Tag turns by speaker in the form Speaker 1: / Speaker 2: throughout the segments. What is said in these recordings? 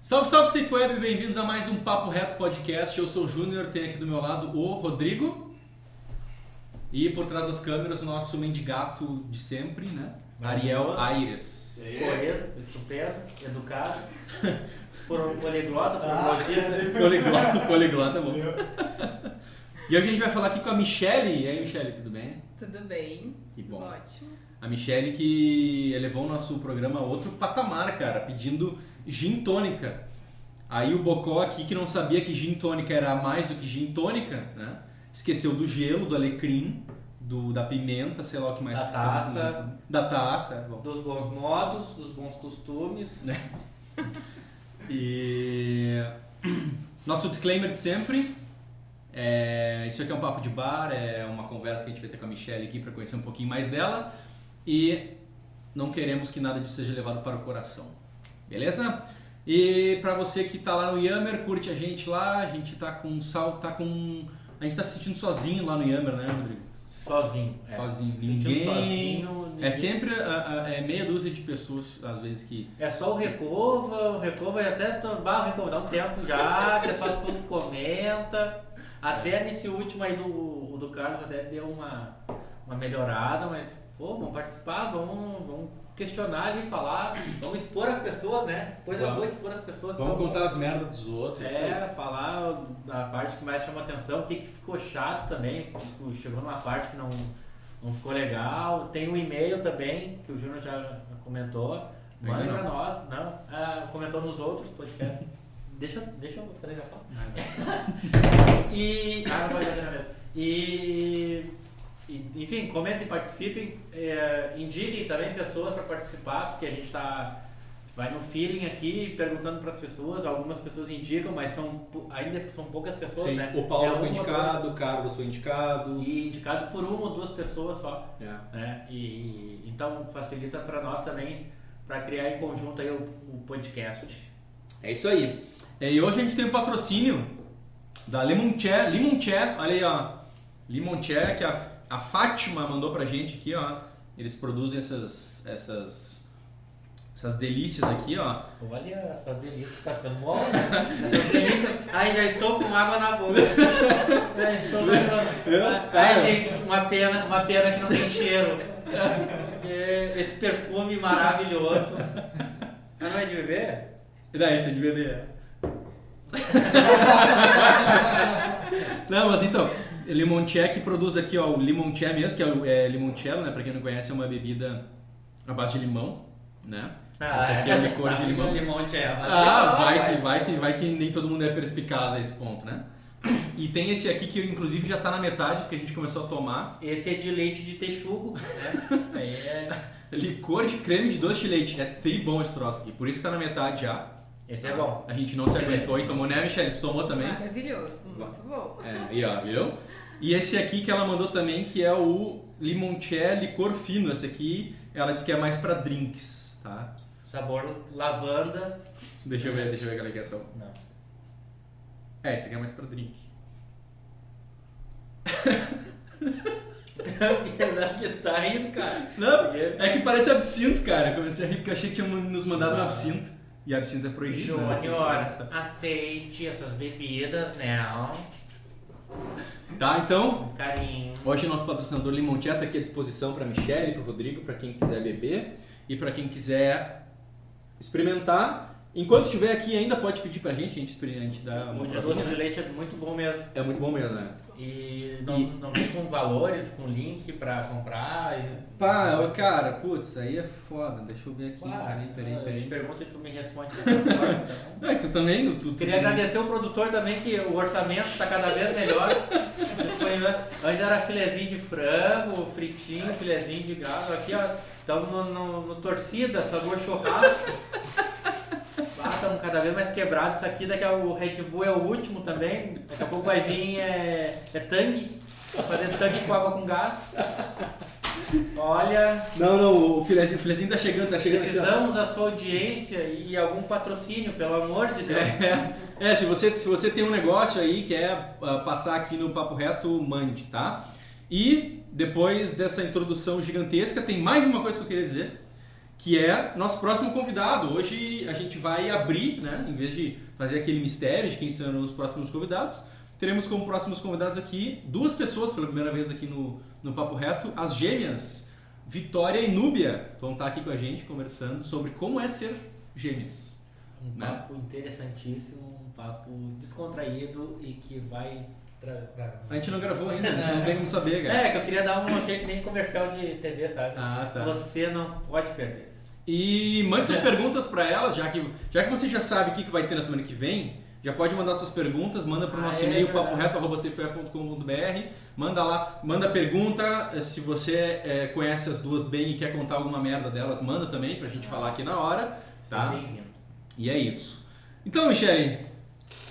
Speaker 1: Salve, salve, Safe Web, bem-vindos a mais um Papo Reto Podcast. Eu sou o Júnior, tem aqui do meu lado o Rodrigo. E por trás das câmeras o nosso mendigato de sempre, né? Ariel Aires.
Speaker 2: Coeso, estupendo, educado, por um né? poliglota, por
Speaker 1: Poliglota, poliglota, tá bom.
Speaker 3: Eu-
Speaker 1: E hoje a gente vai falar aqui com a Michelle. E aí, Michelle, tudo bem?
Speaker 4: Tudo bem?
Speaker 1: Que bom.
Speaker 4: Ótimo.
Speaker 1: A Michelle que elevou o nosso programa a outro patamar, cara, pedindo gin tônica. Aí o Bocó aqui, que não sabia que gin tônica era mais do que gin tônica, né? Esqueceu do gelo, do alecrim, do, da pimenta, sei lá o que mais.
Speaker 2: Da
Speaker 1: que se toma com
Speaker 2: taça.
Speaker 1: limão. Da taça, é bom.
Speaker 2: dos bons modos, dos bons costumes.
Speaker 1: Né? E... Nosso disclaimer de sempre. É, isso aqui é um papo de bar, é uma conversa que a gente vai ter com a Michelle aqui para conhecer um pouquinho mais dela. E não queremos que nada disso seja levado para o coração. Beleza? E para você que tá lá no Yammer, curte a gente lá. A gente tá com sal, tá com a gente tá se sentindo sozinho lá no Yammer, né, Rodrigo?
Speaker 2: Sozinho. é.
Speaker 1: Sozinho,
Speaker 2: Sentindo
Speaker 1: ninguém.
Speaker 2: sozinho,
Speaker 1: É
Speaker 2: ninguém-
Speaker 1: sempre a- a- é meia dúzia de pessoas às vezes que
Speaker 2: É só o Recova, o Recova eu até tô, bah, o Recova dá um tempo já, o pessoal tudo comenta.
Speaker 1: É.
Speaker 2: Até nesse último aí do, o do Carlos até deu uma, uma melhorada, mas pô, vamos participar, vamos, vamos questionar e falar, vamos expor as pessoas, né? Coisa
Speaker 1: Vamos.
Speaker 2: boa expor as pessoas.
Speaker 1: Vamos
Speaker 2: então,
Speaker 1: contar as merdas dos outros. isso aí.
Speaker 2: É, falar a parte que mais chama atenção, o que, que ficou chato também, tipo, chegou numa parte que não, não ficou legal. Tem um e-mail também, que o Júnior já comentou. Manda
Speaker 1: Ainda
Speaker 2: pra
Speaker 1: não.
Speaker 2: nós, não. ah, comentou nos outros podcasts. deixa, deixa eu fazer minha fala.
Speaker 1: É.
Speaker 2: E. Ah, não vai fazer na mesa. E. e, Enfim, comentem, participem, eh, indiquem também pessoas para participar, porque a gente tá, vai no feeling aqui, perguntando para as pessoas. Algumas pessoas indicam, mas são, pou- ainda são poucas pessoas,
Speaker 1: Sim,
Speaker 2: né?
Speaker 1: O Paulo
Speaker 2: É
Speaker 1: foi
Speaker 2: uma
Speaker 1: indicado, o Carlos foi indicado.
Speaker 2: coisa- E indicado por uma ou duas pessoas só.
Speaker 1: É.
Speaker 2: Né? E, então facilita para nós também, para criar em conjunto aí o, o podcast.
Speaker 1: É isso aí. E hoje a gente tem o patrocínio da Limonché. Limonché, olha aí, ó. Limonché, que a, a Fátima mandou pra gente aqui, ó. Eles produzem essas, essas, essas delícias aqui, ó.
Speaker 2: Olha essas delícias, tá ficando mole, né? Essas delícias. Ai, já estou com água na boca. Já É, estou com água na boca. Ai, gente, uma pena, uma pena que não tem cheiro. É, Esse perfume maravilhoso. Mas não é de beber?
Speaker 1: E daí, você é de bebê? não, mas então, Limoncello que produz aqui, ó, o Limoncello mesmo, que é, o- é Limoncello, né? Pra quem não conhece, é uma bebida à base de limão, né?
Speaker 2: Ah,
Speaker 1: Esse aqui é o licor de limão.
Speaker 2: Limão de erva.
Speaker 1: Ah, vai que, vai que, vai que nem todo mundo é perspicaz a esse ponto, né? E tem esse aqui que inclusive já tá na metade, porque a gente começou a tomar.
Speaker 2: Esse é de leite de texugo, né? Isso aí é...
Speaker 1: Licor de creme de doce de leite. É tri bom esse troço aqui, por isso que tá na metade já.
Speaker 2: Esse é bom.
Speaker 1: A gente não se aguentou e tomou, né, Michelle? Tu tomou também?
Speaker 4: Maravilhoso, muito bom.
Speaker 1: É, e ó, viu? E esse aqui que ela mandou também, que é o Limoncello licor fino. Esse aqui, ela disse que é mais pra drinks, tá?
Speaker 2: Sabor lavanda.
Speaker 1: Deixa eu ver, deixa eu ver aquela ligação.
Speaker 2: Não.
Speaker 1: É, esse aqui é mais pra drink.
Speaker 2: que tá rindo, cara.
Speaker 1: Não,
Speaker 2: Porque-
Speaker 1: é que parece absinto, cara. Eu comecei a rir porque eu achei que tinham nos mandado um absinto. E absinto é proibido. né? Vocês
Speaker 2: Júnior,
Speaker 1: sabem, sabe?
Speaker 2: aceite essas bebidas, né?
Speaker 1: Tá, então,
Speaker 2: Com carinho.
Speaker 1: hoje o nosso patrocinador Limontia tá aqui à disposição pra Michelle, pro Rodrigo, pra quem quiser beber e pra quem quiser experimentar. Enquanto estiver aqui, ainda pode pedir pra gente, a gente experimenta, a gente dá uma
Speaker 2: O de doce
Speaker 1: provinha.
Speaker 2: de leite é muito bom mesmo.
Speaker 1: É muito bom mesmo, né?
Speaker 2: E não,
Speaker 1: E-
Speaker 2: não vem com valores, com link pra comprar. e-
Speaker 1: Pá, ô, cara, putz, aí é foda. Deixa eu ver aqui.
Speaker 2: Claro,
Speaker 1: peraí, peraí,
Speaker 2: Eu te
Speaker 1: peraí.
Speaker 2: pergunto e tu me responde dessa forma. então.
Speaker 1: Não, é que tu também, tu, tu
Speaker 2: Queria agradecer o produtor também, que o orçamento tá cada vez melhor. Foi, né? Antes era filezinho de frango, fritinho, filezinho de gado. Aqui, ó, estamos no, no- no torcida, sabor churrasco. Ah, estamos cada vez mais quebrados. Isso aqui, daqui a o Red Bull é o último também. Daqui a pouco vai vir é, é tangue. Fazer tangue com água com gás. Olha,
Speaker 1: Não, não, o filezinho, o filezinho tá chegando, tá chegando aqui, ó.
Speaker 2: precisamos da sua audiência e algum patrocínio, pelo amor de Deus.
Speaker 1: É, se você, se você tem um negócio aí que é passar aqui no Papo Reto, mande, tá? E depois dessa introdução gigantesca, tem mais uma coisa que eu queria dizer, que é nosso próximo convidado. Hoje a gente vai abrir, né? Em vez de fazer aquele mistério de quem serão os próximos convidados, teremos como próximos convidados aqui duas pessoas pela primeira vez aqui no, no Papo Reto, as gêmeas Vitória e Núbia vão estar aqui com a gente conversando sobre como é ser gêmeas.
Speaker 3: Um
Speaker 1: Né?
Speaker 3: papo interessantíssimo, um papo descontraído e que vai trazer.
Speaker 1: A gente não gravou ainda, a gente não tem como saber, cara.
Speaker 2: É, que eu queria dar um aqui que nem comercial de TV, sabe?
Speaker 1: Ah, tá.
Speaker 2: Você não pode perder.
Speaker 1: E mande
Speaker 2: É.
Speaker 1: suas perguntas para elas, já que, já que você já sabe o que que vai ter na semana que vem, já pode mandar suas perguntas, manda para o
Speaker 2: Ah,
Speaker 1: nosso
Speaker 2: é
Speaker 1: e-mail
Speaker 2: verdade.
Speaker 1: paporeto.com.br, manda lá, manda pergunta, eh, se você eh, conhece as duas bem e quer contar alguma merda delas, manda também pra gente falar aqui na hora,
Speaker 2: Seja
Speaker 1: tá?
Speaker 2: Bem-vindo.
Speaker 1: E é isso. Então, Michele,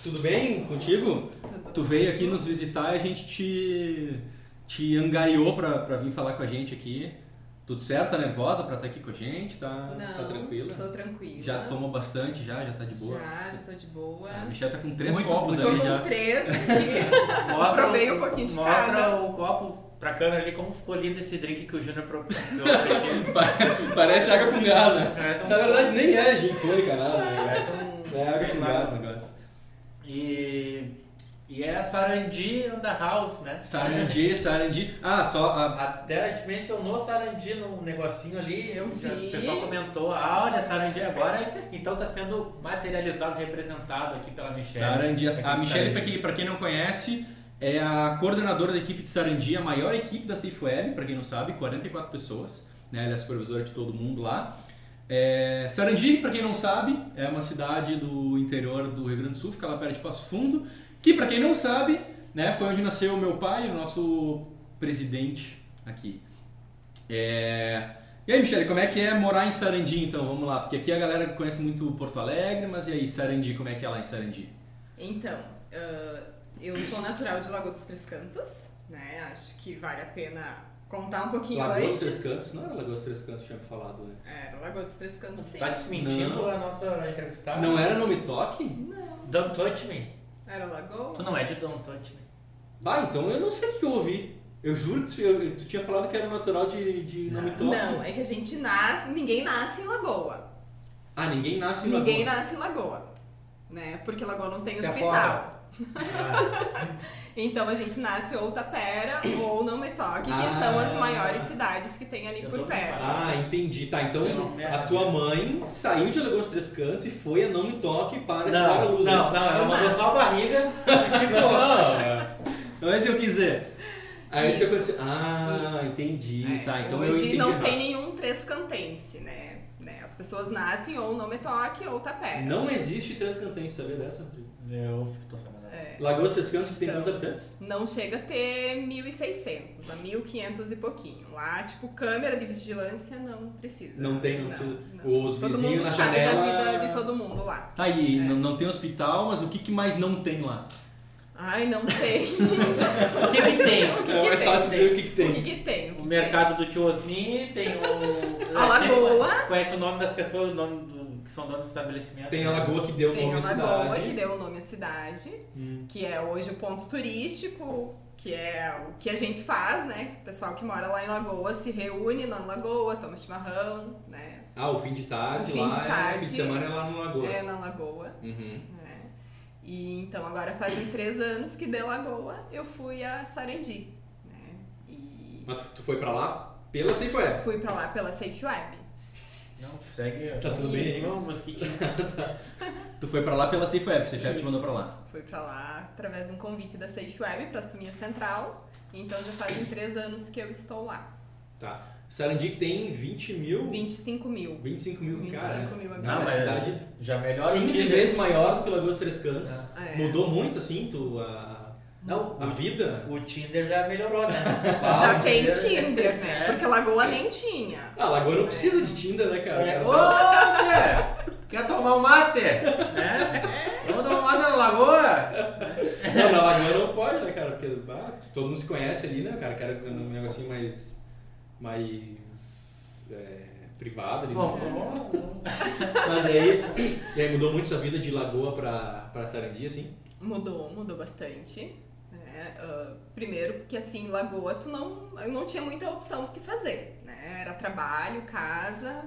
Speaker 1: tudo bem contigo?
Speaker 4: Tudo
Speaker 1: Tu veio aqui nos visitar e a gente te, te angariou pra, pra vir falar com a gente aqui. Tudo certo? Tá nervosa pra estar aqui com a gente? Tá,
Speaker 4: Não,
Speaker 1: tá tranquila?
Speaker 4: Tô tranquila.
Speaker 1: Já tomou bastante, já? Já tá de boa?
Speaker 4: Já, já tô de boa.
Speaker 1: A Michelle tá com três
Speaker 3: Muito
Speaker 1: copos
Speaker 4: Tô
Speaker 1: ali
Speaker 4: com
Speaker 1: já.
Speaker 4: três aqui.
Speaker 2: Mostra
Speaker 4: Provei
Speaker 2: o-
Speaker 4: um pouquinho de
Speaker 2: Mostra
Speaker 4: cada.
Speaker 2: o copo pra câmera ali, como ficou lindo esse drink que o Júnior proporcionou pra gente.
Speaker 1: Pa- Parece água com gás, né?
Speaker 2: Parece um-
Speaker 1: Na verdade, nem é gin tônica, nada. né?
Speaker 2: Parece um...
Speaker 1: É água
Speaker 2: sei
Speaker 1: com
Speaker 2: lá.
Speaker 1: gás o negócio.
Speaker 2: E... E é Sarandi on the house, né?
Speaker 1: Sarandi, sarandi. Ah, só a...
Speaker 2: Até a gente mencionou Sarandi num negocinho ali, eu já-
Speaker 4: vi.
Speaker 2: o pessoal comentou, ah, olha, Sarandi agora, então tá sendo materializado, representado aqui pela Michelle.
Speaker 1: Sarandi. A, a
Speaker 2: Aqui,
Speaker 1: Michelle,
Speaker 2: Sarandi.
Speaker 1: pra quem, pra quem não conhece, é a coordenadora da equipe de Sarandi, a maior equipe da Safe Web, pra quem não sabe, 44 pessoas. Né? Ela é a supervisora de todo mundo lá. É, Sarandi, pra quem não sabe, é uma cidade do interior do Rio Grande do Sul, fica lá perto de Passo Fundo. Que pra quem não sabe, né, foi onde nasceu o meu pai, o nosso presidente aqui. É, E aí, Michele, como é que é morar em Sarandi, então? Vamos lá, porque aqui a galera conhece muito Porto Alegre, mas e aí, Sarandi, como é que é lá em Sarandi?
Speaker 4: Então, ah, eu sou natural de Lagoa dos Três Cantos, né? Acho que vale a pena contar um pouquinho antes.
Speaker 1: Não era Lagoa dos Três Cantos, tinha falado antes.
Speaker 4: Era Lagoa dos Três Cantos, sim.
Speaker 2: Tá desmentindo
Speaker 1: Não.
Speaker 2: a nossa entrevistada?
Speaker 1: Não era Nome Toque?
Speaker 2: Don't touch me.
Speaker 4: Era Lagoa.
Speaker 2: Tu não é de Don't touch me.
Speaker 1: Bah, então eu não sei o que eu ouvi. Eu juro que tu, eu- tu tinha falado que era um natural de, de Nome Toque.
Speaker 4: Não, é que a gente nasce, ninguém nasce em Lagoa.
Speaker 1: Ah, ninguém nasce em
Speaker 4: ninguém
Speaker 1: Lagoa. é
Speaker 4: nasce em Lagoa, né? Porque Lagoa não tem
Speaker 2: é
Speaker 3: Se
Speaker 4: hospital.
Speaker 3: afoga.
Speaker 1: Ah,
Speaker 4: Então a gente nasce ou Tapera ou Não Me Toque,
Speaker 1: Ah.
Speaker 4: que são as maiores cidades que tem ali
Speaker 2: Eu tô
Speaker 4: por perto.
Speaker 1: Ah, entendi. Tá, então
Speaker 4: é
Speaker 2: Isso.
Speaker 1: a tua mãe saiu de Lagoa dos Três Cantos e foi a Não Me Toque para te dar a luz. É isso?
Speaker 2: não, não, ela mandou só a barriga e ficou
Speaker 1: Não, é. Não é se eu quiser. Aí se
Speaker 4: Isso.
Speaker 1: aconteceu. Ah,
Speaker 4: Isso.
Speaker 1: entendi.
Speaker 4: É,
Speaker 1: Tá, então eu
Speaker 4: hoje
Speaker 1: entendi.
Speaker 4: não
Speaker 1: errado.
Speaker 4: tem nenhum trescantense, né? Né, As pessoas nascem ou Não Me Toque ou Tapera.
Speaker 1: Não existe três cantões, sabia dessa? Rodrigo?
Speaker 2: Eu fico- tô sabendo.
Speaker 4: É,
Speaker 1: Lagoa Três Cantos que tem
Speaker 4: Então.
Speaker 1: quantos habitantes?
Speaker 4: não chega a ter 1.600, a 1.500 e pouquinho. Lá, tipo, câmera de vigilância não precisa.
Speaker 1: Não tem, não precisa. Os
Speaker 4: todo
Speaker 1: vizinhos
Speaker 4: mundo
Speaker 1: na
Speaker 4: sabe da
Speaker 1: janela.
Speaker 4: vida de todo mundo lá.
Speaker 1: Tá aí,
Speaker 4: É.
Speaker 1: não, não tem hospital, mas o que, que mais não tem lá?
Speaker 4: Ai, não tem.
Speaker 2: O que que tem?
Speaker 4: O que
Speaker 1: é
Speaker 4: que
Speaker 1: mais
Speaker 4: tem?
Speaker 1: fácil dizer o que, que
Speaker 4: O
Speaker 1: tem.
Speaker 4: que, que tem? O que
Speaker 2: O
Speaker 4: que
Speaker 2: mercado do tio Osni, tem o...
Speaker 4: A Lagoa.
Speaker 2: Conhece o nome das pessoas, o nome do- que são donos do estabelecimento.
Speaker 1: Tem a Lagoa que deu
Speaker 4: tem? Tem
Speaker 1: nome
Speaker 4: a
Speaker 1: à
Speaker 4: Lagoa,
Speaker 1: cidade.
Speaker 4: que deu o nome à cidade,
Speaker 1: Hum.
Speaker 4: que é hoje o ponto turístico, que é o que a gente faz, né? O pessoal que mora lá em Lagoa se reúne na Lagoa, toma chimarrão, né?
Speaker 1: Ah, o fim de tarde
Speaker 4: O
Speaker 1: lá.
Speaker 4: fim de
Speaker 1: é-
Speaker 4: tarde.
Speaker 1: fim de semana é lá no Lagoa.
Speaker 4: É na Lagoa,
Speaker 1: Uhum.
Speaker 4: né? E então agora fazem três anos que de Lagoa eu fui a Sarandi, né? E
Speaker 1: Mas tu, tu foi pra lá pela sem foi.
Speaker 4: fui pra lá pela Safe Web.
Speaker 2: Não, segue.
Speaker 1: Tá tudo bem aí?
Speaker 2: Não, mosquitinho.
Speaker 1: Tu foi pra lá pela Safe Web, você já te
Speaker 4: Isso.
Speaker 1: mandou pra lá.
Speaker 4: Fui pra lá através de um convite da Safe Web pra assumir a central. Então já fazem três anos que eu estou lá.
Speaker 1: Sarandi que tem 20 mil.
Speaker 4: 25 mil.
Speaker 1: 25 mil,
Speaker 4: 25
Speaker 1: cara.
Speaker 4: mil
Speaker 1: Não,
Speaker 4: habitantes.
Speaker 2: Não,
Speaker 1: mas
Speaker 2: mas
Speaker 1: cidade-
Speaker 2: já melhor
Speaker 1: 15 vezes maior do que Lagoa dos Três Cantos.
Speaker 4: É.
Speaker 1: Mudou muito, assim, tu, a,
Speaker 2: Não,
Speaker 1: a vida?
Speaker 2: É. o Tinder já melhorou, né?
Speaker 4: Já
Speaker 2: Ah,
Speaker 4: tem
Speaker 2: o
Speaker 4: Tinder,
Speaker 2: É.
Speaker 4: né? Porque Lagoa nem tinha.
Speaker 1: Ah, Lagoa
Speaker 4: É.
Speaker 1: não precisa de Tinder, né, cara?
Speaker 2: É.
Speaker 1: Cara,
Speaker 2: Ô, Tinder! Quer tomar um mate? Né? Vamos tomar um mate na lagoa?
Speaker 1: Não, na Lagoa não pode, né, cara? Porque ah, todo mundo se conhece ali, né, cara? Quero um negocinho mais. mais. é, privado ali.
Speaker 2: Bom,
Speaker 1: né?
Speaker 2: vamos- vamos.
Speaker 1: Mas aí. E aí mudou muito sua vida de Lagoa pra, pra Sarandi, assim?
Speaker 4: Mudou, mudou bastante. né? Ah, primeiro porque assim, Lagoa tu não, eu não tinha muita opção do que fazer. Né? Era trabalho, casa.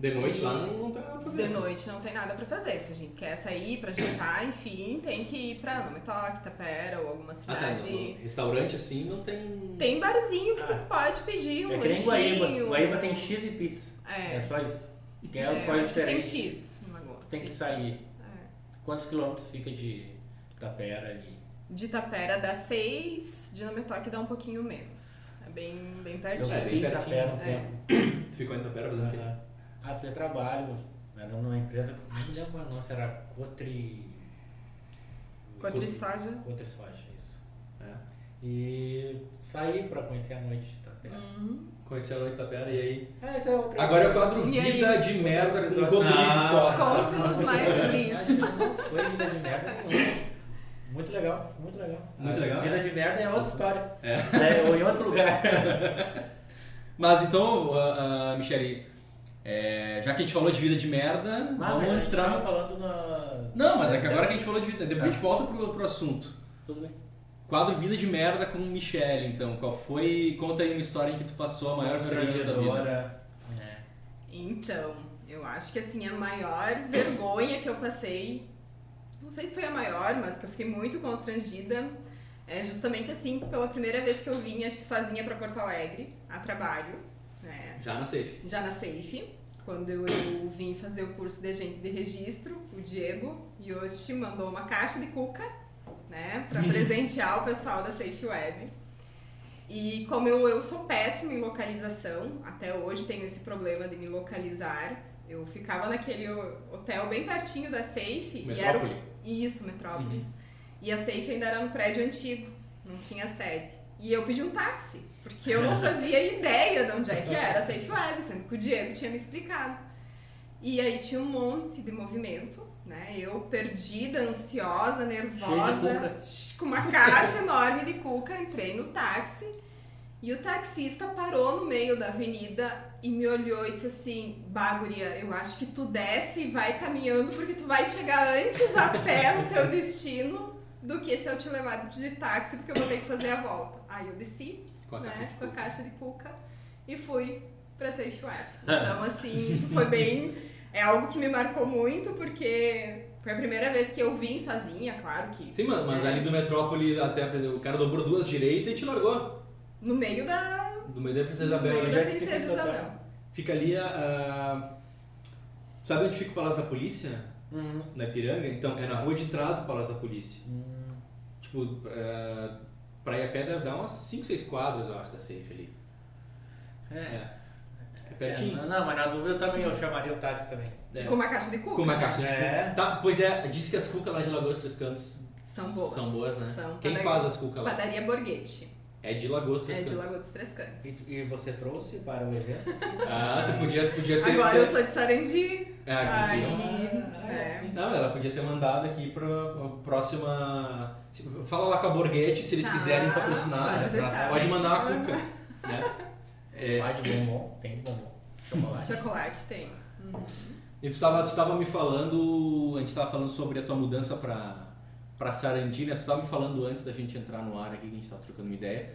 Speaker 1: De noite lá não, não tem nada pra fazer.
Speaker 4: De noite não tem nada pra fazer. Se a gente quer sair pra jantar, enfim, tem que ir pra Nometoque, Tapera ou alguma
Speaker 1: Ah, tá. no-
Speaker 4: cidade.
Speaker 1: Restaurante assim não tem.
Speaker 4: Tem barzinho que
Speaker 2: Ah.
Speaker 4: tu pode pedir um
Speaker 2: É que nem Guaíba.
Speaker 4: lanchinho.
Speaker 2: Guaíba tem X e pizza. É,
Speaker 4: É,
Speaker 2: só isso. Que
Speaker 4: é,
Speaker 2: é uma
Speaker 4: eu
Speaker 2: coisa
Speaker 4: acho que tem
Speaker 2: diferente.
Speaker 4: X no Lagoa.
Speaker 2: Tem que
Speaker 4: Isso.
Speaker 2: sair.
Speaker 4: É.
Speaker 2: Quantos quilômetros fica de Tapera ali?
Speaker 4: De Tapera dá 6, de Nometoque dá um pouquinho menos. É bem, bem
Speaker 2: Eu
Speaker 4: pertinho.
Speaker 1: É, bem
Speaker 2: fiquei em
Speaker 1: pertinho.
Speaker 2: Tapera um
Speaker 4: É.
Speaker 2: tempo.
Speaker 1: Tu ficou em Tapera fazendo o quê?
Speaker 2: Aham. Ah, fui a trabalho. Era numa empresa, não me lembro é o nome, se era Cotri...
Speaker 4: Quanto de soja.
Speaker 2: Cotri Soja, isso.
Speaker 1: É.
Speaker 2: E saí pra conhecer a noite tá de Tapera.
Speaker 4: Uhum.
Speaker 1: Conheci a noite Tapera e aí.
Speaker 2: Ah, esse é outro
Speaker 1: Agora é o quadro
Speaker 4: E aí?
Speaker 1: Vida de Merda com o
Speaker 2: Ah,
Speaker 1: Rodrigo Costa.
Speaker 4: Conta-nos mais sobre isso.
Speaker 2: Foi vida de merda nenhuma. Muito legal, muito legal.
Speaker 1: Muito
Speaker 2: Ah,
Speaker 1: legal,
Speaker 2: Vida
Speaker 1: né?
Speaker 2: de merda é outra história.
Speaker 1: É.
Speaker 2: É, ou em outro lugar.
Speaker 5: Mas então, ah, ah, Michele, é, já que a gente falou de vida de
Speaker 4: Ah,
Speaker 5: merda,
Speaker 2: a
Speaker 5: vamos
Speaker 2: gente tava
Speaker 5: entrar.
Speaker 2: falando na.
Speaker 5: Não, mas é que agora que a gente falou de vida, depois a gente volta pro, pro assunto.
Speaker 2: Tudo bem.
Speaker 5: Quadro Vida de Merda com Michele, então. Qual foi. Conta aí uma história em que tu passou a maior vergonha da vida.
Speaker 2: Constrangedora, né?
Speaker 4: Então, eu acho que assim, a maior vergonha que eu passei, não sei se foi a maior, mas que eu fiquei muito constrangida, é justamente assim, pela primeira vez que eu vim, acho que sozinha pra Porto Alegre, a trabalho, né?
Speaker 1: Já na safe.
Speaker 4: já na SAFE, quando eu vim fazer o curso de agente de registro, o Diego Yoshi mandou uma caixa de cuca, né, para presentear o pessoal da Safe Web. E como eu, eu sou péssima em localização, até hoje tenho esse problema de me localizar. Eu ficava naquele ho- hotel bem pertinho da Safe e era o
Speaker 1: Metrópole.
Speaker 4: isso, Metrópolis. E a Safe ainda era um prédio antigo, não tinha sede. E eu pedi um táxi, porque eu não fazia ideia de onde é que era a Safe Web, sendo que o Diego tinha me explicado. E aí tinha um monte de movimento, né? Eu perdida, ansiosa, nervosa, com uma caixa enorme de cuca, entrei no táxi. E o taxista parou no meio da avenida e me olhou e disse assim: Baguria, eu acho que tu desce e vai caminhando porque tu vai chegar antes a pé no teu destino do que se eu te levar de táxi porque eu vou ter que fazer a volta. Aí eu desci,
Speaker 1: Com a caixa
Speaker 4: né,
Speaker 1: de
Speaker 4: com a
Speaker 1: coco.
Speaker 4: caixa de cuca e fui pra Seixuar. Então, assim, isso foi bem. É algo que me marcou muito porque foi a primeira vez que eu vim sozinha, claro que.
Speaker 1: Sim, mas, mas ali do Metrópole até por exemplo, o cara dobrou duas direitas e te largou.
Speaker 4: No meio da,
Speaker 1: Do meio da Princesa
Speaker 4: no
Speaker 1: Isabel.
Speaker 4: meio
Speaker 1: ali.
Speaker 4: da
Speaker 2: onde é que fica
Speaker 4: Princesa
Speaker 2: esse hotel?
Speaker 4: Isabel.
Speaker 1: Fica ali a. a- Sabe onde fica o Palácio da Polícia?
Speaker 2: Uhum.
Speaker 1: Na Ipiranga? Então, é na rua de trás do Palácio da Polícia.
Speaker 2: Hum,
Speaker 1: Tipo, é, pra ir a pé deve dar umas 5, 6 quadras, eu acho, da safe ali.
Speaker 2: É.
Speaker 1: É. É pertinho.
Speaker 2: É, não, mas na dúvida eu também eu chamaria o táxi também.
Speaker 1: É.
Speaker 4: Com uma caixa de cuca.
Speaker 1: Com uma caixa de
Speaker 2: É.
Speaker 1: cuca. Tá, pois é, diz que as cucas lá de Lagoas Três Cantos
Speaker 4: São boas.
Speaker 1: São boas, né?
Speaker 4: São tá
Speaker 1: Quem
Speaker 4: padaria-
Speaker 1: faz as cucas lá?
Speaker 4: Padaria Borghetti.
Speaker 1: É de Lagoas Três
Speaker 4: É de
Speaker 1: Cantos.
Speaker 4: Lagoa dos Três Cantos.
Speaker 2: E, e você trouxe para o evento?
Speaker 1: Ah, tu podia, tu podia ter.
Speaker 4: Agora
Speaker 1: ter- um
Speaker 4: eu sou de Sarandi.
Speaker 1: É,
Speaker 4: Ai.
Speaker 1: não.
Speaker 2: Ah,
Speaker 4: é.
Speaker 2: assim.
Speaker 1: Não, ela podia ter mandado aqui pra pra próxima. Fala lá com a Borghetti se eles
Speaker 4: Tá,
Speaker 1: quiserem patrocinar.
Speaker 4: pode
Speaker 1: né, pra-
Speaker 4: deixar.
Speaker 1: pode mandar uma cuca. né? É,
Speaker 2: Vai Ah, de bombom, tem bombom. Chocolate.
Speaker 4: Chocolate tem.
Speaker 1: E tu tava, tu tava me falando, a gente tava falando sobre a tua mudança pra, pra Sarandi, né? Tu tava me falando antes da gente entrar no ar aqui, que a gente tava trocando uma ideia,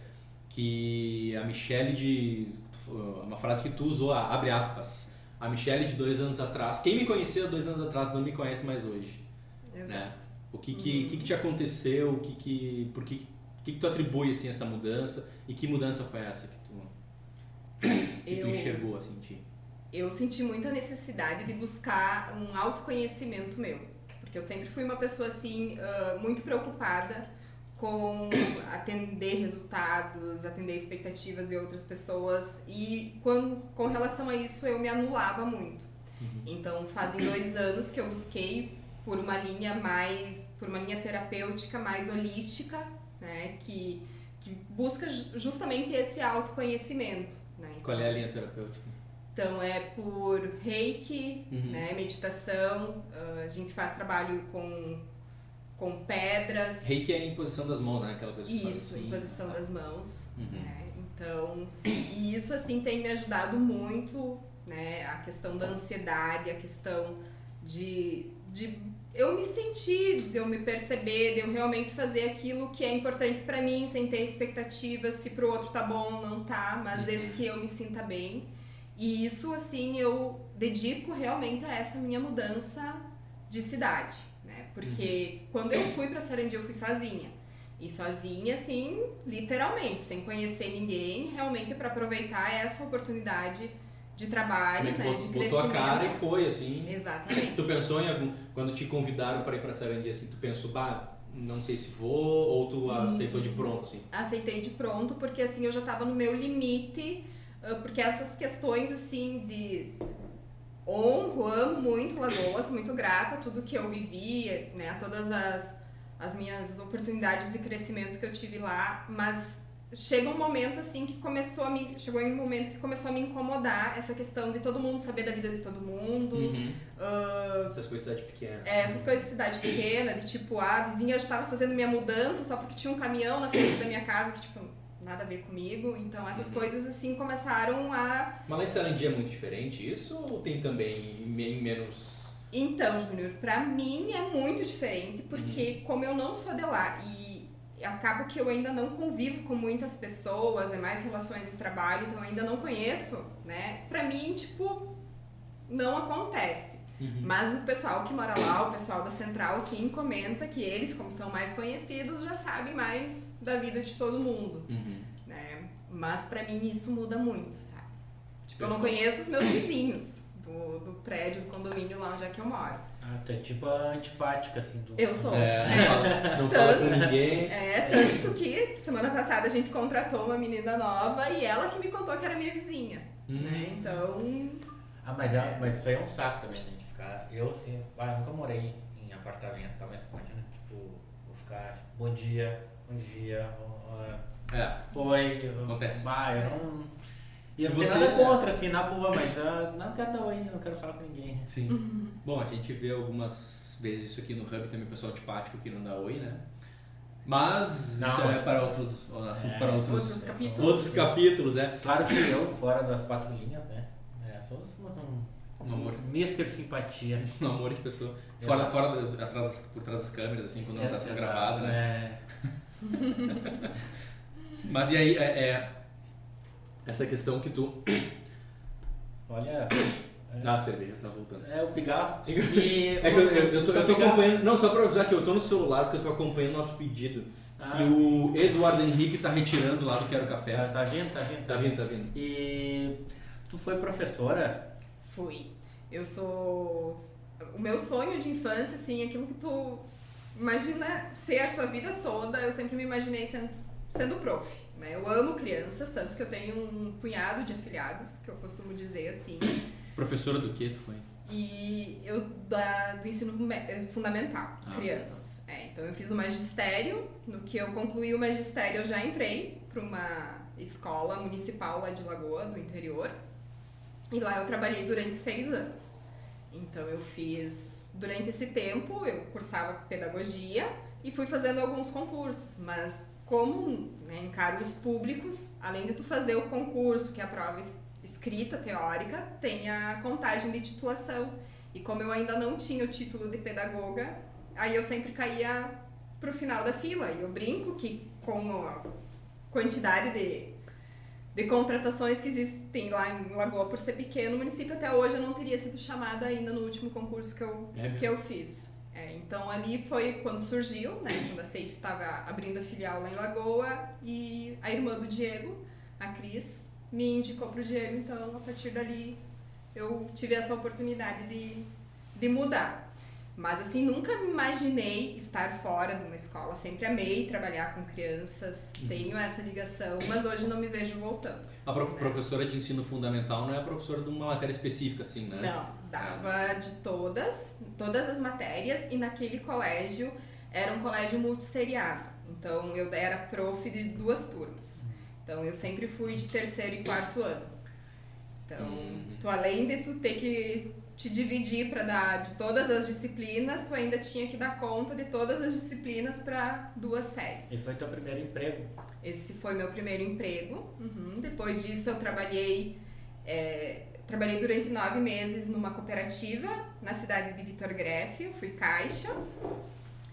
Speaker 1: que a Michelle de. Uma frase que tu usou, ah, abre aspas. A Michelle de dois anos atrás. Quem me conheceu dois anos atrás não me conhece mais hoje. né?
Speaker 4: Exato. Uhum.
Speaker 1: O que que, que, que te aconteceu? O que que. Por que, que, que tu atribui assim, essa mudança? E que mudança foi essa que tu, que tu
Speaker 4: Eu-
Speaker 1: enxergou assim, de-
Speaker 4: eu senti muita necessidade de buscar um autoconhecimento meu. Porque eu sempre fui uma pessoa, assim, ah, muito preocupada com atender resultados, atender expectativas de outras pessoas. E quando, com relação a isso, eu me anulava muito. Então, fazem dois anos que eu busquei por uma linha mais... Por uma linha terapêutica mais holística, né? Que, que busca ju- justamente esse autoconhecimento. Né?
Speaker 1: Qual é a linha terapêutica?
Speaker 4: Então é por reiki,
Speaker 1: Uhum.
Speaker 4: né, meditação, ah, a gente faz trabalho com, com pedras,
Speaker 1: Reiki é a imposição das mãos, né? Aquela coisa que faz
Speaker 4: isso,
Speaker 1: assim.
Speaker 4: imposição das mãos.
Speaker 1: Uhum.
Speaker 4: né? Então, e isso assim tem me ajudado muito, né? A questão da ansiedade, a questão de, de eu me sentir, de eu me perceber, de eu realmente fazer aquilo que é importante pra
Speaker 1: Uhum.
Speaker 4: mim, sem ter expectativas se pro outro tá bom ou não tá, mas desde que eu me sinta bem. E isso, assim, eu dedico realmente a essa minha mudança de cidade, né? Porque
Speaker 1: Uhum.
Speaker 4: quando eu fui pra Sarandi, eu fui sozinha. E sozinha, assim, literalmente, sem conhecer ninguém, realmente para aproveitar essa oportunidade de trabalho,
Speaker 1: Meio é que
Speaker 4: né?
Speaker 1: bot-
Speaker 4: de
Speaker 1: botou a
Speaker 4: crescimento.
Speaker 1: cara e foi, assim.
Speaker 4: Exatamente.
Speaker 1: Tu pensou em algum. Quando te convidaram pra ir pra Sarandi, assim, tu pensou, bah, não sei se vou, ou
Speaker 4: Uhum.
Speaker 1: tu aceitou de pronto, assim.
Speaker 4: aceitei de pronto, porque assim eu já tava no meu limite, ah, porque essas questões assim de honro, amo muito Lagoa, sou muito grata a tudo que eu vivi, né, a todas as, as minhas oportunidades de crescimento que eu tive lá, mas chega um momento assim que começou a me chegou em um momento que começou a me incomodar essa questão de todo mundo saber da vida de todo mundo,
Speaker 1: Uhum. Essas coisas de cidade pequena.
Speaker 4: é, essas coisas de cidade pequena, de tipo, ah, a vizinha já tava fazendo minha mudança só porque tinha um caminhão na frente da minha casa que, tipo, nada a ver comigo. Então, essas
Speaker 1: Uhum.
Speaker 4: coisas, assim, começaram a.
Speaker 1: Mas lá em Sarandi é muito diferente isso, ou tem também bem menos.
Speaker 4: Então, Júnior, pra mim é muito diferente, porque como eu não sou de lá e acabo que eu ainda não convivo com muitas pessoas, é mais relações de trabalho, então eu ainda não conheço, né? Pra mim, tipo, não acontece. Mas o pessoal que mora lá, o pessoal da central, sim, comenta que eles, como são mais conhecidos, já sabem mais da vida de todo mundo,
Speaker 1: Uhum.
Speaker 4: né? Mas pra mim isso muda muito, sabe? Tipo, eu não conheço os meus vizinhos do, do prédio, do condomínio lá onde é que eu moro.
Speaker 2: Ah, tu é tipo a antipática, assim. Do...
Speaker 4: Eu sou.
Speaker 1: É, não fala- não fala com ninguém.
Speaker 4: É, tanto que semana passada a gente contratou uma menina nova e ela que me contou que era minha vizinha, né?
Speaker 1: Hum.
Speaker 4: Então,
Speaker 2: Ah, mas, é- mas isso aí é um saco também, né? De ficar. Eu, assim, ah, eu nunca morei em apartamento, tá? Mas imagina, tipo, vou ficar, tipo, bom dia, bom dia, ó,
Speaker 1: É.
Speaker 2: ó, oi, ó,
Speaker 1: Acontece.
Speaker 2: Bah, eu não. E
Speaker 1: Se
Speaker 2: eu não tenho
Speaker 1: você- é
Speaker 2: nada contra, assim, na boa, mas ah, não quero dar oi, não quero falar com ninguém.
Speaker 1: Sim.
Speaker 4: Uhum.
Speaker 1: Bom, a gente vê algumas vezes isso aqui no Hub também, o pessoal antipático que não dá oi, né? Mas
Speaker 2: Não.
Speaker 1: isso é para outros. Assunto
Speaker 2: É.
Speaker 1: para outros.
Speaker 4: outros capítulos.
Speaker 1: Outros capítulos, né?
Speaker 2: Claro que eu, fora das quatro linhas, né? É, sou sou um.
Speaker 1: Um amor.
Speaker 2: Mister Simpatia.
Speaker 1: Um amor de pessoa.
Speaker 2: Eu-
Speaker 1: Fora, fora atrás das- por trás das câmeras, assim, quando não está sendo
Speaker 2: Exato,
Speaker 1: gravado, né?
Speaker 2: né?
Speaker 1: Mas e aí, é, é essa questão que tu.
Speaker 2: Olha,
Speaker 1: Ah, a cerveja tá voltando.
Speaker 2: é o pigarro. E
Speaker 1: É que eu, eu, eu tô,
Speaker 2: Só
Speaker 1: eu tô
Speaker 2: pigarro.
Speaker 1: acompanhando. Não, só pra avisar que eu tô no celular porque eu tô acompanhando o nosso pedido.
Speaker 2: Ah.
Speaker 1: Que o Eduardo Henrique tá retirando lá do Quero Café.
Speaker 2: Tá, tá vindo, tá vindo,
Speaker 1: Tá vindo, tá vindo.
Speaker 2: E tu foi professora?
Speaker 4: Fui. Eu sou. O meu sonho de infância, assim, aquilo que tu imagina ser a tua vida toda, eu sempre me imaginei sendo, sendo prof. Né? Eu amo crianças, tanto que eu tenho um punhado de afiliados, que eu costumo dizer assim.
Speaker 1: Professora do que tu foi?
Speaker 4: E eu da, do ensino me- eh, fundamental,
Speaker 1: Ah,
Speaker 4: crianças. É, então eu fiz o magistério, no que eu concluí o magistério eu já entrei para uma escola municipal lá de Lagoa, do interior. E lá eu trabalhei durante seis anos. Então eu fiz, durante esse tempo eu cursava pedagogia e fui fazendo alguns concursos, mas como né, em cargos públicos, além de tu fazer o concurso, que é a prova es- escrita, teórica, tem a contagem de titulação. E como eu ainda não tinha o título de pedagoga, aí eu sempre caía pro final da fila. E eu brinco que com a quantidade de, de contratações que existem lá em Lagoa por ser pequeno, o município até hoje eu não teria sido chamada ainda no último concurso que eu,
Speaker 1: É mesmo?
Speaker 4: que eu fiz. É, então ali foi quando surgiu, né? Quando a Safe estava abrindo a filial lá em Lagoa e a irmã do Diego, a Cris, me indicou pro Diego, então a partir dali eu tive essa oportunidade de, de mudar. Mas assim, nunca me imaginei estar fora de uma escola. Sempre amei trabalhar com crianças,
Speaker 1: Uhum.
Speaker 4: tenho essa ligação, mas hoje não me vejo voltando.
Speaker 1: A prof- professora de ensino fundamental não é a professora de uma matéria específica, assim, né?
Speaker 4: Não, é dava de todas, todas as matérias, e naquele colégio era um colégio multisseriado. Então eu era prof de duas turmas. Então eu sempre fui de terceiro e quarto ano. Então,
Speaker 1: Uhum.
Speaker 4: tu, além de tu ter que te dividir para dar de todas as disciplinas, tu ainda tinha que dar conta de todas as disciplinas para duas séries.
Speaker 2: Esse foi teu primeiro emprego.
Speaker 4: Esse foi meu primeiro emprego. Uhum. Depois disso eu trabalhei é, trabalhei durante nove meses numa cooperativa na cidade de Vitor Greff. Eu fui caixa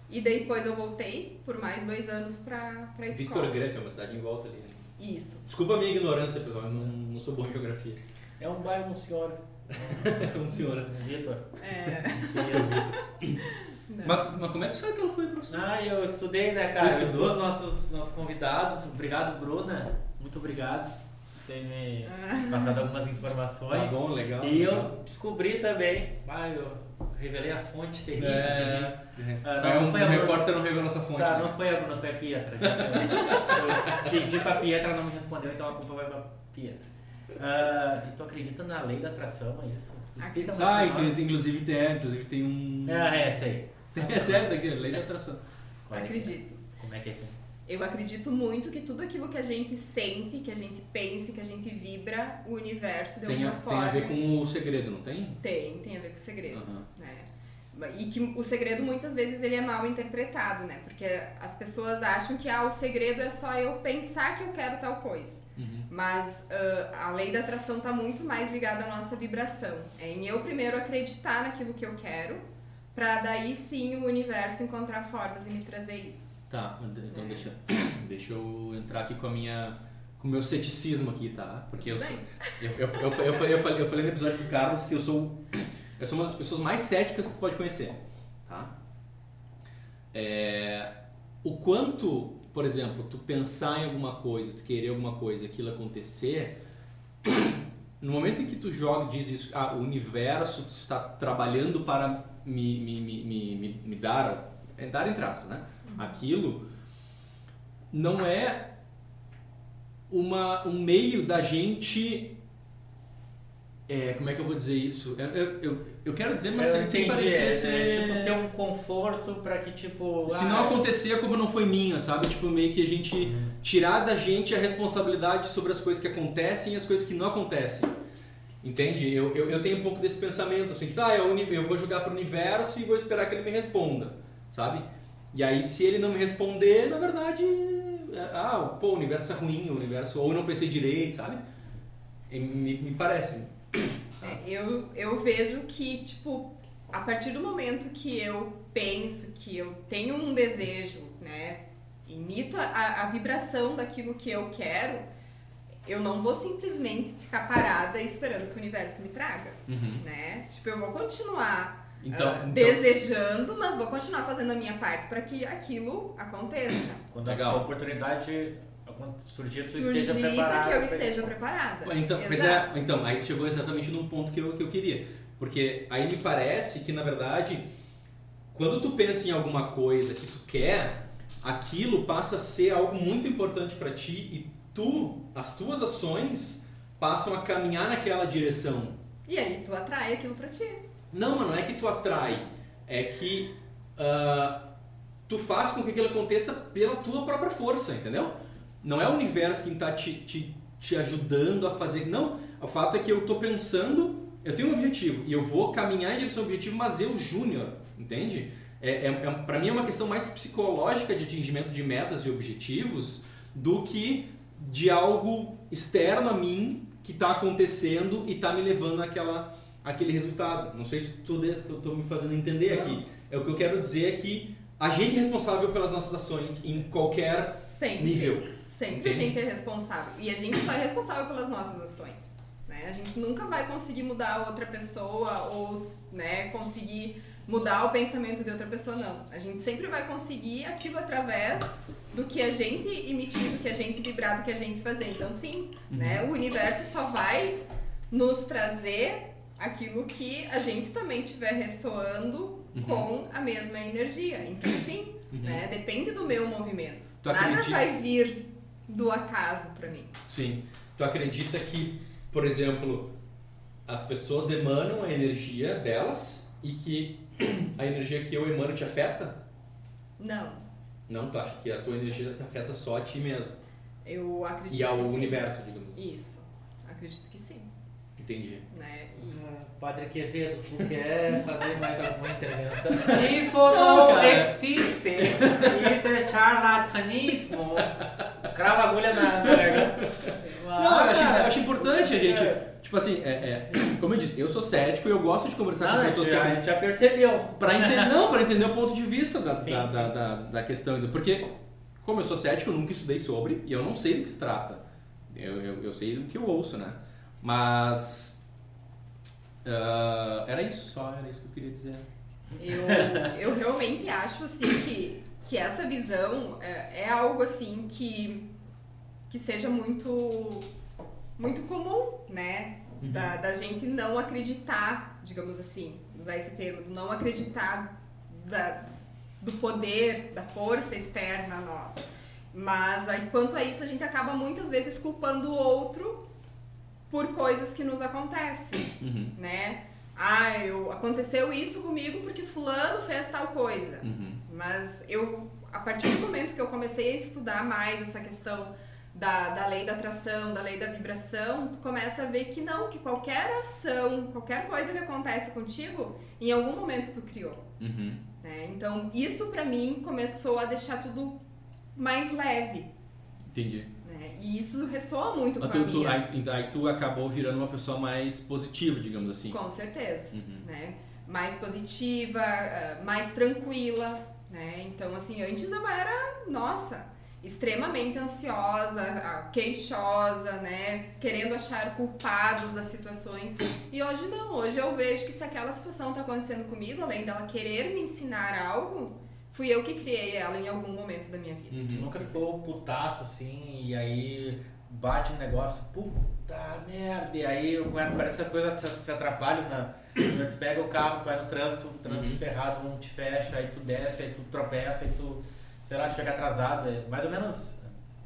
Speaker 4: e depois eu voltei por mais dois anos para a escola.
Speaker 1: Victor Greff é uma cidade em volta ali. né?
Speaker 4: Isso.
Speaker 1: Desculpa a minha ignorância, pessoal, eu não, não sou bom em geografia.
Speaker 6: É um bairro, um senhor.
Speaker 2: É
Speaker 1: um senhor.
Speaker 2: né? Vitor.
Speaker 4: É. Não.
Speaker 1: Mas, mas como é que será que ela foi, professor?
Speaker 2: Ah, eu estudei, né, cara?
Speaker 1: Tu
Speaker 2: Eu
Speaker 1: estudou?
Speaker 2: estudo nossos, nossos convidados. Obrigado, Bruna. Muito obrigado por ter me passado algumas
Speaker 1: Tá
Speaker 2: informações.
Speaker 1: bom, legal.
Speaker 2: E
Speaker 1: legal.
Speaker 2: eu descobri também. Ah, eu revelei a fonte terrível. terrível.
Speaker 1: É,
Speaker 2: Ah,
Speaker 1: é
Speaker 2: não,
Speaker 1: um,
Speaker 2: foi a-
Speaker 1: repórter não revelou essa fonte.
Speaker 2: Tá,
Speaker 1: né?
Speaker 2: não foi a Bruna, foi a Pietra. Eu pedi pra Pietra, ela não me respondeu, então a culpa vai pra Pietra. Ah, então acredita na lei da atração, é isso? Explica mais
Speaker 1: Ah,
Speaker 2: pra nós.
Speaker 1: inclusive, inclusive tem, inclusive tem um.
Speaker 2: É, é, sei.
Speaker 1: Tem, é certo aqui, lei da atração.
Speaker 2: Qual é que-
Speaker 4: Acredito.
Speaker 2: Como é que é isso?
Speaker 4: Eu acredito muito que tudo aquilo que a gente sente, que a gente pensa, que a gente vibra, o universo de
Speaker 1: Tem a,
Speaker 4: alguma
Speaker 1: tem
Speaker 4: forma.
Speaker 1: a ver com o segredo, não tem?
Speaker 4: Tem, tem a ver com o segredo.
Speaker 1: Aham.
Speaker 4: né? E que o segredo muitas vezes ele é mal interpretado, né? Porque as pessoas acham que ah, o segredo é só eu pensar que eu quero tal coisa.
Speaker 1: Uhum.
Speaker 4: Mas ah, a lei da atração está muito mais ligada à nossa vibração. É em eu primeiro acreditar naquilo que eu quero, para daí sim o universo encontrar formas de me trazer isso.
Speaker 1: Tá, então deixa, deixa eu entrar aqui com a minha. com o meu ceticismo aqui, tá? Porque eu sou. Eu, eu, eu, eu, falei- eu falei, eu falei no episódio do Carlos que eu sou. Eu sou uma das pessoas mais céticas que tu pode conhecer. Tá? É, o quanto, por exemplo, tu pensar em alguma coisa, tu querer alguma coisa, aquilo acontecer, no momento em que tu joga e diz isso, ah, o universo está trabalhando para me, me, me, me, me, me dar, é, dar entre aspas, né? Aquilo não é uma, um meio da gente. É, como é que eu vou dizer isso? Eu, eu, eu, eu quero dizer, mas sem, sem parecer
Speaker 2: é, é,
Speaker 1: ser.
Speaker 2: tipo ser um conforto pra que tipo.
Speaker 1: Se
Speaker 2: ah,
Speaker 1: não acontecer, a culpa não foi minha, sabe? Tipo, meio que a gente tirar da gente a responsabilidade sobre as coisas que acontecem e as coisas que não acontecem. Entende? Eu, eu, eu tenho um pouco desse pensamento, assim, tá, eu, uni- eu vou jogar pro universo e vou esperar que ele me responda, sabe? E aí, se ele não me responder, na verdade, é, ah, pô, o universo é ruim, o universo, ou eu não pensei direito, sabe? E Me, me parece.
Speaker 4: É, eu, eu vejo que, tipo, a partir do momento que eu penso, que eu tenho um desejo, né? Imito a- a, a vibração daquilo que eu quero, eu não vou simplesmente ficar parada esperando que o universo me traga, né? Tipo, eu vou continuar
Speaker 1: Uhum. Então,
Speaker 4: ah,
Speaker 1: então-
Speaker 4: desejando, mas vou continuar fazendo a minha parte para que aquilo aconteça.
Speaker 2: Quando
Speaker 1: Legal.
Speaker 2: a oportunidade surgir, tu esteja
Speaker 4: Surgir
Speaker 2: preparado.
Speaker 4: para que eu
Speaker 2: pra
Speaker 4: esteja
Speaker 2: isso.
Speaker 4: preparada.
Speaker 1: Então, pois é,
Speaker 4: Exato.
Speaker 1: então, aí tu chegou exatamente num ponto que eu, que eu queria. Porque aí me parece que, na verdade, quando tu pensa em alguma coisa que tu quer, aquilo passa a ser algo muito importante pra ti e tu, as tuas ações passam a caminhar naquela direção.
Speaker 4: E aí tu atrai aquilo para ti.
Speaker 1: Não, mano, não é que tu atrai, é que ah, tu faz com que aquilo aconteça pela tua própria força, entendeu? Não é o universo quem tá te, te, te ajudando a fazer. Não, o fato é que eu tô pensando, eu tenho um objetivo e eu vou caminhar em direção ao objetivo, mas eu, Júnior, entende? É, é, é, para mim é uma questão mais psicológica de atingimento de metas e objetivos do que de algo externo a mim que está acontecendo e está me levando àquela aquele resultado. Não sei se tu estou me fazendo entender
Speaker 6: Não.
Speaker 1: aqui. É o que eu quero dizer é que a gente é responsável pelas nossas ações em qualquer
Speaker 4: Sempre.
Speaker 1: nível.
Speaker 4: Sempre
Speaker 1: Entende?
Speaker 4: a gente é responsável. E a gente só é responsável pelas nossas ações. Né? A gente nunca vai conseguir mudar outra pessoa ou né, conseguir mudar o pensamento de outra pessoa, não. A gente sempre vai conseguir aquilo através do que a gente emitir, do que a gente vibrar, do que a gente fazer. Então, sim, né,
Speaker 1: Uhum.
Speaker 4: o universo só vai nos trazer aquilo que a gente também tiver ressoando
Speaker 1: Uhum.
Speaker 4: com a mesma energia. Então, sim, né? Depende do meu movimento.
Speaker 1: Tu
Speaker 4: Nada
Speaker 1: acredita-
Speaker 4: vai vir do acaso pra mim.
Speaker 1: Sim. Tu acredita que, por exemplo, as pessoas emanam a energia delas e que a energia que eu emano te afeta?
Speaker 4: Não.
Speaker 1: Não, tu acha que a tua energia te afeta só a ti mesmo
Speaker 4: Eu acredito
Speaker 1: e ao
Speaker 4: que sim.
Speaker 1: universo, digamos.
Speaker 4: Isso. Acredito que sim.
Speaker 1: Entendi.
Speaker 4: Né?
Speaker 2: Ah, Padre Quevedo, tu quer fazer mais alguma intervenção? Isso
Speaker 1: Não,
Speaker 2: não,
Speaker 1: cara.
Speaker 2: existe! Isso é charlatanismo! Crava agulha na na garganta.
Speaker 1: Não, eu
Speaker 2: Ah,
Speaker 1: acho,
Speaker 2: cara.
Speaker 1: eu acho importante a gente.
Speaker 2: É.
Speaker 1: Tipo assim, é, é, como eu disse, eu sou cético e eu gosto de conversar
Speaker 2: Não,
Speaker 1: com
Speaker 2: a
Speaker 1: pessoas
Speaker 2: gente
Speaker 1: que
Speaker 2: já, a gente já percebeu.
Speaker 1: Pra entender, não, para entender o ponto de vista da,
Speaker 2: Sim,
Speaker 1: da,
Speaker 2: sim.
Speaker 1: Da, da, da questão. ainda. Porque, como eu sou cético, eu nunca estudei sobre e eu não sei do que se trata. Eu, eu, eu sei do que eu ouço, né? Mas. ah, era isso, só era isso que eu queria dizer.
Speaker 4: Eu, eu realmente acho assim que, que essa visão é, é algo assim que, que seja muito muito comum, né? Da, da gente não acreditar, digamos assim, usar esse termo, do não acreditar da, do poder, da força externa a nós. Mas aí, quanto a isso, a gente acaba muitas vezes culpando o outro por coisas que nos acontecem,
Speaker 1: Uhum,
Speaker 4: né? Ah, eu, aconteceu isso comigo porque fulano fez tal coisa.
Speaker 1: uhum,
Speaker 4: Mas eu, a partir do momento que eu comecei a estudar mais essa questão da, da lei da atração, da lei da vibração, tu começa a ver que não, que qualquer ação, qualquer coisa que acontece contigo, em algum momento tu criou.
Speaker 1: uhum.
Speaker 4: né? Então, isso pra mim começou a deixar tudo mais leve.
Speaker 1: Entendi.
Speaker 4: né? E isso ressoa muito com
Speaker 1: Mas
Speaker 4: a
Speaker 1: tu- tu-
Speaker 4: minha.
Speaker 1: aí, aí tu acabou virando uma pessoa mais positiva, digamos assim.
Speaker 4: Com certeza,
Speaker 1: Uhum.
Speaker 4: né? Mais positiva, ah, mais tranquila, né? Então, assim, antes eu era, nossa, extremamente ansiosa, ah, queixosa, né? Querendo achar culpados das situações. E hoje não, hoje eu vejo que se aquela situação tá acontecendo comigo, além dela querer me ensinar algo, fui eu que criei ela em algum momento da minha vida.
Speaker 2: Tu
Speaker 1: Uhum.
Speaker 2: nunca ficou putaço assim, e aí bate um negócio, puta merda, e aí eu começo, parece que as coisas se- se atrapalham, né? Tu pega o carro, tu vai no trânsito, o trânsito
Speaker 1: Uhum.
Speaker 2: ferrado, um te fecha, aí tu desce, aí tu tropeça, aí tu, sei lá, chega atrasado, é mais ou menos,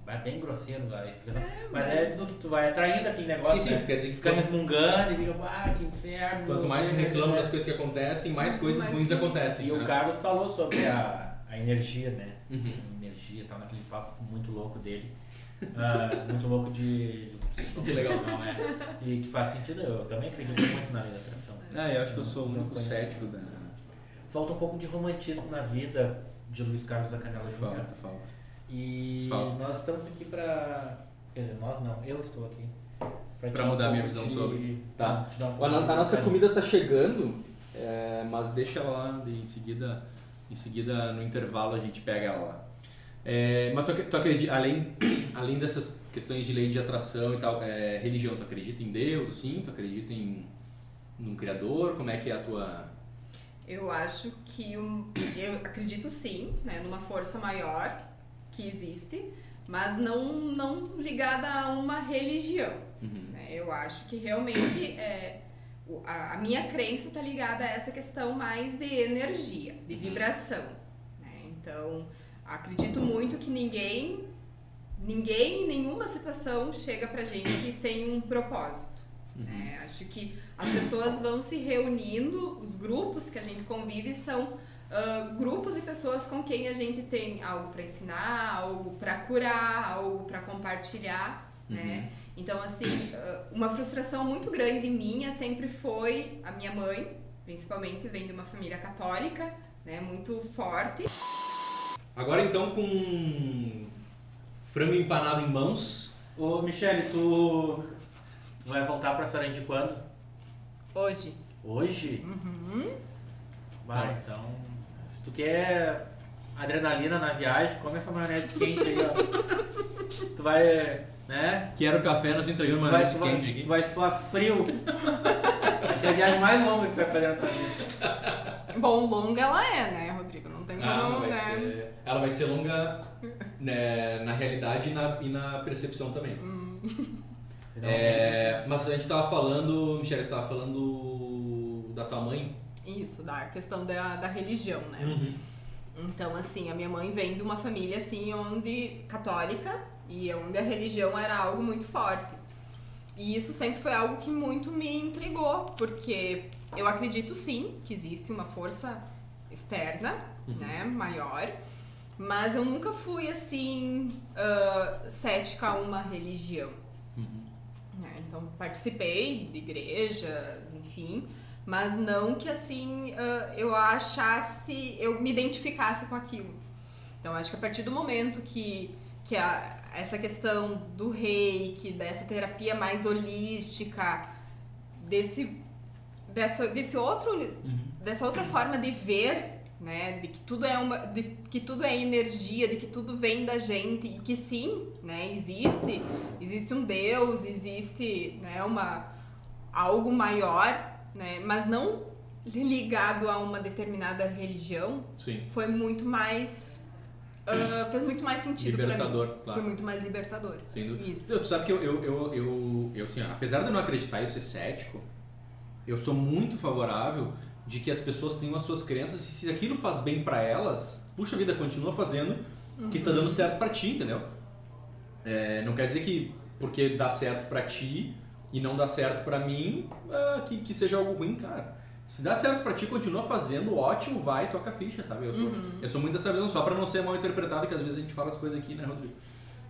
Speaker 2: é bem grosseiro a explicação, mas,
Speaker 4: mas-
Speaker 2: é do que tu vai atraindo aquele
Speaker 1: Uhum.
Speaker 2: negócio,
Speaker 7: sim, sim,
Speaker 2: né?
Speaker 7: tu quer dizer que
Speaker 2: Fica
Speaker 7: quanto,
Speaker 2: resmungando e fica, ah, que inferno.
Speaker 7: quanto mais
Speaker 1: é,
Speaker 7: tu reclama das coisas que acontecem, mais coisas
Speaker 4: Mas-
Speaker 7: ruins acontecem.
Speaker 2: E o
Speaker 7: né?
Speaker 2: Carlos falou sobre a, a energia, né?
Speaker 1: Uhum.
Speaker 2: Energia, tá naquele papo muito louco dele. Ah, muito louco de.
Speaker 1: Que legal.
Speaker 2: Não, é. E que faz sentido, eu também acredito muito na lei da atração.
Speaker 1: Ah, eu acho que eu sou o
Speaker 2: Não
Speaker 1: único
Speaker 2: conheço.
Speaker 1: cético da.
Speaker 2: Falta um pouco de romantismo na vida de Luiz Carlos da Canela Júnior.
Speaker 1: Falta, falta.
Speaker 2: E
Speaker 1: Falta.
Speaker 2: nós estamos aqui pra. Quer dizer, nós não, eu estou aqui.
Speaker 1: Pra
Speaker 2: te dar um
Speaker 1: mudar a minha
Speaker 2: pouco
Speaker 1: visão sobre. Tá.
Speaker 2: te dar um
Speaker 1: A,
Speaker 2: pouco
Speaker 1: no-
Speaker 2: de
Speaker 1: a nossa
Speaker 2: carinho.
Speaker 1: comida tá chegando, é, mas deixa ela lá, de- em seguida, em seguida no intervalo a gente pega ela lá. É, mas tu, ac- tu acredita, além, além dessas questões de lei de atração e tal, é, religião, tu acredita em Deus, assim? Tu acredita em num criador? Como é que é a tua...
Speaker 4: Eu acho que um, eu acredito sim, né, numa força maior que existe, mas não não ligada a uma religião.
Speaker 1: Uhum.
Speaker 4: né? Eu acho que realmente é, o- a, a minha crença está ligada a essa questão mais de energia, de
Speaker 1: Uhum.
Speaker 4: vibração. né? Então acredito muito que ninguém ninguém em nenhuma situação chega pra gente sem um propósito. né? Acho que as pessoas vão se reunindo, os grupos que a gente convive são ah, grupos e pessoas com quem a gente tem algo para ensinar, algo para curar, algo para compartilhar,
Speaker 2: É.
Speaker 1: Uhum.
Speaker 4: né? Então assim, ah, uma frustração muito grande minha sempre foi a minha mãe, principalmente vem de uma família católica, né? Muito forte.
Speaker 7: Agora então com frango empanado em mãos.
Speaker 2: Ô, Michele, tu, tu vai voltar pra Sarandi quando?
Speaker 4: Hoje
Speaker 2: Hoje? Vai, então. Se tu quer adrenalina na viagem, come essa maionese quente aí, ó. tu vai, né?
Speaker 1: Quero café, nós entregamos
Speaker 2: Tu
Speaker 1: uma
Speaker 2: vai,
Speaker 1: maionese
Speaker 2: suar,
Speaker 1: candy
Speaker 2: tu
Speaker 1: aqui.
Speaker 2: vai suar frio. Vai ser a viagem mais longa que tu vai fazer na tua vida.
Speaker 4: Bom, longa ela é, né, Rodrigo? Não tem
Speaker 7: Ah,
Speaker 4: como,
Speaker 7: mas vai
Speaker 4: né?
Speaker 7: ser- ela vai ser longa né, na realidade e na, e na percepção também. É, mas a gente tava falando, Michelle, você tava falando da tua mãe.
Speaker 4: Isso, da questão da, da religião, né? Então, assim, a minha mãe vem de uma família, assim, onde... Católica. E onde a religião era algo muito forte. E isso sempre foi algo que muito me intrigou. Porque eu acredito, sim, que existe uma força externa, né? Maior. Mas eu nunca fui, assim, ah, cética a uma religião. né? Então, participei de igrejas, enfim, mas não que assim ah, eu achasse, eu me identificasse com aquilo. Então, acho que a partir do momento que, que a- essa questão do reiki, dessa terapia mais holística, desse, dessa, desse outro, dessa outra forma de ver né? De que tudo é uma, de que tudo é energia, de que tudo vem da gente e que sim, né? Existe, existe um Deus, existe, né? Uma algo maior, né? Mas não ligado a uma determinada religião.
Speaker 1: Sim.
Speaker 4: Foi muito mais ah, fez muito mais sentido para mim.
Speaker 1: Libertador, claro.
Speaker 4: Foi muito mais libertador.
Speaker 1: Sem dúvida.
Speaker 4: Isso.
Speaker 1: Tu sabe que eu, eu, eu, eu, eu, assim, ó, apesar de eu não acreditar e eu ser cético, eu sou muito favorável de que as pessoas tenham as suas crenças e se aquilo faz bem pra elas, puxa vida, continua fazendo, que tá dando certo pra ti, entendeu? É, não quer dizer que porque dá certo pra ti e não dá certo pra mim, ah, que, que seja algo ruim, cara. Se dá certo pra ti, continua fazendo, ótimo, vai, toca a ficha, sabe? Eu sou, eu sou muito dessa visão, só pra não ser mal interpretado, que às vezes a gente fala as coisas aqui, né, Rodrigo?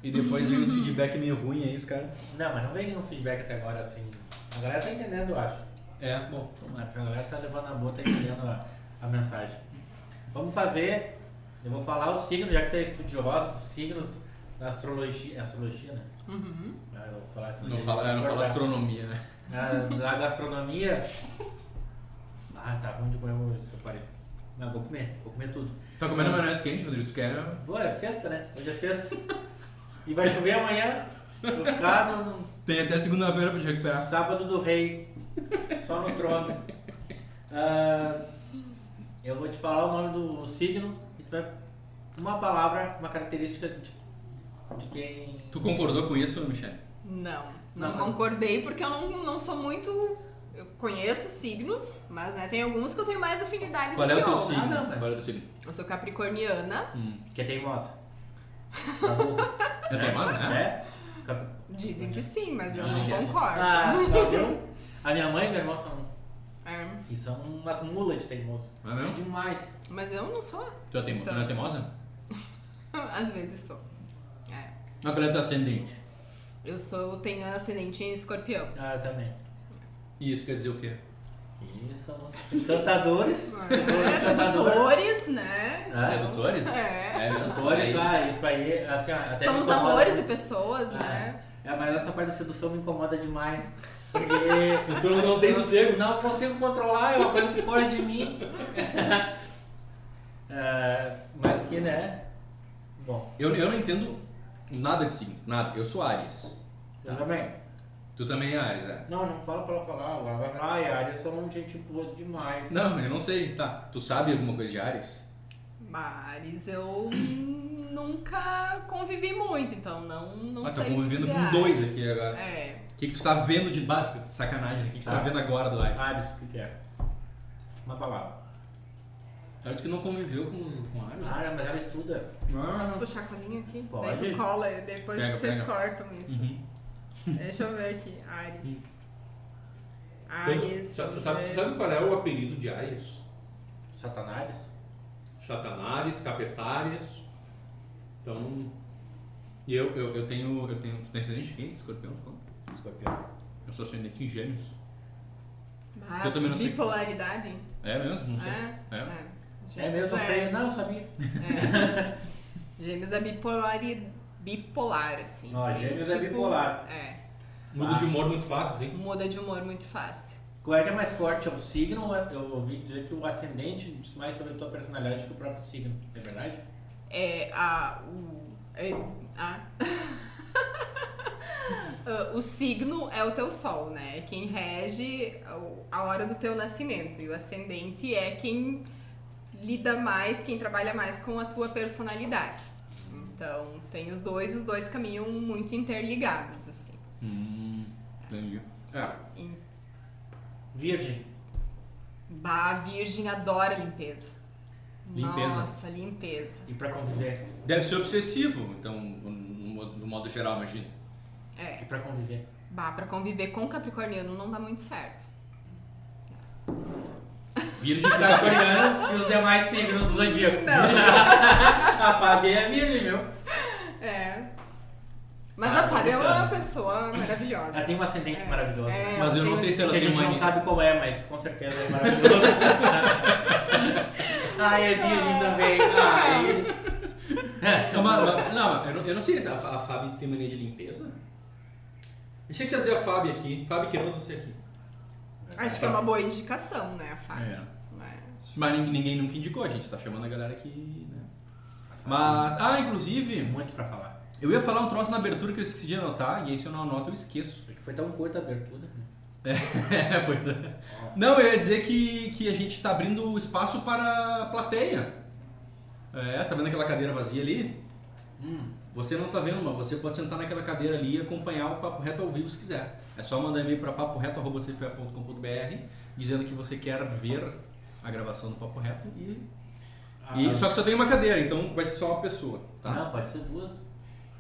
Speaker 1: E depois vem uns feedback meio ruim aí, os caras.
Speaker 2: Não, mas não veio nenhum feedback até agora assim. A galera tá entendendo, eu acho.
Speaker 1: É, bom.
Speaker 2: Tomara, porque a galera tá levando a boa, tá entendendo a, a mensagem. Vamos fazer. Eu vou falar o signo, já que tu é estudioso dos signos da astrologia. é Astrologia, né?
Speaker 4: Uhum.
Speaker 2: Ah, Eu vou falar assim.
Speaker 1: Não fala, é, não fala astronomia, né?
Speaker 2: Na, na gastronomia. Ah, tá ruim de comer isso, eu parei. Mas vou comer, vou comer tudo.
Speaker 1: Tá comendo maionese quente, Rodrigo? Tu quer?
Speaker 2: Vou, é sexta, né? Hoje é sexta. E vai chover amanhã. Vou ficar no- no,
Speaker 1: Tem até segunda-feira pra te recuperar.
Speaker 2: Sábado do Rei, só no trono. Ah, eu vou te falar o nome do o signo e tu vai. Uma palavra, uma característica de, de quem.
Speaker 1: Tu concordou com isso, Michele?
Speaker 4: É Não, não,
Speaker 2: Não.
Speaker 4: concordei porque eu não, não sou muito. Eu conheço signos, mas né, tem alguns que eu tenho mais afinidade
Speaker 1: Qual
Speaker 4: do
Speaker 1: é
Speaker 4: que
Speaker 1: o teu
Speaker 4: outros.
Speaker 1: signo?
Speaker 2: Ah, não, mas-
Speaker 1: Qual é o teu signo?
Speaker 4: Eu sou capricorniana,
Speaker 1: Hum.
Speaker 2: Que é teimosa. Tá bom.
Speaker 1: É teimosa, né?
Speaker 2: É? Cap-
Speaker 4: dizem que sim, mas eu
Speaker 1: Dizem
Speaker 4: não
Speaker 1: que é.
Speaker 4: concordo.
Speaker 2: Ah, tá bom. A minha mãe e meu irmão são.
Speaker 4: É,
Speaker 2: E são umas mulas de teimoso.
Speaker 1: Não é mesmo?
Speaker 2: demais.
Speaker 4: mas eu não sou.
Speaker 1: Tu, é teimo... tu não
Speaker 4: Tá.
Speaker 1: é teimosa?
Speaker 4: Às vezes sou. É.
Speaker 1: Não, qual é o teu ascendente?
Speaker 4: Eu sou, tenho ascendente em escorpião.
Speaker 2: Ah, eu também.
Speaker 1: E isso quer dizer o quê?
Speaker 2: E são os encantadores.
Speaker 4: É, sedutores, né?
Speaker 2: Ah,
Speaker 1: Sedutores?
Speaker 4: É.
Speaker 1: É, mesmo? Aí-
Speaker 2: Encantadores, ah, isso aí. Assim, ó, até
Speaker 4: São
Speaker 2: me
Speaker 4: os
Speaker 2: incomoda.
Speaker 4: amores de pessoas, né?
Speaker 2: É, é, mas essa parte da sedução me incomoda demais. Porque
Speaker 1: Tu não tem sossego.
Speaker 2: Não consigo controlar, é uma coisa que foge de mim. É, mas que, né? Bom,
Speaker 1: Eu, eu não entendo nada de signos, nada. Eu sou Aries.
Speaker 2: eu também.
Speaker 1: Tu também é Aries, é?
Speaker 2: Tá. Não, não fala pra ela falar. Agora vai falar, ai, Ari, eu sou um gente boa demais.
Speaker 1: Não, eu não sei. Tá. Tu sabe alguma coisa de Ares?
Speaker 4: Mas eu nunca convivi muito, então não, não
Speaker 1: Ah,
Speaker 4: sei.
Speaker 1: tá convivendo com
Speaker 4: dizer.
Speaker 1: dois aqui agora.
Speaker 4: É,
Speaker 1: O que, que tu tá vendo de bato? Sacanagem, né? O que, que tu tá
Speaker 2: Tá.
Speaker 1: vendo agora do Ares?
Speaker 2: Ares, o que, que é? Uma palavra.
Speaker 1: Ares que não conviveu com, os, com Ares.
Speaker 2: Ah, mas ela estuda.
Speaker 4: posso puxar a colinha aqui?
Speaker 2: Ah. Pode.
Speaker 4: Daí tu cola e é, depois
Speaker 1: Pega,
Speaker 4: vocês
Speaker 1: pega.
Speaker 4: cortam isso.
Speaker 1: Uhum.
Speaker 4: Deixa eu ver aqui. Ares. ah,
Speaker 1: Tem-
Speaker 4: Ares.
Speaker 1: Sa-
Speaker 4: vamos
Speaker 1: sabe,
Speaker 4: ver.
Speaker 1: sabe qual é o apelido de Ares?
Speaker 2: Satanás?
Speaker 1: Satanares, Capetárias. Então. E eu, eu, eu tenho. Eu tenho. Tu tem ascendente em quem? Escorpião? tu falou?
Speaker 2: Escorpião.
Speaker 1: Eu sou ascendente em gêmeos.
Speaker 4: Ah,
Speaker 1: Eu também não sei.
Speaker 4: Bipolaridade?
Speaker 1: É mesmo? Não sei.
Speaker 4: É?
Speaker 1: É.
Speaker 2: É mesmo? Eu sei. Não, eu sabia.
Speaker 4: É. Gêmeos é bipolar, e- bipolar assim.
Speaker 2: Ó,
Speaker 4: Tem,
Speaker 2: gêmeos é bipolar.
Speaker 4: É,
Speaker 1: Muda de humor muito fácil, hein?
Speaker 4: muda de humor muito fácil.
Speaker 2: Qual é que é mais forte? É o signo? ou é- Eu ouvi dizer que o ascendente diz mais sobre a tua personalidade que o próprio signo. É verdade?
Speaker 4: É a. O, é, a- Ah, o signo é o teu sol, né? É Quem rege o- a hora do teu nascimento. E o ascendente é quem lida mais, quem trabalha mais com a tua personalidade. Então, tem os dois, os dois caminham muito interligados, assim.
Speaker 1: Hum, entendi. É.
Speaker 4: Em-
Speaker 2: Virgem.
Speaker 4: Bah, a virgem adora limpeza.
Speaker 1: Limpeza.
Speaker 4: Nossa, limpeza.
Speaker 2: E pra conviver?
Speaker 1: Deve ser obsessivo, então, no, no- no modo geral, imagina.
Speaker 4: É.
Speaker 2: E pra conviver?
Speaker 4: Bah, pra conviver com capricorniano não dá muito certo.
Speaker 1: Virgem
Speaker 2: Capricorniano e os demais signos do zodíaco. a Fábia é virgem, viu?
Speaker 4: É. Mas
Speaker 2: Ah,
Speaker 4: a Fábia é uma
Speaker 2: complicado.
Speaker 4: pessoa maravilhosa.
Speaker 2: Ela tem um ascendente maravilhoso.
Speaker 4: É,
Speaker 1: Mas eu não sei se ela
Speaker 2: Que a
Speaker 1: tem
Speaker 2: gente
Speaker 1: uma.
Speaker 2: não sabe qual é, mas com certeza é maravilhoso. Ai, é virgem também. Ai.
Speaker 1: É uma- uma- não, eu não, eu não sei se a, a Fábio tem mania de limpeza. Deixa eu trazer a Fábio aqui. Fábio, queremos você aqui.
Speaker 4: Acho que é uma boa indicação, né, a
Speaker 1: É.
Speaker 4: Fábia? Mas-
Speaker 1: Mas ninguém, ninguém nunca indicou, a gente tá chamando a galera aqui, né? Mas, ah, inclusive,
Speaker 3: Muito pra falar.
Speaker 1: eu ia falar um troço na abertura que eu esqueci de anotar, e aí se eu não anoto eu esqueço.
Speaker 3: Porque foi tão curta a abertura.
Speaker 1: É, pois é. Não, eu ia dizer que, que a gente tá abrindo espaço para a plateia. É, tá vendo aquela cadeira vazia ali?
Speaker 2: Hum.
Speaker 1: Você não tá vendo, mas você pode sentar naquela cadeira ali e acompanhar o Papo Reto ao vivo se quiser. É só mandar e-mail para paporeto.com.br dizendo que você quer ver a gravação do Papo Reto. E,
Speaker 2: Ah,
Speaker 1: e-
Speaker 2: tá.
Speaker 1: só que só tem uma cadeira, então vai ser só uma pessoa, tá?
Speaker 3: Não, pode ser duas.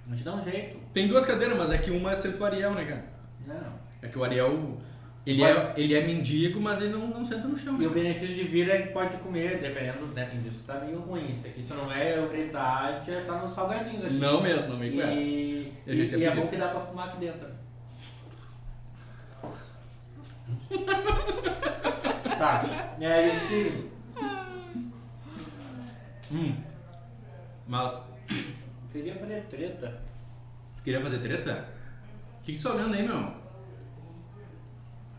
Speaker 3: A gente dá um jeito.
Speaker 2: tá.
Speaker 1: Tem duas cadeiras, mas é que uma é sempre o Ariel, né, cara?
Speaker 3: Não.
Speaker 1: É que o Ariel, ele, é, ele é mendigo, mas ele não, não senta no chão.
Speaker 2: E
Speaker 1: né?
Speaker 2: o benefício de vir é que pode comer, dependendo, né? Tem disco que tá meio ruim. Isso aqui, se não é verdade, tá nos salgadinhos aqui.
Speaker 1: Não mesmo, não me
Speaker 2: E,
Speaker 1: conhece.
Speaker 2: e,
Speaker 1: Eu já tinha
Speaker 2: e é
Speaker 1: pedido.
Speaker 2: bom que dá pra fumar aqui dentro. né? tá. É isso.
Speaker 1: Hum. Mas,
Speaker 2: Eu queria fazer treta.
Speaker 1: queria fazer treta? O que que tu tá olhando aí, meu?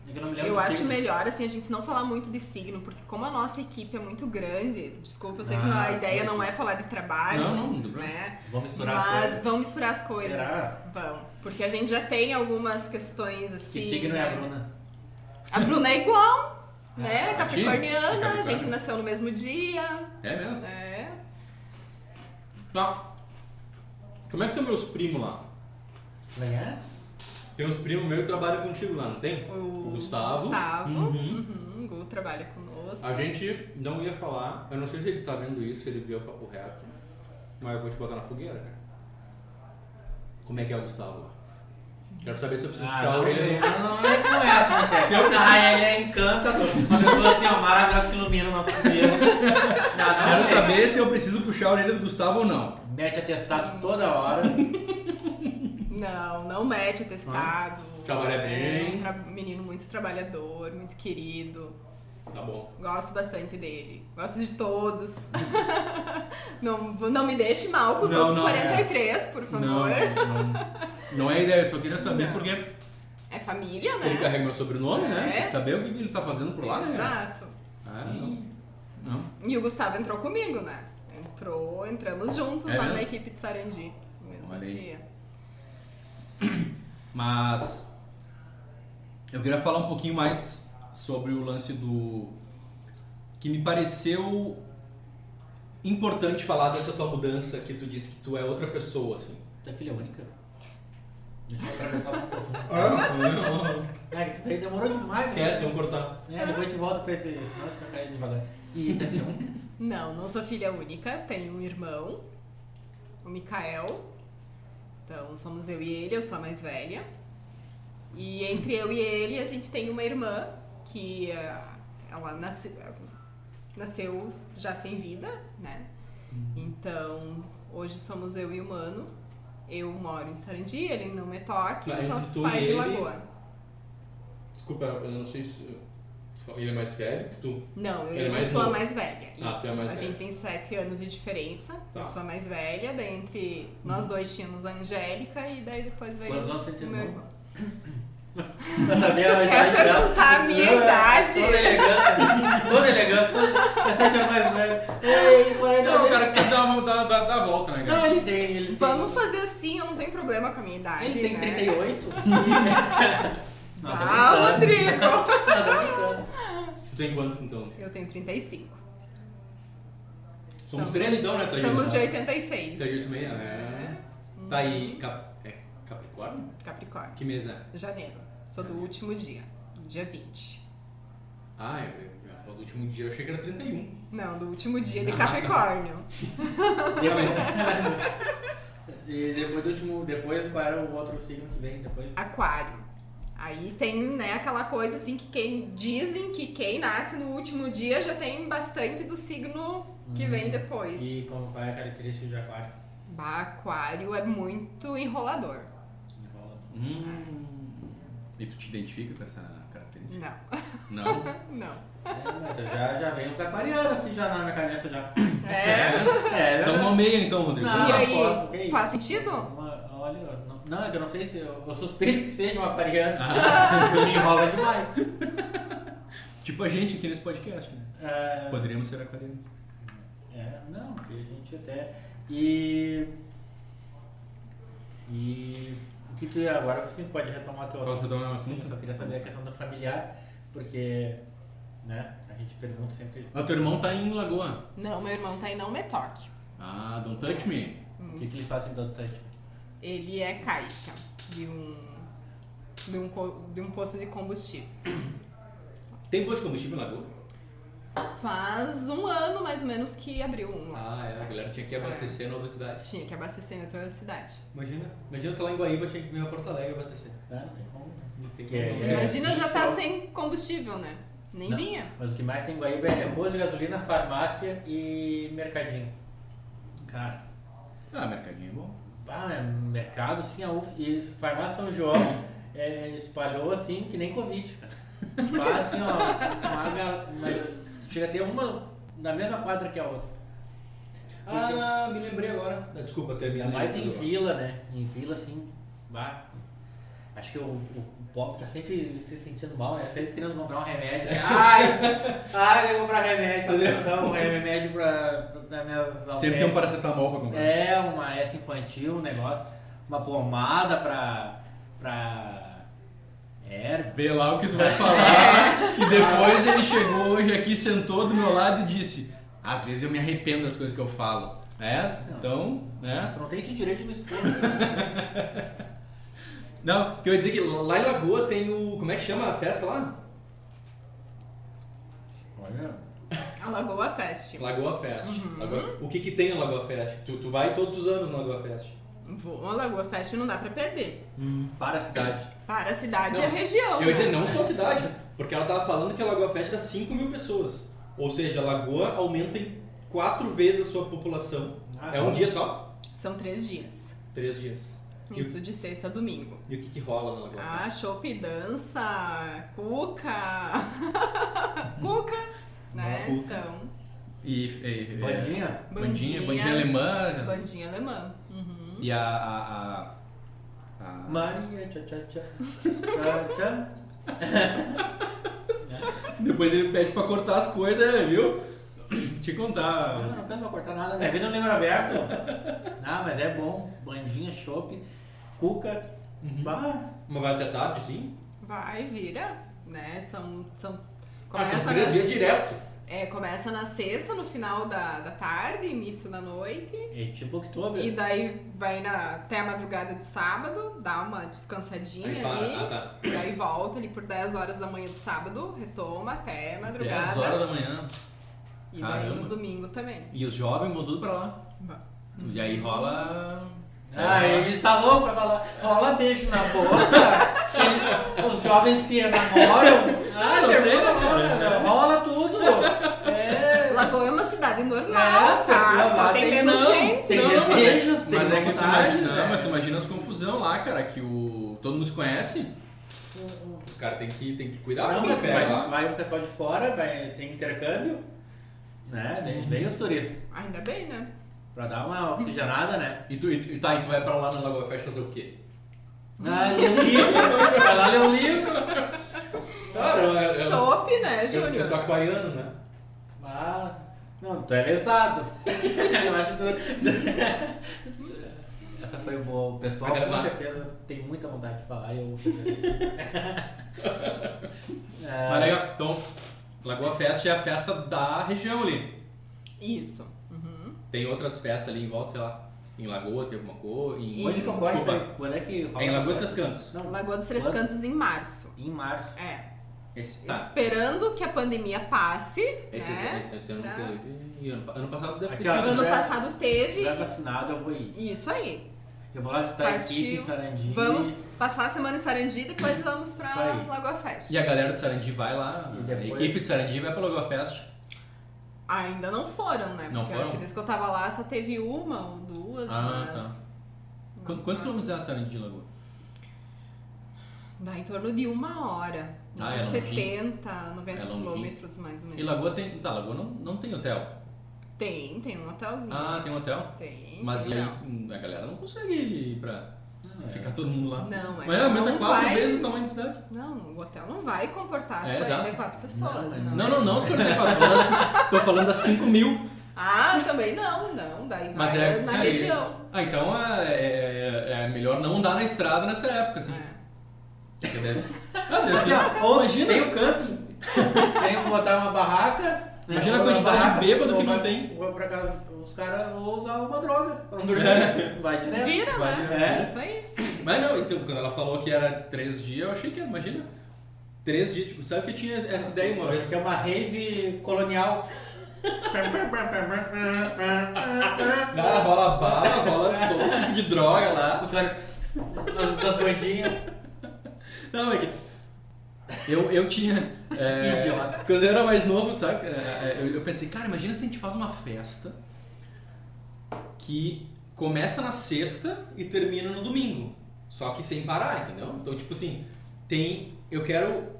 Speaker 2: É que eu não me lembro
Speaker 4: Eu
Speaker 2: do
Speaker 4: acho
Speaker 2: signo.
Speaker 4: melhor, assim, a gente não falar muito de signo, porque como a nossa equipe é muito grande, desculpa, eu sei que
Speaker 2: Ah,
Speaker 4: a ideia não é falar de trabalho,
Speaker 1: Não, não, não tem problema.
Speaker 4: né?
Speaker 2: Vou misturar as
Speaker 4: Mas
Speaker 2: coisas.
Speaker 4: vão misturar as coisas.
Speaker 2: Será?
Speaker 4: Vão. Porque a gente já tem algumas questões assim.
Speaker 2: Que signo é a
Speaker 4: né?
Speaker 2: Bruna?
Speaker 4: A Bruna é igual, né?
Speaker 1: Ah, sim, é
Speaker 4: Capricorniana, a
Speaker 1: Capricórnio.
Speaker 4: gente nasceu no mesmo dia.
Speaker 1: É mesmo?
Speaker 4: É.
Speaker 1: Tá. Como é que estão meus primos lá?
Speaker 3: Ganhar?
Speaker 1: Tem uns primos meus que trabalham contigo lá, não tem?
Speaker 4: O,
Speaker 1: O Gustavo.
Speaker 4: Gustavo.
Speaker 1: Uhum.
Speaker 4: Uhum, o Gu trabalha conosco.
Speaker 1: A gente não ia falar, eu não sei se ele tá vendo isso, se ele viu o papo reto, mas eu vou te botar na fogueira, cara. Como é que é o Gustavo lá? Quero saber se eu preciso puxar a
Speaker 2: Ah, não,
Speaker 1: orelha dele.
Speaker 2: não, não, não é com essa, né?
Speaker 1: Se eu preciso-
Speaker 2: Ah, ele é encantador. Uma pessoa assim, ó, maravilhosa que ilumina o nosso dia. Não, não,
Speaker 1: Quero
Speaker 2: é.
Speaker 1: saber se eu preciso puxar a orelha do Gustavo ou não.
Speaker 2: Mete atestado toda hora.
Speaker 4: Não, não mete atestado.
Speaker 1: Ah, Trabalha
Speaker 4: É
Speaker 1: bem.
Speaker 4: um tra- menino muito trabalhador, muito querido.
Speaker 1: Tá bom.
Speaker 4: Gosto bastante dele. Gosto de todos. não, não me deixe mal com os
Speaker 1: Não,
Speaker 4: outros
Speaker 1: não, é.
Speaker 4: 43, por favor.
Speaker 1: Não, não, não é ideia, eu só queria saber
Speaker 4: Não.
Speaker 1: porque
Speaker 4: É família, né?
Speaker 1: ele carrega meu sobrenome, né?
Speaker 4: É.
Speaker 1: Tem que saber o que que ele tá fazendo por lá, né?
Speaker 4: Exato.
Speaker 1: Ah, não. Não.
Speaker 4: E o Gustavo entrou comigo, né? Entrou, entramos juntos
Speaker 1: É
Speaker 4: lá na
Speaker 1: mesmo?
Speaker 4: equipe de Sarandi. No mesmo
Speaker 1: Olha aí.
Speaker 4: dia.
Speaker 1: Mas eu queria falar um pouquinho mais sobre o lance do que me pareceu importante falar dessa tua mudança que tu disse que tu é outra pessoa, assim.
Speaker 3: Tu é filha única?
Speaker 2: Deixa eu atravessar um pouco.
Speaker 3: É, que tu veio, demorou demais. né?
Speaker 1: Esquece, vamos cortar.
Speaker 3: É, depois te volta pra esse, senão fica caindo devagar. E tu é filha única?
Speaker 4: Não, não sou filha única, tenho um irmão, o Mikael. Então somos eu e ele, eu sou a mais velha. E entre eu e ele a gente tem uma irmã que eh, ela nasce- nasceu já sem vida, né?
Speaker 1: Uhum.
Speaker 4: Então hoje somos eu e o Mano. Eu moro em Sarandi, ele não me toque,
Speaker 1: Mas
Speaker 4: os nossos
Speaker 1: tu e
Speaker 4: pais em
Speaker 1: ele-
Speaker 4: Lagoa.
Speaker 1: Desculpa, eu não sei se tu fala- ele é mais velho que tu.
Speaker 4: Não,
Speaker 1: Ela é
Speaker 4: eu
Speaker 1: mais
Speaker 4: sou a
Speaker 1: nova.
Speaker 4: mais velha.
Speaker 1: Ah,
Speaker 4: isso.
Speaker 1: tu é a mais
Speaker 4: a
Speaker 1: velha.
Speaker 4: gente tem sete anos de diferença.
Speaker 1: Tá. Uhum.
Speaker 4: Eu sou a mais velha, daí entre nós dois tínhamos a Angélica e daí depois veio
Speaker 2: Quantos anos você
Speaker 4: o
Speaker 2: tem,
Speaker 4: meu
Speaker 2: irmão?
Speaker 4: irmão.
Speaker 2: Pra saber a
Speaker 4: Tu quer
Speaker 2: idade dela.
Speaker 4: perguntar a minha
Speaker 2: Não, é
Speaker 4: idade?
Speaker 2: Toda elegância. Toda elegância. Essa é a mais velha. Ei, qual é a idade
Speaker 1: Não, o cara que você dá uma dá, dá, dá a volta, né,
Speaker 2: dele?
Speaker 1: cara?
Speaker 2: Não, ele tem. Ele tem,
Speaker 4: Vamos fazer assim, eu não tenho problema com a minha idade.
Speaker 3: Ele tem
Speaker 4: né?
Speaker 3: 38?
Speaker 2: Não, tá brincando.
Speaker 4: Ah, Rodrigo!
Speaker 2: Não, tá brincando.
Speaker 1: Tu tem quantos então?
Speaker 4: Eu tenho 35.
Speaker 1: Somos três então, né, Tá. Thaís?
Speaker 4: Somos de 86.
Speaker 1: Thaís, tu meia, né? Tá aí, cap... é Capricórnio?
Speaker 4: Capricórnio.
Speaker 1: Que mês é?
Speaker 4: Janeiro. Sou do último dia. Dia 20.
Speaker 1: Ah, eu, eu, eu falo do último dia, eu achei que era 31.
Speaker 4: Não, do último dia
Speaker 1: Ah.
Speaker 4: de Capricórnio.
Speaker 2: E depois do último, depois qual era o outro signo que vem depois?
Speaker 4: Aquário. Aí tem, né, aquela coisa assim que quem dizem que quem nasce no último dia já tem bastante do signo que vem depois.
Speaker 2: Uhum. Hum. E como, qual é a característica de aquário?
Speaker 4: Bah, aquário é muito enrolador.
Speaker 2: Enrola.
Speaker 7: Hum.
Speaker 1: E tu te identifica com essa característica?
Speaker 4: Não,
Speaker 1: Não.
Speaker 4: não.
Speaker 2: É, mas eu já, já veio uns aquarianos aqui já na minha cabeça já.
Speaker 4: É.
Speaker 2: É,
Speaker 1: Então nomeia então, Rodrigo.
Speaker 2: Não,
Speaker 4: e aí,
Speaker 2: posso, que é isso?
Speaker 4: faz sentido?
Speaker 2: Uma- Olha, não, não, é que eu não sei se. Eu, eu suspeito que seja uma
Speaker 1: Ah,
Speaker 2: aquariana. Eu me enrola demais.
Speaker 1: Tipo a gente aqui nesse podcast, né?
Speaker 2: É,
Speaker 1: Poderíamos ser aquarianos.
Speaker 2: É, não, que a gente até. E. E. O que tu ia agora? Você pode retomar teu
Speaker 1: Posso
Speaker 2: assunto?
Speaker 1: retomar meu
Speaker 2: Sim,
Speaker 1: assunto? Tá.
Speaker 2: só queria saber a questão do familiar, porque. Né? A gente pergunta sempre.
Speaker 1: Ah, teu irmão tá em Lagoa.
Speaker 4: Não, meu irmão tá em Não Me Toque.
Speaker 1: Ah, don't touch me.
Speaker 2: O que, que ele faz em Dado Touch?
Speaker 4: Ele é caixa de um, de um, co- de um posto de combustível.
Speaker 7: Tem posto de combustível em Lagoa?
Speaker 4: Faz um ano mais ou menos que abriu um lá.
Speaker 7: Ah, é. A galera tinha que abastecer na nova cidade.
Speaker 4: Tinha que abastecer em toda a cidade.
Speaker 7: Imagina. Imagina tu lá em Guaíba, tinha que vir a Porto Alegre abastecer.
Speaker 2: Né? Não tem como. né?
Speaker 7: Não tem
Speaker 2: Que é-
Speaker 7: como.
Speaker 4: Imagina já tá
Speaker 2: principal.
Speaker 4: sem combustível, né? Nem
Speaker 2: Não.
Speaker 4: vinha.
Speaker 2: Mas o que mais tem em Guaíba é posto de gasolina, farmácia e mercadinho. Cara.
Speaker 1: Ah, mercadinho é bom.
Speaker 2: Ah, é mercado, sim, a UF, e farmácia São João é, espalhou assim, que nem Covid, cara. Fala assim, ó, uma ga- uma- chega a ter uma na mesma quadra que a outra.
Speaker 7: Ah, me lembrei agora. Ah, Desculpa, terminar.
Speaker 2: Ainda É mais em vila, né? Em vila, assim, bah. Acho que o, o Bob tá sempre se sentindo mal, né? Sempre querendo comprar um remédio. Ai, ai, vou comprar remédio, atenção, um remédio pra, pra minhas
Speaker 1: Sempre tem um paracetamol pra comprar.
Speaker 2: É, uma essa infantil, um negócio. Uma pomada pra. pra. erva.
Speaker 1: Vê lá o que tu vai falar. E depois ele chegou hoje aqui, sentou do meu lado e disse: Às vezes eu me arrependo das coisas que eu falo. É? Então, né?
Speaker 2: Tu não tem esse direito de me expor. né?
Speaker 7: Não, que eu ia dizer é que lá em Lagoa tem o. Como é que chama a festa lá?
Speaker 2: Olha.
Speaker 4: A Lagoa Fest.
Speaker 7: Lagoa Fest. Lagoa- O que que tem na Lagoa Fest? Tu, tu vai todos os anos na Lagoa Fest.
Speaker 4: Vou, a Lagoa Fest não dá pra perder.
Speaker 2: Para a cidade.
Speaker 4: Para a cidade
Speaker 7: Não,
Speaker 4: e a região.
Speaker 7: Eu ia dizer,
Speaker 4: né?
Speaker 7: não só a cidade, porque ela tava falando que a Lagoa Fest dá 5 mil pessoas. Ou seja, a Lagoa aumenta em 4 vezes a sua população.
Speaker 2: Ah,
Speaker 7: é um dia só?
Speaker 4: São três dias.
Speaker 7: 3 dias. E o-
Speaker 4: Isso de sexta a domingo.
Speaker 7: E o que que rola na Lagoa Fest?
Speaker 4: Ah, chopp, dança, cuca. cuca, né?
Speaker 7: Uma cuca.
Speaker 4: Então,
Speaker 1: E, e- e-
Speaker 2: É. Bandinha?
Speaker 1: bandinha,
Speaker 4: Bandinha.
Speaker 1: bandinha alemã.
Speaker 4: bandinha alemã. Uhum.
Speaker 1: E a. a, a- a-
Speaker 2: Maria, tchá, tchá, tchá. Tchá, tchá.
Speaker 1: Depois ele pede pra cortar as coisas, né, viu?
Speaker 7: Tá.
Speaker 1: Te
Speaker 2: Eu
Speaker 1: contar.
Speaker 2: não penso pra cortar nada, minha vida é um livro aberto. Ah, mas é bom. Bandinha, chopp, cuca.
Speaker 7: Uhum.
Speaker 2: Bah.
Speaker 7: Mas vai até tarde, sim?
Speaker 4: Vai, vira, né? São. são
Speaker 7: Ah,
Speaker 4: começa
Speaker 7: são 3
Speaker 4: na-
Speaker 7: dias direto.
Speaker 4: É, começa na sexta, no final da, da tarde, início da noite.
Speaker 2: É tipo
Speaker 4: E
Speaker 2: Oktober.
Speaker 4: daí vai na, até a madrugada do sábado, dá uma descansadinha
Speaker 7: Aí para. Ah,
Speaker 4: ali.
Speaker 7: tá.
Speaker 4: Daí volta ali por 10 horas da manhã do sábado, retoma até a
Speaker 1: 10
Speaker 4: madrugada.
Speaker 1: horas da manhã.
Speaker 4: E daí
Speaker 1: Caramba.
Speaker 4: no domingo também.
Speaker 1: E os jovens vão tudo pra lá. E aí rola.
Speaker 2: Ah, ele tá louco pra falar. Rola beijo na boca. Eles- os jovens se enamoram. Ah,
Speaker 1: não sei, né,
Speaker 2: rola, rola tudo. É.
Speaker 4: Lagoa é uma cidade normal,
Speaker 2: Né,
Speaker 4: tá?
Speaker 2: pessoa
Speaker 4: Só
Speaker 2: lá
Speaker 4: tem
Speaker 2: tem
Speaker 4: menos
Speaker 2: não.
Speaker 4: gente.
Speaker 2: Tem
Speaker 1: Não, não, mas é-
Speaker 2: desejos, tem
Speaker 1: Mas é que tu
Speaker 2: vontade,
Speaker 1: imagina,
Speaker 2: né?
Speaker 1: mas tu imagina as confusão lá, cara, que o todo mundo se conhece. Os caras tem que, tem que cuidar
Speaker 2: tá, Não,
Speaker 1: do que
Speaker 2: mas
Speaker 1: pega
Speaker 2: vai,
Speaker 1: lá.
Speaker 2: vai o pessoal de fora, vai, tem intercâmbio. Né? Vem, vem os turistas.
Speaker 4: Ainda bem, né?
Speaker 2: Pra dar uma oxigenada, né?
Speaker 1: E tu, e, tu- tá, e tu vai pra lá na Lagoa Fest fazer o quê?
Speaker 2: Ah, lê um livro. Vai lá ler um livro.
Speaker 7: Cara, eu,
Speaker 1: É,
Speaker 7: eu, eu,
Speaker 4: Chopp, né,
Speaker 7: eu, eu
Speaker 4: Júnior?
Speaker 7: sou aquariano, né?
Speaker 2: Ah, não, tu é lesado. Eu acho que tu. Essa foi boa. O pessoal
Speaker 7: Vai
Speaker 2: com
Speaker 7: gravar?
Speaker 2: certeza tem muita vontade de falar. e Eu... é,
Speaker 1: Mas legal, então, Lagoa Fest é a festa da região ali.
Speaker 4: Isso. Uhum.
Speaker 1: Tem outras festas ali em volta, sei lá. Em Lagoa tem alguma coisa. Em...
Speaker 2: Onde que ocorre isso
Speaker 1: Desculpa,
Speaker 2: aí? Quando é que rola?
Speaker 1: É em Lagoa Três Cantos.
Speaker 2: Não,
Speaker 4: Lagoa dos Três
Speaker 2: Quando?
Speaker 4: Cantos em março.
Speaker 2: Em março.
Speaker 4: É.
Speaker 1: Esse, tá.
Speaker 4: Esperando que a pandemia passe,
Speaker 1: Esse,
Speaker 4: né?
Speaker 1: esse ano
Speaker 4: Tá.
Speaker 1: teve. E ano, ano passado deve ter
Speaker 2: Aqui, ó.
Speaker 1: tido. né?
Speaker 4: ano
Speaker 2: tiver-
Speaker 4: passado
Speaker 2: Se
Speaker 4: teve.
Speaker 2: tiver
Speaker 1: tá-
Speaker 2: vacinado, eu vou ir.
Speaker 4: Isso aí.
Speaker 2: Eu vou lá visitar a equipe
Speaker 4: Partiu.
Speaker 2: em Sarandi.
Speaker 4: Vamos passar a semana em Sarandi e depois vamos pra
Speaker 2: Isso aí.
Speaker 4: Lagoa Fest.
Speaker 1: E a galera de Sarandi vai lá.
Speaker 2: E depois-
Speaker 1: A equipe de Sarandi vai pra Lagoa Fest.
Speaker 4: Ainda não foram, né? Porque
Speaker 1: Não
Speaker 4: eu acho
Speaker 1: foram?
Speaker 4: que desde que eu tava lá só teve uma ou duas,
Speaker 1: Ah,
Speaker 4: mas.
Speaker 1: Quantos,
Speaker 4: mas-
Speaker 1: quantos
Speaker 4: mas-
Speaker 1: quilômetros é a Sarandi de Lagoa?
Speaker 4: Dá em torno de uma hora.
Speaker 1: Ah,
Speaker 4: uns
Speaker 1: é longinho.
Speaker 4: 70, 90
Speaker 1: É longinho.
Speaker 4: quilômetros mais ou menos.
Speaker 1: E Lagoa tem. Tá, Lagoa não, não tem hotel.
Speaker 4: Tem, tem um hotelzinho.
Speaker 1: Ah, tem um hotel?
Speaker 4: tem.
Speaker 1: Mas e
Speaker 4: tem,
Speaker 1: aí,
Speaker 4: não.
Speaker 1: hum, a galera não consegue ir pra. Fica todo mundo lá.
Speaker 4: é. Não, é
Speaker 1: Mas
Speaker 4: que
Speaker 1: aumenta
Speaker 4: não
Speaker 1: quatro
Speaker 4: vai-
Speaker 1: vezes o tamanho da cidade.
Speaker 4: Não, o hotel não vai comportar as
Speaker 1: É, exato.
Speaker 4: 44 pessoas. né? Não, é.
Speaker 1: Não, não, não, os 44. Tô falando das- Tô falando das 5 mil.
Speaker 4: Ah, também não, não. Daí
Speaker 1: Mas
Speaker 4: vai
Speaker 1: é,
Speaker 4: na
Speaker 1: sabe,
Speaker 4: região.
Speaker 1: Ah, então é, é- é melhor não andar na estrada nessa época, assim.
Speaker 4: É.
Speaker 1: Porque deve- Ah, deve ser-
Speaker 2: Olha, ou
Speaker 1: Imagina.
Speaker 2: Tem o camping. tem que botar uma barraca. né?
Speaker 1: Imagina a
Speaker 2: Uma
Speaker 1: quantidade de
Speaker 2: barraca,
Speaker 1: bêbado
Speaker 2: ou
Speaker 1: que não
Speaker 2: vai-
Speaker 1: tem.
Speaker 2: Ou pra casa, os caras vão usar uma droga pra não dormir.
Speaker 1: É.
Speaker 2: Vai direto.
Speaker 4: Vira,
Speaker 1: vai,
Speaker 4: né?
Speaker 2: né? É.
Speaker 4: Isso aí.
Speaker 1: Mas não, então, quando ela falou que era três dias, eu achei que era, imagina. Três dias, tipo, sabe que eu tinha essa ideia uma vez?
Speaker 2: Acho que é uma rave colonial.
Speaker 1: Ah, rola bala, rola todo tipo de droga lá.
Speaker 2: Os caras. as- Das bandinhas.
Speaker 1: Não, é que. Eu, eu tinha. é,
Speaker 2: Que idiota.
Speaker 1: quando eu era mais novo, sabe? é, é, eu, eu pensei, cara, imagina se a gente faz uma festa que começa na sexta e termina no domingo. Só que sem parar, entendeu? Então, tipo assim, tem. Eu quero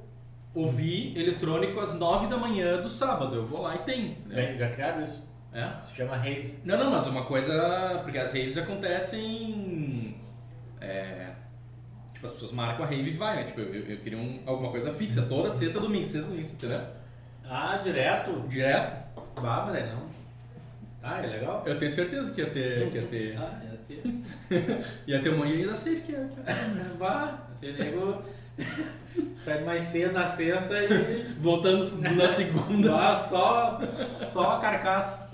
Speaker 1: ouvir eletrônico às nove da manhã do sábado. Eu vou lá e tem. né?
Speaker 2: Já criaram isso?
Speaker 1: É.
Speaker 2: Se chama rave.
Speaker 1: Não, não, mas uma coisa. Porque as raves acontecem. É, tipo, as pessoas marcam a rave e vai, né? Tipo, eu, eu- eu queria um- alguma coisa fixa, toda sexta, domingo, sexta, domingo, entendeu?
Speaker 2: Ah, direto?
Speaker 1: Direto.
Speaker 2: Bah, mas é não. Ah, é legal?
Speaker 1: Eu tenho certeza que ia ter. Que ia ter
Speaker 2: Ah, é ter.
Speaker 1: ia ter um monte de gente da safe que ia. que ia-
Speaker 2: Bah, tem nego. Sai mais cedo na sexta e.
Speaker 1: é. Voltando na segunda.
Speaker 2: Bah, só, só a carcaça.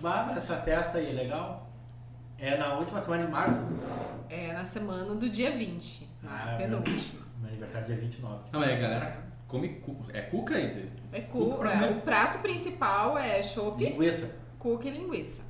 Speaker 2: Bah, mas essa festa aí é legal. É na última semana de março.
Speaker 4: É na semana do dia 20, na
Speaker 1: é.
Speaker 2: Ah,
Speaker 4: penúltima.
Speaker 2: Meu aniversário é dia 29.
Speaker 1: Não, mas a galera come. cu- É cuca aí?
Speaker 4: É cu,
Speaker 1: Cuca pra
Speaker 4: é,
Speaker 1: comer.
Speaker 4: o prato principal é chopp,
Speaker 2: Linguiça.
Speaker 4: cuca e linguiça.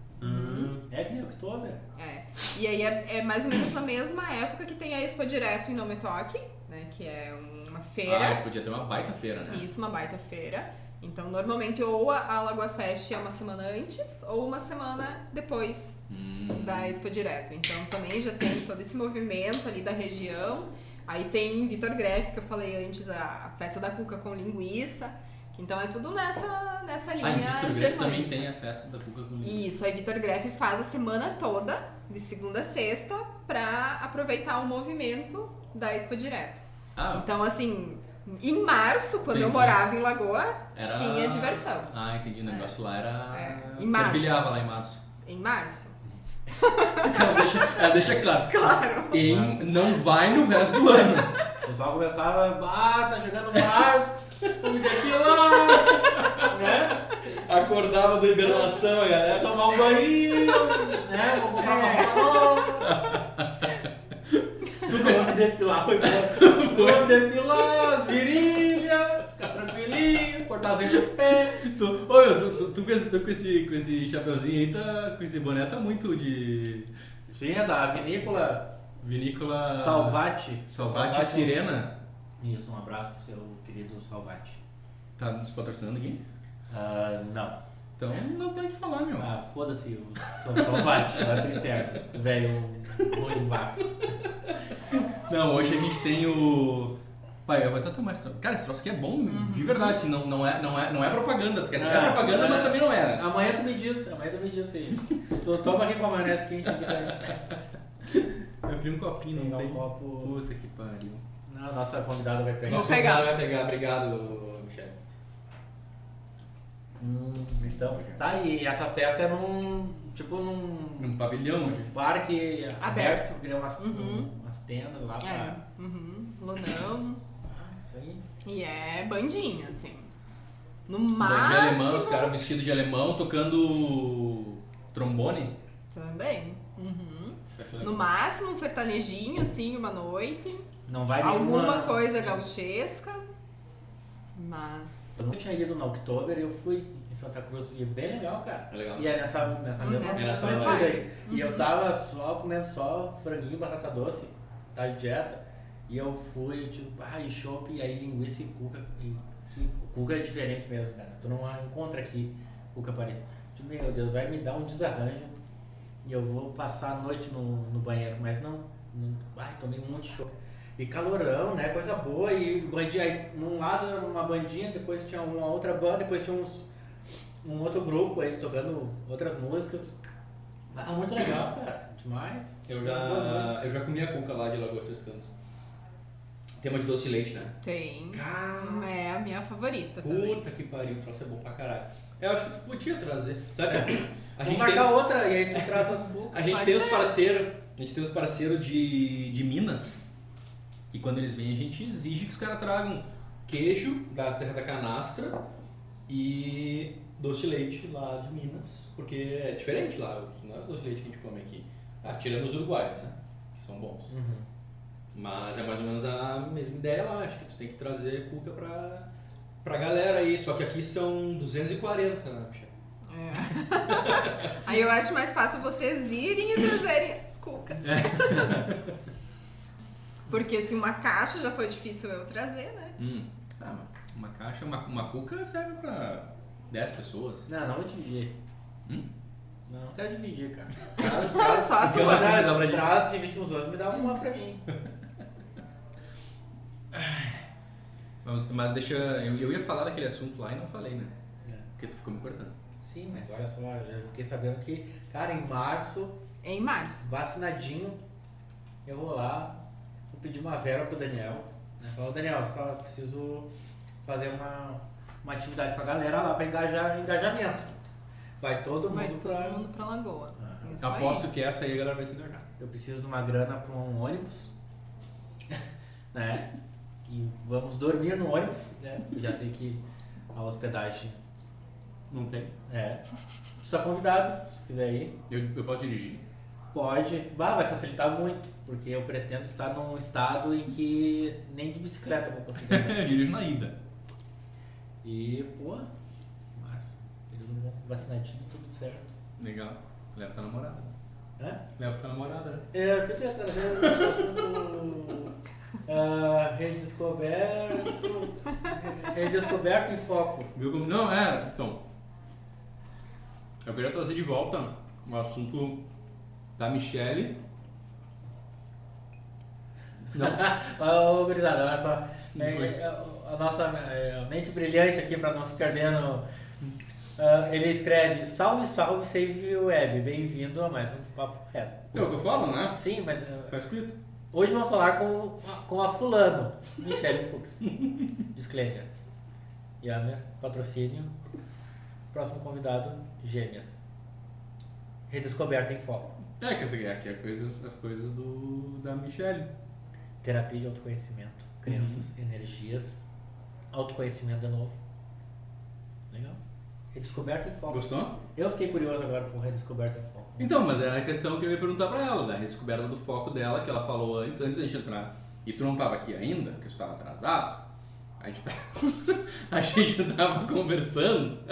Speaker 2: É que nem o que tô, né?
Speaker 4: É. E aí é, é mais ou menos na mesma época que tem a Expo Direto em Não Me Toque, né? Que é uma feira.
Speaker 1: Ah, isso podia ter uma baita feira, né?
Speaker 4: Isso, uma baita feira. Então, normalmente, ou a- a Lagoa Fest é uma semana antes, ou uma semana depois
Speaker 1: Hum.
Speaker 4: da Expo Direto. Então, também já tem todo esse movimento ali da região. Aí tem Vitor Greff, que eu falei antes, a a festa da cuca com linguiça. que Então, é tudo nessa, nessa
Speaker 1: Ah, em
Speaker 4: linha
Speaker 1: Vitor Grande
Speaker 4: germânica.
Speaker 1: também tem a festa da cuca com
Speaker 4: Isso, aí Vitor Greff faz a semana toda, de segunda a sexta, pra aproveitar o movimento da Expo Direto.
Speaker 1: Ah,
Speaker 4: Então, assim, em março, quando eu
Speaker 1: Entendi.
Speaker 4: morava em Lagoa,
Speaker 1: era.
Speaker 4: tinha diversão.
Speaker 1: Ah, entendi. O negócio lá era.
Speaker 4: É. Em março.
Speaker 1: Fervilhava lá em março.
Speaker 4: Em março?
Speaker 1: Ela deixa, ela deixa claro.
Speaker 4: Claro.
Speaker 1: Em não vai no resto do ano.
Speaker 2: O pessoal começava, ah, tá jogando março, vamos daqui lá, né?
Speaker 1: Acordava da hibernação, a
Speaker 2: Vai
Speaker 1: galera.
Speaker 2: tomar um banho, né? Vou comprar uma roupa nova. Vamos depilar, foi bom. Vamos depilar as virilhas, ficar tranquilinho, cortar os do pé.
Speaker 1: Tu, ô, meu, tu, tu, tu com esse, tu com esse, com esse chapeuzinho aí, tá, com esse boné, tá muito de
Speaker 2: Sim, é da vinícola
Speaker 1: vinícola.
Speaker 2: Salvate.
Speaker 1: Salvate e Sirena.
Speaker 2: Isso, um abraço pro seu querido Salvate.
Speaker 1: Tá nos patrocinando aqui?
Speaker 2: Ah, não.
Speaker 1: Então não tem o que falar, meu.
Speaker 2: Ah, foda-se, o São Salvate, vai pro inferno. Velho, boi de vaca.
Speaker 1: Não, hoje a gente tem o. Pai, eu vou até tomar esse troço. Cara, esse troço aqui é bom de verdade, assim, não, não, é, não, é, não é propaganda. Quer dizer, é,
Speaker 2: É,
Speaker 1: propaganda,
Speaker 2: é.
Speaker 1: mas também não era.
Speaker 2: Amanhã tu me diz, amanhã tu me diz isso aí. Tu toma aqui com a maionese quente. né? aqui, sabe?
Speaker 1: Eu vi um copinho,
Speaker 2: Pegar
Speaker 1: não
Speaker 2: um
Speaker 1: tem.
Speaker 2: copo.
Speaker 1: Puta que pariu.
Speaker 2: Não, a nossa convidada vai pegar.
Speaker 4: Vou pegar.
Speaker 1: convidado vai pegar, obrigado, Michel.
Speaker 2: Hum, então, tá, e essa festa é num, tipo, num
Speaker 1: Um pavilhão hoje.
Speaker 2: parque
Speaker 4: Aberto.
Speaker 2: aberto, criar umas,
Speaker 4: Uhum.
Speaker 2: umas tendas lá pra...
Speaker 4: É. Uhum. Lunão.
Speaker 2: Ah, isso aí.
Speaker 4: E é bandinha, assim. No
Speaker 1: Banda de alemão, os
Speaker 4: máximo.
Speaker 1: caras vestidos de alemão tocando trombone.
Speaker 4: Também. Uhum.
Speaker 1: Isso que eu acho legal.
Speaker 4: No máximo um sertanejinho, assim, uma noite.
Speaker 2: Não vai
Speaker 4: Alguma
Speaker 1: né?
Speaker 2: nenhuma...
Speaker 4: coisa gauchesca. Mas.
Speaker 2: Eu nunca tinha ido no Oktober eu fui em Santa Cruz e é bem legal, cara.
Speaker 1: É legal.
Speaker 2: E é nessa, nessa
Speaker 4: Hum,
Speaker 2: mesma
Speaker 4: nessa
Speaker 1: mesma
Speaker 2: nessa mesma
Speaker 4: vibe.
Speaker 2: coisa aí. E eu tava só comendo só franguinho e batata doce, tá de dieta. E eu fui, tipo, ah, e chopp, e aí linguiça e cuca. E, e cuca é diferente mesmo, cara. Tu não a encontra aqui cuca parecida. Tipo, meu Deus, vai me dar um desarranjo. E eu vou passar a noite no, no banheiro, mas não. não ai, tomei um monte de chopp. E calorão, né? Coisa boa. E bandinha. Aí, num lado era uma bandinha, depois tinha uma outra banda, depois tinha uns, um outro grupo aí tocando outras músicas. Ah, tá muito legal, cara. Demais.
Speaker 1: Eu já, eu já comi a cuca lá de Lagoa dos Cantos. Tema de doce de leite, né?
Speaker 4: Tem.
Speaker 1: Cara,
Speaker 2: Ah.
Speaker 4: É a minha favorita também.
Speaker 1: puta que pariu, o troço é bom pra caralho. Eu acho que tu podia trazer. Sabe que a
Speaker 2: Vamos
Speaker 1: gente
Speaker 2: marcar
Speaker 1: tem,
Speaker 2: outra e aí tu traz as bucas.
Speaker 1: a gente
Speaker 4: Pode
Speaker 1: tem os
Speaker 4: ser.
Speaker 1: parceiros, a gente tem os parceiros de, de Minas, que quando eles vêm a gente exige que os caras tragam queijo da Serra da Canastra e doce de leite lá de Minas, porque é diferente lá, não é os doce de leite que a gente come aqui. Ah, tirando os uruguais, né? Que são bons.
Speaker 2: Uhum.
Speaker 1: Mas é mais ou menos a mesma ideia lá, acho que tu tem que trazer cuca pra, pra galera aí, só que aqui são 240, né, Michel?
Speaker 4: É. Aí eu acho mais fácil vocês irem e trazerem as cucas.
Speaker 2: É.
Speaker 4: Porque se uma caixa já foi difícil eu trazer, né?
Speaker 1: Hum. Ah, mas uma caixa, uma, uma cuca serve pra 10 pessoas.
Speaker 8: Não, não vou dividir.
Speaker 1: Hum?
Speaker 8: Não, não quero dividir, cara.
Speaker 4: Só
Speaker 1: Então,
Speaker 4: tu.
Speaker 1: vai começar pra
Speaker 8: Traz,
Speaker 1: dividir.
Speaker 8: traz, divide com os outros, me dá uma pra mim.
Speaker 1: Mas, mas deixa. Eu, eu ia falar daquele assunto lá e não falei, né?
Speaker 2: É.
Speaker 1: Porque tu ficou me cortando.
Speaker 2: Sim, mas olha só, eu fiquei sabendo que, cara, em março,
Speaker 4: Em março.
Speaker 2: vacinadinho, eu vou lá, vou pedir uma vera pro Daniel. Né? Falar, "Ô, Daniel, só preciso fazer uma, uma atividade com a galera lá pra engajar engajamento. Vai todo mundo
Speaker 4: Vai todo
Speaker 2: pra.
Speaker 4: mundo pra Lagoa.
Speaker 2: Ah,
Speaker 4: Isso
Speaker 1: Eu aposto
Speaker 4: aí.
Speaker 1: que essa aí a galera vai se engajar.
Speaker 2: Eu preciso de uma grana pra um ônibus, né? E vamos dormir no ônibus, né? Eu já sei que a hospedagem
Speaker 1: Não tem.
Speaker 2: é. Tu tá convidado, se quiser ir.
Speaker 1: Eu, eu posso dirigir.
Speaker 2: Pode, bah, vai facilitar muito, porque eu pretendo estar num estado em que nem de bicicleta eu vou conseguir. andar.
Speaker 1: eu dirijo na ida.
Speaker 2: e, pô, março, período bom, vacinadinho, tudo certo.
Speaker 1: Legal. Leva tua namorada.
Speaker 2: Hã?
Speaker 1: Leva tua namorada, né?
Speaker 2: É, o que eu tinha trazer o assunto, ah, redescoberto, redescoberto em foco.
Speaker 1: Viu como. Não, é. Então. É Eu queria trazer de volta né? o assunto da Michelle.
Speaker 2: Ó, Ô, gurizada, olha só. É, é, a nossa é, a mente brilhante aqui para não se perder no- Ah, ele escreve: Salve, salve, Save Web. Bem-vindo a mais um Papo Reto.
Speaker 1: É o que eu falo, né?
Speaker 2: Sim, mas ah,
Speaker 1: Tá escrito.
Speaker 2: hoje vamos falar com, com a Fulano, Michelle Fux. Disclaimer: Yammer, patrocínio. Próximo convidado: Gêmeas. Redescoberta em foco.
Speaker 1: É, que essa aqui é aqui é coisas, as coisas do da Michelle.
Speaker 2: Terapia de autoconhecimento, crenças,
Speaker 7: Uhum.
Speaker 2: energias, autoconhecimento
Speaker 3: é
Speaker 2: de novo. Legal. Redescoberta em foco.
Speaker 1: Gostou?
Speaker 2: Eu fiquei curioso agora com redescoberta em foco.
Speaker 1: Então, mas era a questão que eu ia perguntar pra ela, da redescoberta do foco dela, que ela falou antes, antes da gente entrar. E tu não tava aqui ainda, porque tu tava atrasado. A gente tava, a gente tava conversando.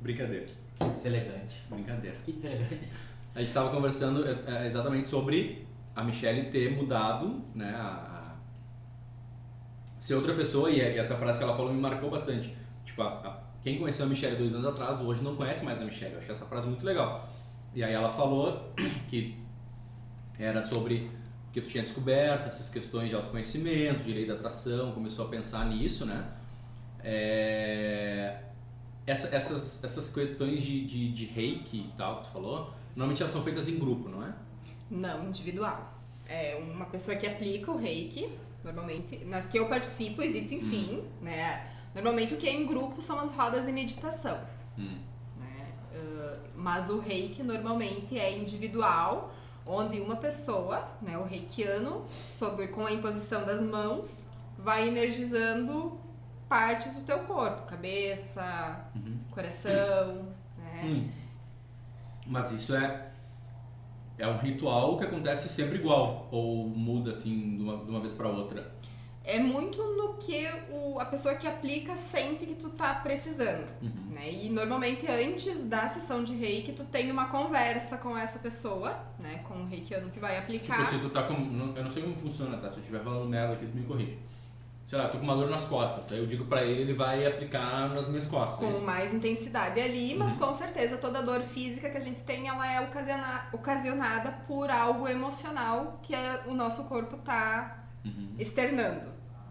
Speaker 1: Brincadeira,
Speaker 2: Que
Speaker 7: Então-
Speaker 2: deselegante.
Speaker 1: brincadeira.
Speaker 2: Que deselegante.
Speaker 1: A gente estava conversando é, é, exatamente sobre a Michelle ter mudado, né? A, a ser outra pessoa, e, é- e essa frase que ela falou me marcou bastante. Tipo, a- a- quem conheceu a Michelle dois anos atrás, hoje não conhece mais a Michelle. Eu achei essa frase muito legal. E aí ela falou que era sobre o que tu tinha descoberto, essas questões de autoconhecimento, de lei da atração, começou a pensar nisso, né? É, essa- essas, essas questões de, de, de reiki e tal que tu falou, Normalmente elas são feitas em grupo, não é?
Speaker 4: Não, individual. É uma pessoa que aplica o reiki, normalmente. Nas que eu participo existem sim,
Speaker 1: Hum.
Speaker 4: né? Normalmente o que é em grupo são as rodas de meditação.
Speaker 1: Hum.
Speaker 4: né? Ah, mas o reiki normalmente é individual, onde uma pessoa, né, o reikiano, sobre, com a imposição das mãos, vai energizando partes do teu corpo, cabeça,
Speaker 1: Uhum.
Speaker 4: coração, né?
Speaker 1: Hum. Mas isso é é um ritual que acontece sempre igual ou muda assim de uma, de uma vez para outra.
Speaker 4: É muito no que o, a pessoa que aplica sente que tu tá precisando.
Speaker 1: Uhum.
Speaker 4: né? E normalmente antes da sessão de reiki, tu tem uma conversa com essa pessoa, né? Com o reikiano que vai aplicar.
Speaker 1: Tipo, se tu tá com não- eu não sei como funciona, tá? Se eu estiver falando merda aqui, tu me corrige. Sei lá, eu tô com uma dor nas costas. Aí eu digo pra ele, ele vai aplicar nas minhas costas.
Speaker 4: com mais intensidade ali, mas
Speaker 1: Uhum.
Speaker 4: com certeza toda dor física que a gente tem, ela é ocasiona- ocasionada por algo emocional que é- o nosso corpo tá
Speaker 1: Uhum.
Speaker 4: externando.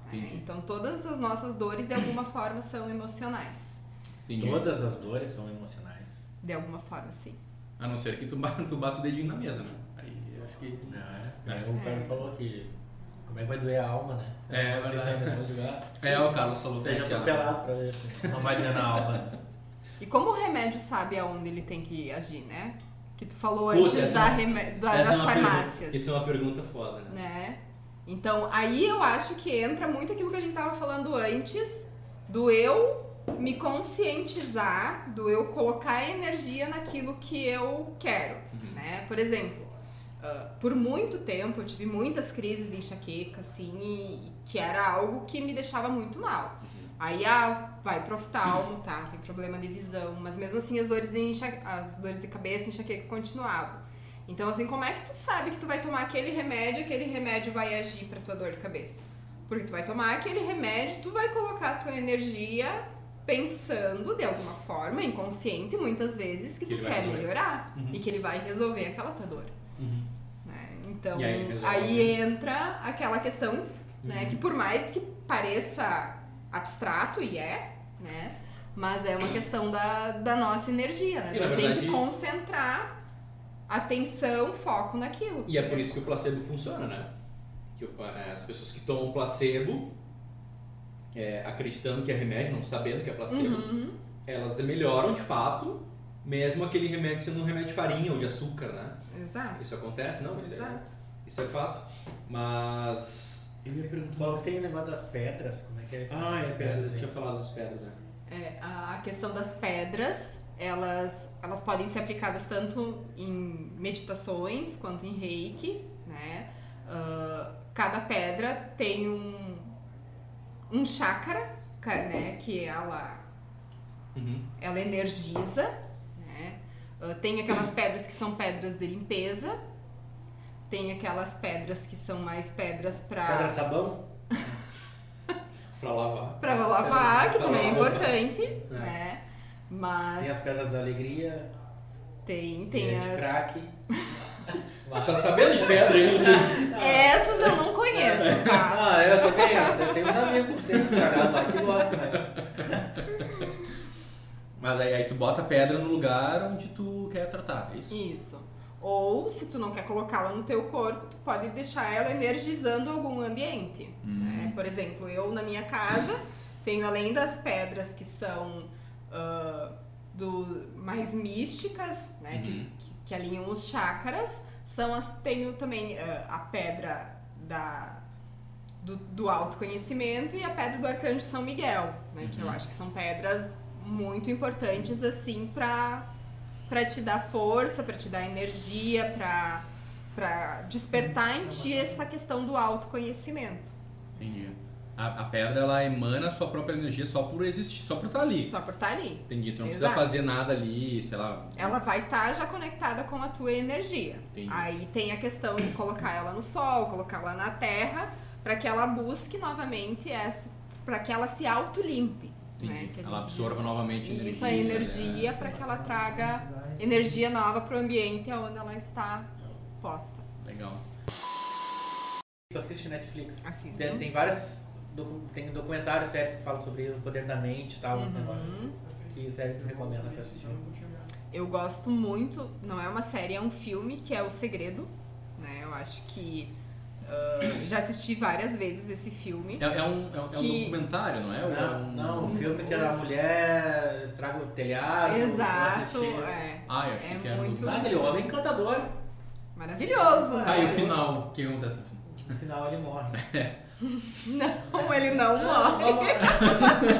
Speaker 4: né?
Speaker 1: Entendi.
Speaker 4: Então todas as nossas dores de alguma forma são emocionais.
Speaker 1: Entendi.
Speaker 2: Todas as dores são emocionais.
Speaker 4: De alguma forma, sim.
Speaker 1: A não ser que tu, ba- tu bata o dedinho na mesa, né? Aí eu acho que.
Speaker 3: Não, é. O Carlos falou que como é que vai doer a alma, né? Você
Speaker 1: É,
Speaker 3: vai
Speaker 1: verdade.
Speaker 3: estar em algum lugar.
Speaker 1: É, o Carlos falou
Speaker 3: Seja
Speaker 1: que ela-
Speaker 3: atropelado pra ver.
Speaker 2: Uma vadia na alma.
Speaker 4: E como o remédio sabe aonde ele tem que agir, né? Que tu falou
Speaker 7: Puta,
Speaker 4: antes
Speaker 7: essa-
Speaker 4: da reme- da-
Speaker 7: Essa é
Speaker 4: das
Speaker 7: uma
Speaker 4: farmácias.
Speaker 7: Pergunta, isso é uma pergunta foda, né?
Speaker 4: né? Então, aí eu acho que entra muito aquilo que a gente tava falando antes, do eu me conscientizar, do eu colocar energia naquilo que eu quero,
Speaker 7: Uhum.
Speaker 4: né? Por exemplo, ah, por muito tempo eu tive muitas crises de enxaqueca, assim, e- que era algo que me deixava muito mal.
Speaker 1: Uhum.
Speaker 4: Aí, ah, vai pro oftalmo, tá, tem problema de visão, mas mesmo assim as dores de, enxa- as dores de cabeça e enxaqueca continuavam. Então, assim, como é que tu sabe que tu vai tomar aquele remédio e aquele remédio vai agir pra tua dor de cabeça? Porque tu vai tomar aquele remédio, tu vai colocar a tua energia pensando de alguma forma, inconsciente muitas vezes, que,
Speaker 1: Que
Speaker 4: tu
Speaker 1: ele vai
Speaker 4: quer
Speaker 1: resolver. Uhum.
Speaker 4: melhorar e que ele vai resolver aquela tua dor. né? Então,
Speaker 1: E aí ele
Speaker 4: aí,
Speaker 1: resolve, né?
Speaker 4: entra aquela questão, né,
Speaker 7: Uhum.
Speaker 4: que por mais que pareça abstrato, e é, né, mas é uma questão da, da nossa energia, né,
Speaker 7: E,
Speaker 4: da
Speaker 7: na
Speaker 4: gente
Speaker 7: verdade-
Speaker 4: concentrar atenção, foco naquilo.
Speaker 7: E é por isso que o placebo funciona, né? Que o- é, as pessoas que tomam placebo, é, acreditando que é remédio, não sabendo que é placebo,
Speaker 4: Uhum.
Speaker 7: elas melhoram de fato, mesmo aquele remédio sendo um remédio de farinha ou de açúcar, né?
Speaker 4: Exato.
Speaker 7: Isso acontece? Não, isso, é,
Speaker 4: Exato.
Speaker 7: isso é fato. Mas. Eu ia
Speaker 3: Tu
Speaker 7: perguntar.
Speaker 3: falou que tem o negócio das pedras, como é que é?
Speaker 7: Ah, é
Speaker 3: As
Speaker 7: pedras, eu
Speaker 3: aí.
Speaker 7: tinha falado das pedras, né?
Speaker 4: É, a a questão das pedras, elas, elas podem ser aplicadas tanto em meditações quanto em reiki, né? Ah, cada pedra tem um, um chakra, ca- né? Que ela,
Speaker 7: Uhum.
Speaker 4: ela energiza, né? Ah, tem aquelas pedras que são pedras de limpeza, tem aquelas pedras que são mais pedras
Speaker 3: Pedra
Speaker 4: para
Speaker 3: sabão?
Speaker 7: Pra lavar.
Speaker 4: para lavar, que
Speaker 7: Pra
Speaker 4: também é
Speaker 7: lavar.
Speaker 4: importante, né? Mas
Speaker 3: Tem as pedras da alegria,
Speaker 4: Tem,
Speaker 3: tem
Speaker 4: tem
Speaker 3: a de
Speaker 4: as.
Speaker 3: crack.
Speaker 7: Tu tá sabendo de pedra, hein?
Speaker 4: Essas eu não conheço, tá?
Speaker 3: Ah, eu também, eu tenho uns amigos que tem estragado lá que gostam, né?
Speaker 1: Mas aí, aí tu bota a pedra no lugar onde tu quer tratar, é isso?
Speaker 4: Isso. Ou se tu não quer colocá-la no teu corpo, tu pode deixar ela energizando algum ambiente. né? Por exemplo, eu na minha casa tenho além das pedras que são ah, do, mais místicas, né? que-
Speaker 7: Uhum.
Speaker 4: que, que alinham os chakras, são as, tenho também ah, a pedra da, do, do autoconhecimento e a pedra do arcanjo São Miguel, né? Que eu acho que são pedras muito importantes assim para para te dar força, para te dar energia, para para despertar em ti essa questão do autoconhecimento.
Speaker 1: Entendi. A, a pedra ela emana a sua própria energia só por existir, só por estar ali.
Speaker 4: Só por estar ali.
Speaker 1: Entendi. Tu não precisa
Speaker 4: Exato.
Speaker 1: fazer nada ali, sei lá.
Speaker 4: Ela vai estar já conectada com a tua energia.
Speaker 1: Entendi.
Speaker 4: Aí tem a questão de colocar ela no sol, colocar ela na terra, para que ela busque novamente essa, para que ela se autolimpe, né?
Speaker 1: Entendi.
Speaker 4: Que a
Speaker 1: ela
Speaker 4: gente
Speaker 1: absorva
Speaker 4: diz.
Speaker 1: novamente energia. né?
Speaker 4: E isso é energia para que ela traga energia nova para o ambiente onde ela está posta.
Speaker 1: né? Legal.
Speaker 3: Tu assiste Netflix.
Speaker 4: Assista.
Speaker 3: Tem, tem várias. docu- Tem documentários, séries que falam sobre o poder da mente e tal,
Speaker 4: Uhum.
Speaker 1: um
Speaker 3: esse negócio. Que série tu recomenda pra assistir?
Speaker 4: Eu gosto muito, não é uma série, é um filme que é O Segredo, né? Eu acho que ah, já assisti várias vezes esse filme.
Speaker 1: É, é um, é um- é um
Speaker 4: Que-
Speaker 1: documentário, não é? Ou é
Speaker 3: Não,
Speaker 1: um...
Speaker 3: não, o filme que a
Speaker 4: Nossa.
Speaker 3: mulher estraga o
Speaker 2: Ah,
Speaker 3: telhado.
Speaker 4: Exato,
Speaker 3: eu assisti.
Speaker 4: é.
Speaker 1: Ah, eu achei
Speaker 4: É
Speaker 1: que era
Speaker 4: muito-
Speaker 1: um...
Speaker 3: Ah, aquele homem encantador.
Speaker 4: Maravilhoso,
Speaker 1: Tá, e o
Speaker 4: né?
Speaker 1: final? O que acontece no final?
Speaker 3: No final ele morre.
Speaker 4: né? Não, ele não morre.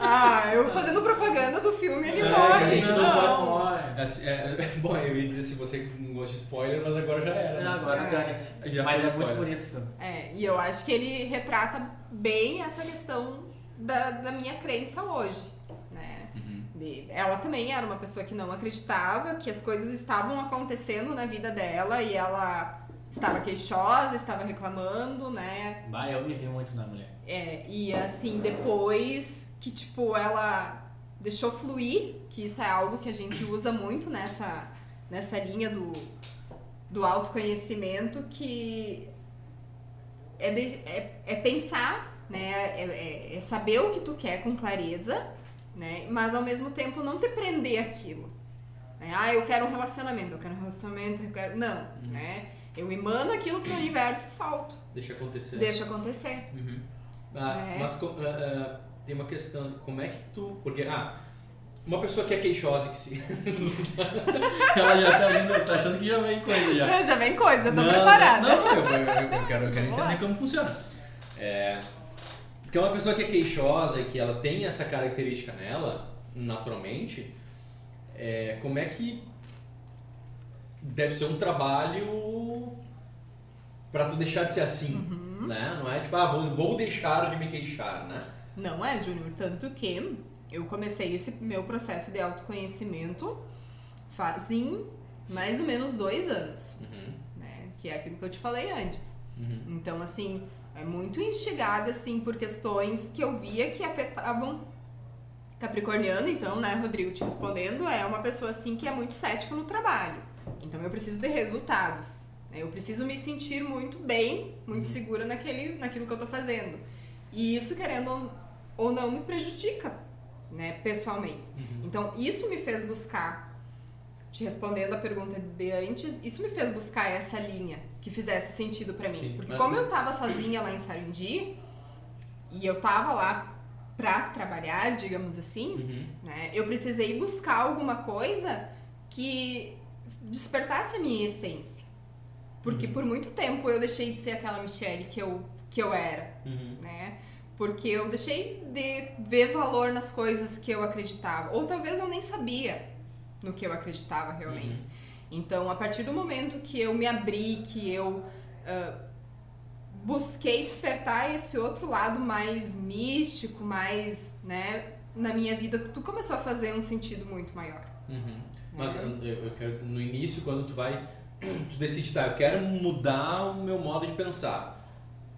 Speaker 4: Ah, eu fazendo propaganda do filme, ele
Speaker 3: É,
Speaker 4: morre.
Speaker 3: que a gente não,
Speaker 4: não.
Speaker 3: morre.
Speaker 7: É, assim, é, bom, eu ia dizer se você não gosta de spoiler, mas agora já era.
Speaker 3: Não,
Speaker 7: né?
Speaker 3: Agora
Speaker 4: É.
Speaker 3: dane-se.
Speaker 7: Já foi
Speaker 3: Mas é muito
Speaker 7: spoiler.
Speaker 3: bonito o filme.
Speaker 4: É, e eu acho que ele retrata bem essa questão da, da minha crença hoje, né? De- ela também era uma pessoa que não acreditava que as coisas estavam acontecendo na vida dela e ela estava queixosa, estava reclamando, né?
Speaker 3: Bah, eu me vi muito na mulher.
Speaker 4: É, e assim, depois que, tipo, ela deixou fluir, que isso é algo que a gente usa muito nessa, nessa linha do, do autoconhecimento, que é, de- é, é pensar, né? É, é- é saber o que tu quer com clareza, né? Mas ao mesmo tempo não te prender aquilo. Né? Ah, eu quero um relacionamento, eu quero um relacionamento, eu quero. Não, né? Eu emano aquilo pro universo e solto.
Speaker 1: Deixa acontecer.
Speaker 4: Deixa acontecer.
Speaker 1: Uhum. Ah,
Speaker 4: É.
Speaker 1: Mas co- ah, ah, tem uma questão, como é que tu. Porque, ah, uma pessoa que é queixosa que se. Ela já tá, vindo, tá achando que já vem coisa já.
Speaker 4: Já vem coisa, já tô
Speaker 1: Não,
Speaker 4: preparada.
Speaker 1: Não, não, eu, eu- eu quero, eu quero
Speaker 4: Vamos lá.
Speaker 1: entender como funciona. É, porque uma pessoa que é queixosa e que ela tem essa característica nela, naturalmente, é, como é que deve ser um trabalho pra tu deixar de ser assim,
Speaker 4: Uhum.
Speaker 1: né? Não é tipo, ah, vou, vou deixar de me queixar, né?
Speaker 4: Não é, Júnior. Tanto que eu comecei esse meu processo de autoconhecimento fazem mais ou menos dois anos,
Speaker 1: Uhum,
Speaker 4: né? Que é aquilo que eu te falei antes.
Speaker 1: uhum,
Speaker 4: Então, assim, é muito instigada, assim, por questões que eu via que afetavam Capricorniano, então, né, Rodrigo, te respondendo, é uma pessoa, assim, que é muito cética no trabalho. Então, eu preciso de resultados. né? Eu preciso me sentir muito bem, muito
Speaker 1: Uhum.
Speaker 4: segura naquele, naquilo que eu tô fazendo. E isso, querendo ou- ou não, me prejudica, né, pessoalmente.
Speaker 1: Uhum.
Speaker 4: Então, isso me fez buscar, te respondendo a pergunta de antes, isso me fez buscar essa linha que fizesse sentido pra mim.
Speaker 1: Sim,
Speaker 4: Porque
Speaker 1: mas-
Speaker 4: como eu tava sozinha lá em Sarandi, e eu tava lá pra trabalhar, digamos assim,
Speaker 1: uhum.
Speaker 4: né, eu precisei buscar alguma coisa que despertasse a minha essência. Porque por muito tempo eu deixei de ser aquela Michelle que eu, que eu era
Speaker 1: uhum.
Speaker 4: né? Porque eu deixei de ver valor nas coisas que eu acreditava, ou talvez eu nem sabia no que eu acreditava
Speaker 1: uhum.
Speaker 4: realmente. Então, a partir do momento que eu me abri, que eu ah, busquei despertar esse outro lado mais místico, mais, né, na minha vida, tudo começou a fazer um sentido muito maior.
Speaker 1: Uhum. Mas
Speaker 4: É.
Speaker 1: eu, eu quero, no início, quando tu vai, tu decide, tá, eu quero mudar o meu modo de pensar.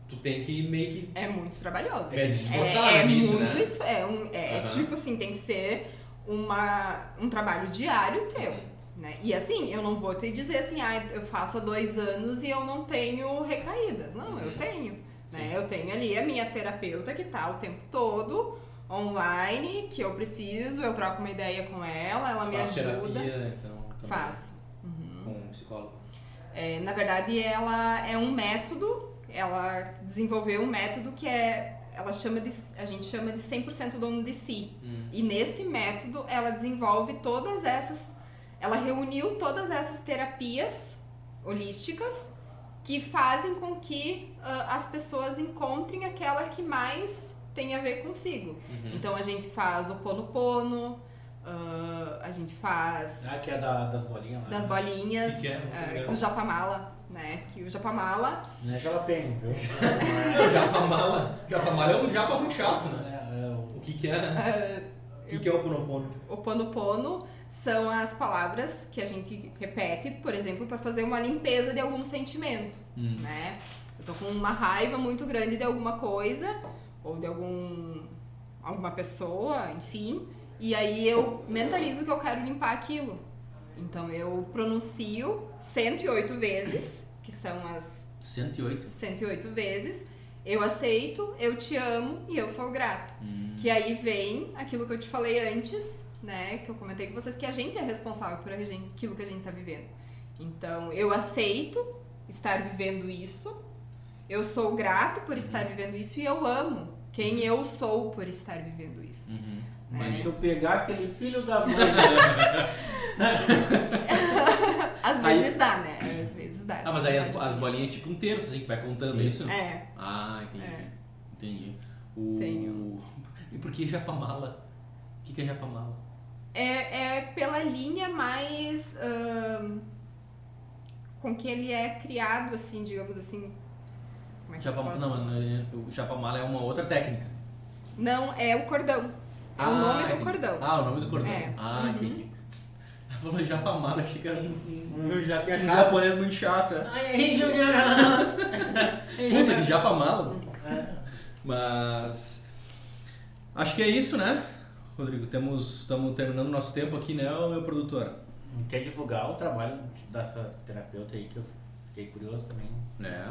Speaker 1: Tu tem que meio que.
Speaker 4: É muito trabalhoso.
Speaker 1: É desforçado
Speaker 4: é, é
Speaker 1: nisso,
Speaker 4: muito
Speaker 1: né?
Speaker 4: es- É, um- é
Speaker 1: Aham.
Speaker 4: tipo assim, tem que ser uma, um trabalho diário teu.
Speaker 1: Uhum.
Speaker 4: Né? E assim, eu não vou te dizer assim, ah, eu faço há dois anos e eu não tenho recaídas. Não,
Speaker 1: Uhum.
Speaker 4: eu tenho. Né?
Speaker 1: Sim.
Speaker 4: Eu tenho ali a minha terapeuta que tá o tempo todo online, que eu preciso, eu troco uma ideia com ela, ela me
Speaker 1: Faz
Speaker 4: ajuda.
Speaker 1: terapia, então. também,
Speaker 4: Faço. Uhum.
Speaker 1: Com um psicólogo.
Speaker 4: É, na verdade, ela é um método, ela desenvolveu um método que é, ela chama de, a gente chama de 100% dono de si.
Speaker 1: Hum.
Speaker 4: E nesse método, ela desenvolve todas essas, ela reuniu todas essas terapias holísticas que fazem com que ah, as pessoas encontrem aquela que mais tem a ver consigo.
Speaker 1: Uhum.
Speaker 4: Então a gente faz o pono pono, a gente faz
Speaker 2: Ah, que é da- das bolinhas lá.
Speaker 4: das bolinhas,
Speaker 9: Que que é? Não tô
Speaker 4: ah,
Speaker 9: ligado.
Speaker 4: o japamala, né? Que o japamala
Speaker 2: Não é que ela tem, viu?
Speaker 1: O Japamala. Japamala é um japa muito chato, né?
Speaker 2: É, é o-
Speaker 1: O que que é. O que que é o Ponopono?
Speaker 4: o ponopono são as palavras que a gente repete, por exemplo, para fazer uma limpeza de algum sentimento,
Speaker 1: Hum.
Speaker 4: né? Eu tô com uma raiva muito grande de alguma coisa ou de algum alguma pessoa, enfim, e aí eu mentalizo que eu quero limpar aquilo. Então eu pronuncio 108 vezes, que são as
Speaker 1: 108.
Speaker 4: 108 vezes, eu aceito, eu te amo e eu sou grato.
Speaker 1: Hum.
Speaker 4: Que aí vem aquilo que eu te falei antes, né? Que eu comentei com vocês, que a gente é responsável por a gente- aquilo que a gente tá vivendo. Então, eu aceito estar vivendo isso, eu sou grato
Speaker 1: Uhum.
Speaker 4: por estar vivendo isso e eu amo quem eu sou por estar vivendo isso.
Speaker 1: Uhum.
Speaker 4: É,
Speaker 2: Mas se eu pegar aquele filho da mãe.
Speaker 4: Às
Speaker 1: Uhum. Aí-
Speaker 4: vezes dá, né? Às vezes dá.
Speaker 1: Ah, mas aí as,
Speaker 4: essa
Speaker 1: as
Speaker 4: vontade,
Speaker 1: bolinhas é tipo um terço, assim, que vai contando isso?
Speaker 4: assim. É,
Speaker 1: Ah, entendi.
Speaker 4: É.
Speaker 1: Entendi. O...
Speaker 4: Tenho.
Speaker 1: E por que Japamala? O que que é Japamala?
Speaker 4: é, é pela linha mais ahn, com que ele é criado, assim, digamos assim. Como é que eu
Speaker 1: Japam...
Speaker 4: posso?
Speaker 1: Não, não, o Japamala é uma outra técnica.
Speaker 4: Não, é o cordão. É o nome do
Speaker 1: entendi.
Speaker 4: cordão.
Speaker 1: Ah, o nome do cordão.
Speaker 4: É.
Speaker 1: Ah, entendi. Ela falou Japamala, achei que era um, um-
Speaker 2: Eu já
Speaker 1: um
Speaker 2: tinha chato.
Speaker 1: japonês muito chato. né?
Speaker 2: Ai, aí, Juliana! Aí,
Speaker 1: Puta, que
Speaker 4: Uhum.
Speaker 2: Juliana.
Speaker 1: Japamala.
Speaker 2: É.
Speaker 1: Mas... Acho que é isso, né? Rodrigo, temos estamos terminando nosso tempo aqui, né, ô, meu produtor?
Speaker 2: Quer divulgar o trabalho dessa terapeuta aí que eu fiquei curioso também.
Speaker 1: É.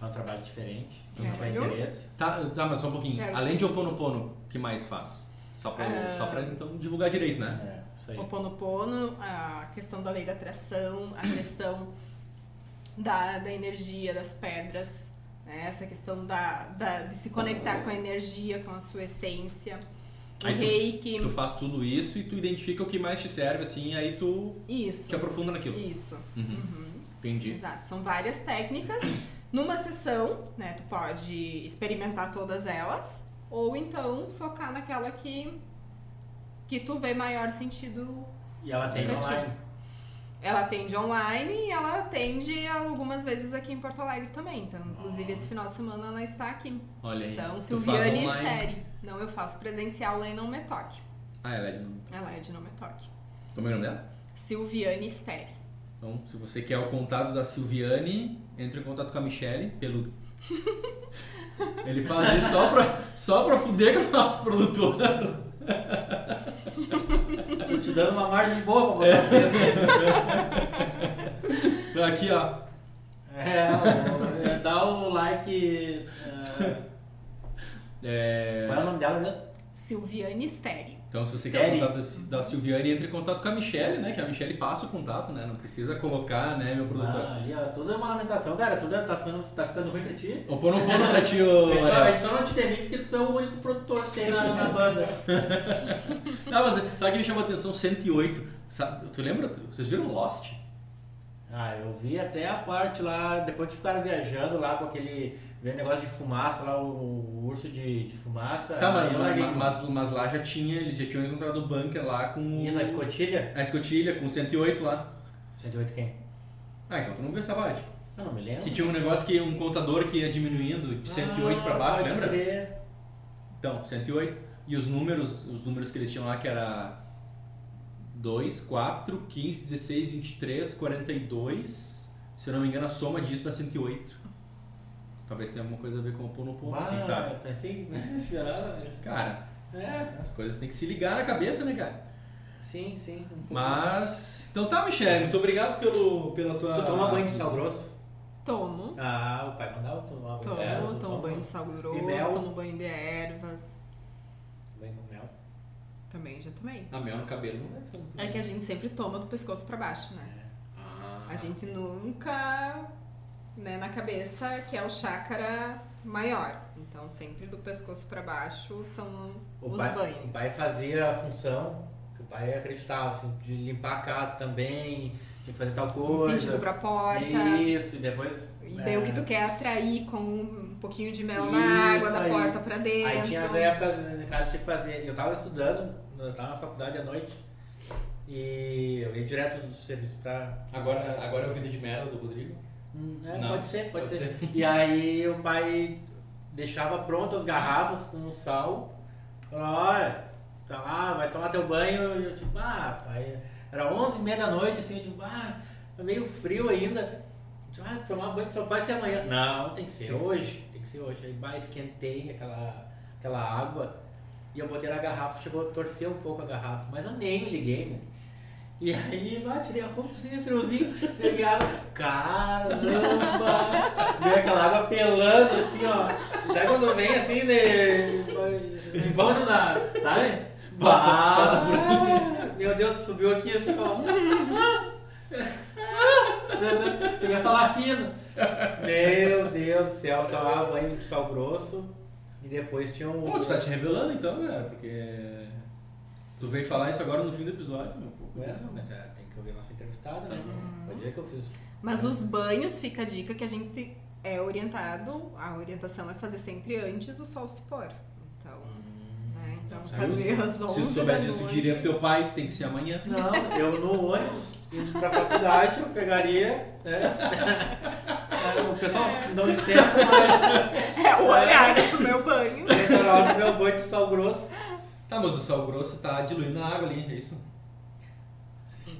Speaker 2: É um trabalho diferente.
Speaker 4: Quer
Speaker 2: Quem tiver
Speaker 4: ver?
Speaker 2: interesse.
Speaker 1: Tá, tá, mas só um pouquinho.
Speaker 4: Quero
Speaker 1: Além
Speaker 4: sim. Ah.
Speaker 1: de Oponopono, o que mais faz? Só pra, só pra então divulgar direito, né?
Speaker 2: É. Isso aí.
Speaker 4: o Ponopono, a questão da lei da atração, a questão da, da energia das pedras, né? essa questão da, da- de se conectar com a energia, com a sua essência. O
Speaker 1: Aí tu-
Speaker 4: reiki,
Speaker 1: Tu faz tudo isso e tu identifica o que mais te serve, assim, aí tu te
Speaker 4: isso.
Speaker 1: aprofunda naquilo.
Speaker 4: Isso.
Speaker 1: Uhum.
Speaker 4: Uhum.
Speaker 1: Entendi.
Speaker 4: Exato, são várias técnicas. Numa sessão, né, tu pode experimentar todas elas, ou então focar naquela que, que tu vê maior sentido.
Speaker 2: E ela tem
Speaker 4: Pra ti.
Speaker 2: online.
Speaker 4: Ela atende online e ela atende algumas vezes aqui em Porto Alegre também. Então, inclusive, esse final de semana ela está aqui.
Speaker 1: Olha aí.
Speaker 4: Então,
Speaker 1: Ah. Tu faz
Speaker 4: Silviane
Speaker 1: online.
Speaker 4: Esteri. Não, eu faço presencial lá em Não Me Toque.
Speaker 1: Ah, ela é de nome.
Speaker 4: Ela é de Não Me Toque.
Speaker 1: Como é o nome dela?
Speaker 4: Silviane Esteri.
Speaker 1: Então, se você quer o contato da Silviane, entre em contato com a Michelle, peludo. Ele faz isso só pra, só pra fuder com o nosso produtor.
Speaker 2: Tô te dando uma margem boa pra botar o preço.
Speaker 1: Aqui, ó.
Speaker 2: É, o- é, dá o like. é,
Speaker 1: É,
Speaker 2: Qual é o nome dela mesmo?
Speaker 4: Silviane Esteri.
Speaker 1: Então, se você quer o
Speaker 2: Série.
Speaker 1: contato da- da Silviane, entre em contato com a Michelle, né? Que a Michelle passa o contato, né? Não precisa colocar, né, meu produtor.
Speaker 2: Ah, ali, ó, tudo é uma lamentação, cara. Tudo é- tá ficando, tá ficando ruim pra ti.
Speaker 1: O pono pra ti, ô
Speaker 2: Pessoal, a
Speaker 1: Ariel.
Speaker 2: gente só não te demite porque tu é o único produtor que tem na, na banda.
Speaker 1: Ah, mas sabe que me chamou a atenção? 108. Sabe, tu lembra? Tu- Vocês viram Lost?
Speaker 2: Ah, eu vi até a parte lá, depois que ficaram viajando lá com aquele vendo negócio de fumaça lá, o, o urso de, de fumaça.
Speaker 1: Tá, mas,
Speaker 2: Aí eu larguei.
Speaker 1: mas, mas- mas lá já tinha, eles já tinham encontrado o bunker lá com
Speaker 2: Isso, a escotilha?
Speaker 1: a escotilha, com 108 lá.
Speaker 2: 108 quem?
Speaker 1: Ah, então tu não viu essa parte.
Speaker 2: Eu não me lembro.
Speaker 1: Que tinha um negócio que um contador que ia diminuindo de 108 pra
Speaker 2: Ah,
Speaker 1: baixo,
Speaker 2: pode
Speaker 1: lembra?
Speaker 2: crer.
Speaker 1: Então, 108. E os números, os números que eles tinham lá que era 2, 4, 15, 16, 23, 42. Se eu não me engano, a soma disso dá 108. Talvez tenha alguma coisa a ver com o Ponopono, quem
Speaker 2: Ah,
Speaker 1: sabe?
Speaker 2: Pensei que será?
Speaker 1: Cara,
Speaker 2: É,
Speaker 1: as coisas têm que se ligar na cabeça, né, cara?
Speaker 2: sim, sim. um pouco.
Speaker 1: Mas. Então tá, Michele, muito obrigado pelo, pela tua.
Speaker 2: Tu toma banho de sal grosso?
Speaker 4: Tomo.
Speaker 2: Ah, o pai mandava tomar
Speaker 4: Tomo,
Speaker 2: É, tu
Speaker 4: tomo
Speaker 2: toma.
Speaker 4: banho de sal grosso,
Speaker 2: E mel?
Speaker 4: tomo banho de ervas.
Speaker 2: Banho com mel.
Speaker 4: Também, já tomei.
Speaker 1: Ah, mel no cabelo não deve ser muito
Speaker 4: É que a gente sempre toma do pescoço pra baixo, né?
Speaker 1: Ah.
Speaker 4: A gente nunca, né, na cabeça, que é o chácara maior. Então, sempre do pescoço pra baixo são
Speaker 2: O
Speaker 4: os
Speaker 2: pai,
Speaker 4: banhos.
Speaker 2: o pai fazia a função que o pai acreditava, assim, de limpar a casa também, de fazer tal
Speaker 4: Um
Speaker 2: coisa.
Speaker 4: sentido pra porta. E,
Speaker 2: Isso, e depois.
Speaker 4: daí
Speaker 2: é,
Speaker 4: o que tu quer atrair com um pouquinho de mel
Speaker 2: Isso
Speaker 4: na água, da
Speaker 2: aí.
Speaker 4: porta pra dentro.
Speaker 2: Aí tinha as épocas né, que a gente tinha que fazer. Eu tava estudando, eu tava na faculdade à noite. E eu ia direto do serviço pra.
Speaker 1: Agora, agora é o Vida de Mera do Rodrigo.
Speaker 2: Hum, é,
Speaker 1: Não,
Speaker 2: pode ser, pode,
Speaker 1: pode
Speaker 2: ser. E aí o pai deixava pronto as garrafas com sal. Falou, olha, tá lá, vai tomar teu banho. E eu tipo, ah, pai, era 11 e meia da noite, assim, eu tipo, ah, tá meio frio ainda. Eu, Ah, tomar banho só pode ser amanhã. Não, tem que ser
Speaker 1: Tem que ser.
Speaker 2: hoje, tem que ser hoje. Aí bah, esquentei aquela, aquela água e eu botei na garrafa, chegou a torcer um pouco a garrafa, mas eu nem me liguei, né? mano. E aí, lá, tirei a roupa, assim, friozinho, peguei a água, caramba! Veio aquela água pelando, assim, ó. Sabe quando vem, assim, de... limpando na... Sabe?
Speaker 1: Passa-
Speaker 2: Bah!
Speaker 1: passa por
Speaker 2: Meu Deus, subiu aqui, assim, ó. Eu ia falar fino. Meu Deus do céu, tomava banho de sal grosso e depois tinha um...
Speaker 1: Pô, tu tá te revelando então, cara, porque. Tu veio falar isso agora no fim do episódio, meu pô.
Speaker 2: É, não, mas é, tem que ouvir nossa entrevistada, né?
Speaker 1: Uhum.
Speaker 2: Pode ver que eu fiz.
Speaker 4: Mas os banhos, fica a dica que a gente é orientado, a orientação é fazer sempre antes do sol se pôr. Então,
Speaker 2: um
Speaker 4: né? Então,
Speaker 2: Saiu?
Speaker 4: fazer às 11
Speaker 1: Se tu soubesse isso, tu diria pro teu pai, tem que ser amanhã.
Speaker 2: Não, eu no ônibus, indo pra faculdade, eu pegaria, né? É, O pessoal, não licença, mas
Speaker 4: É o horário do meu banho.
Speaker 2: eu na hora do meu banho de sal grosso.
Speaker 1: Tá, mas o sal grosso tá diluindo a água ali, é isso?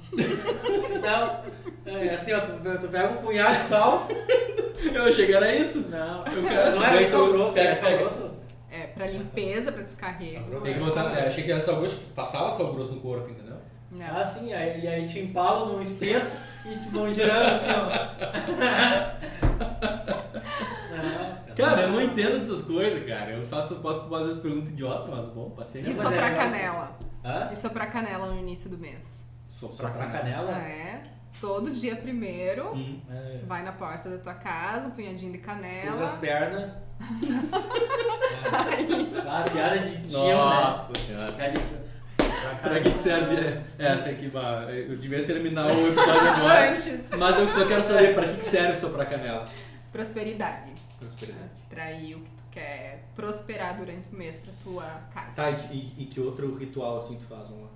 Speaker 2: Não, é assim, ó, tu, tu pega um punhado de sal.
Speaker 1: Eu achei que era isso.
Speaker 2: Não,
Speaker 1: Eu quero esse
Speaker 2: não é
Speaker 1: banho
Speaker 2: sal
Speaker 1: sal-
Speaker 2: grosso,
Speaker 1: pega,
Speaker 2: é sal
Speaker 1: pega.
Speaker 2: grosso.
Speaker 4: É, pra limpeza, pra descarrego.
Speaker 1: Tem que botar. é, achei que era sal grosso, passava sal grosso no corpo, entendeu?
Speaker 4: Não.
Speaker 2: Ah, sim, aí, e aí te empalam num espeto e te vão girando assim, ó. Não,
Speaker 1: Cara, eu não entendo dessas coisas, cara. Eu faço, posso fazer as perguntas idiota, mas é, bom, passei.
Speaker 4: E
Speaker 2: Isso.
Speaker 4: soprar canela?
Speaker 2: Hã?
Speaker 4: E soprar canela no início do mês.
Speaker 2: Soprar pra canela?
Speaker 4: É. Todo dia primeiro,
Speaker 10: Hum.
Speaker 2: É.
Speaker 4: vai na porta da tua casa, um punhadinho de
Speaker 2: Usa as
Speaker 4: canela.
Speaker 2: pernas. Ah, piada de tio, né?
Speaker 1: Nossa senhora.
Speaker 2: Piada de-
Speaker 1: Pra que que serve É, essa aqui? bah, Eu devia terminar o episódio agora.
Speaker 4: Antes.
Speaker 1: Mas eu só quero saber pra que que serve soprar canela.
Speaker 4: Prosperidade.
Speaker 10: Prosperidade.
Speaker 4: Trair o que tu quer prosperar durante o mês pra tua casa.
Speaker 10: Tá, e, e- e que outro ritual assim tu faz? Vamos lá.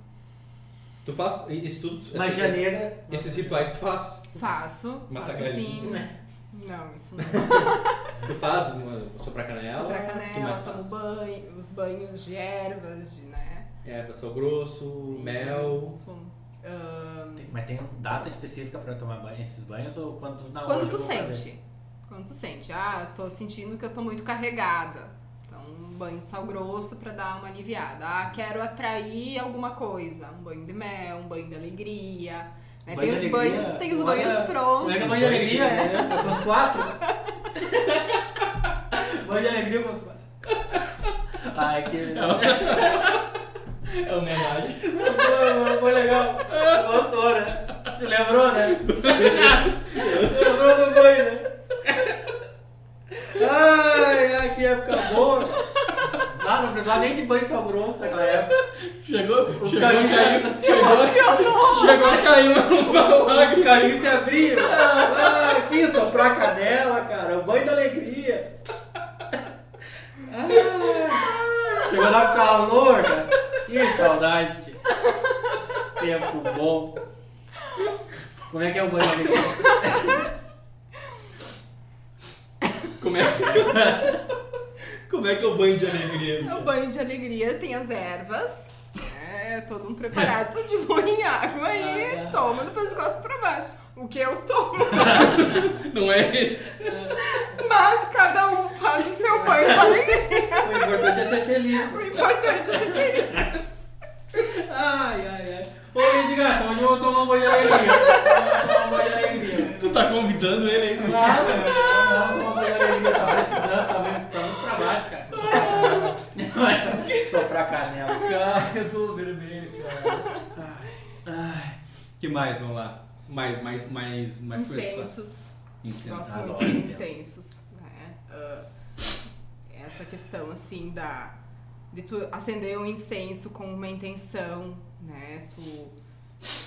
Speaker 10: Tu faz. e- Isso tudo.
Speaker 2: Mas
Speaker 10: esses,
Speaker 2: janeiro. é-
Speaker 10: esses rituais tu faz.
Speaker 4: Faço.
Speaker 10: Mata
Speaker 4: faço sim.
Speaker 10: galinha.
Speaker 4: Não, isso não.
Speaker 10: Tu faz uma, soprar canela.
Speaker 4: Soprar
Speaker 10: tu mais
Speaker 4: canela, tomo
Speaker 10: faz?
Speaker 4: banho, os banhos de ervas, de, né?
Speaker 10: É, passou grosso, mel.
Speaker 4: Isso. Ahn,
Speaker 2: Mas tem data específica pra tomar banho, esses banhos ou quando tu na hora
Speaker 4: Quando
Speaker 2: eu
Speaker 4: tu
Speaker 2: Tá vou fazer?
Speaker 4: sente. Quando tu sente. Ah, tô sentindo que eu tô muito carregada. Então, um banho de sal grosso pra dar uma aliviada. Ah, quero atrair alguma coisa. Um banho de mel, um banho de alegria. né?
Speaker 2: Banho
Speaker 4: Tem
Speaker 2: de
Speaker 4: os
Speaker 2: alegria?
Speaker 4: banhos, tem os
Speaker 2: Olha,
Speaker 4: banhos
Speaker 2: Como
Speaker 4: prontos.
Speaker 2: é que é banho de alegria? né? Com os quatro? banho de alegria com os quatro. Ai, que.
Speaker 10: É homenagem.
Speaker 2: Foi, foi legal. Gostou, né? Te lembrou, né? lembrou do banho, né? Ai, ai, que época boa. Ah, não precisava nem de banho sal grosso naquela época.
Speaker 1: Chegou,
Speaker 2: Os
Speaker 1: chegou a
Speaker 2: carinhos
Speaker 1: cair.
Speaker 2: se
Speaker 1: Chegou, chegou a cair no
Speaker 2: Os
Speaker 1: valor.
Speaker 2: carinhos se abriam. Ah, é que soprar a canela, cara. O banho da alegria. Ah, chegou lá com calor, cara. Que saudade. tio. Tempo bom. Como é que é o banho da alegria?
Speaker 10: Como é que. Como é que é o banho de alegria?
Speaker 4: É
Speaker 10: bicho?
Speaker 4: o banho de alegria, tem as ervas. É todo um preparado, tudo dilui em água e
Speaker 2: Ah, é.
Speaker 4: toma do pescoço pra baixo. O que eu tomo.
Speaker 1: Não é esse.
Speaker 4: Mas cada um faz o seu banho de alegria.
Speaker 2: O importante é ser feliz.
Speaker 4: O importante é ser feliz.
Speaker 2: Ai, ai, ai. Ô, Edgar, então hoje eu vou tomar um banho de alegria. Eu Vou tomar um banho de alegria.
Speaker 1: Tu tá convidando ele, é isso?
Speaker 2: Claro, não, não, não, banho de alegria. Tá precisando, tá muito, tá muito pra baixo, cara. Soprar canela.
Speaker 10: Cara, eu tô vermelho, cara.
Speaker 1: Que mais? Vamos lá. Mais, mais, mais, mais coisa. Então, que faz.
Speaker 4: Incensos.
Speaker 1: Incenso.
Speaker 4: Gosto
Speaker 2: adoro
Speaker 4: muito de
Speaker 2: incenso.
Speaker 4: incensos. né? Ah, essa questão assim da de tu acender um incenso com uma intenção, né? Tu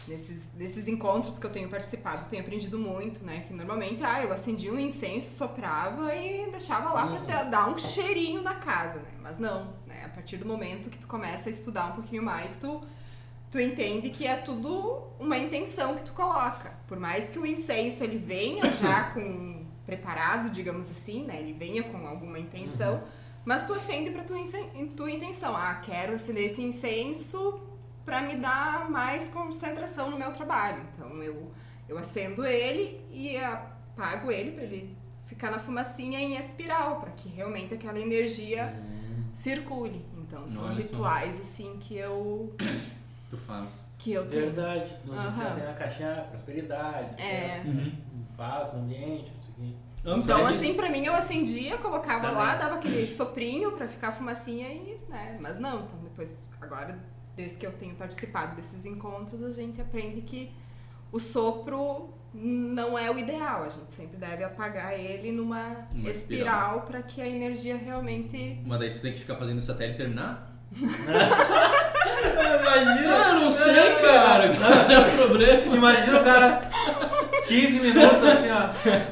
Speaker 4: nesses, nesses encontros que eu tenho participado, tenho aprendido muito, né? Que normalmente, ah, eu acendia um incenso, soprava e deixava lá pra te- dar um cheirinho na casa, né? Mas não, né? A partir do momento que tu começa a estudar um pouquinho mais, tu tu entende que é tudo uma intenção que tu coloca. Por mais que o incenso ele venha já com preparado, digamos assim, né? Ele venha com alguma intenção, mas tu acende para tua, ince- tua intenção. Ah, quero acender esse incenso para me dar mais concentração no meu trabalho. Então eu eu acendo ele e apago ele para ele ficar na fumacinha em espiral, para que realmente aquela energia circule. Então são
Speaker 1: Uhum. Olha só.
Speaker 4: rituais assim que eu
Speaker 1: Tu faz.
Speaker 4: que eu tenho.
Speaker 2: Verdade, não se
Speaker 4: Aham.
Speaker 2: na caixinha, prosperidade,
Speaker 4: É.
Speaker 2: paz no ambiente, não sei o quê.
Speaker 4: Então, assim, pra mim, eu acendia, colocava
Speaker 1: Tá
Speaker 2: Também.
Speaker 4: lá, dava aquele soprinho pra ficar a fumacinha e, né? Mas não, então depois, agora, desde que eu tenho participado desses encontros, a gente aprende que o sopro não é o ideal. A gente sempre deve apagar ele numa
Speaker 1: Uma espiral.
Speaker 4: espiral pra que a energia realmente.
Speaker 1: Mas daí tu tem que ficar fazendo isso até ele terminar?
Speaker 2: Imagina,
Speaker 1: Ah, não sei, cara. Qual é o problema?
Speaker 2: imagina o cara 15 minutos assim, ó.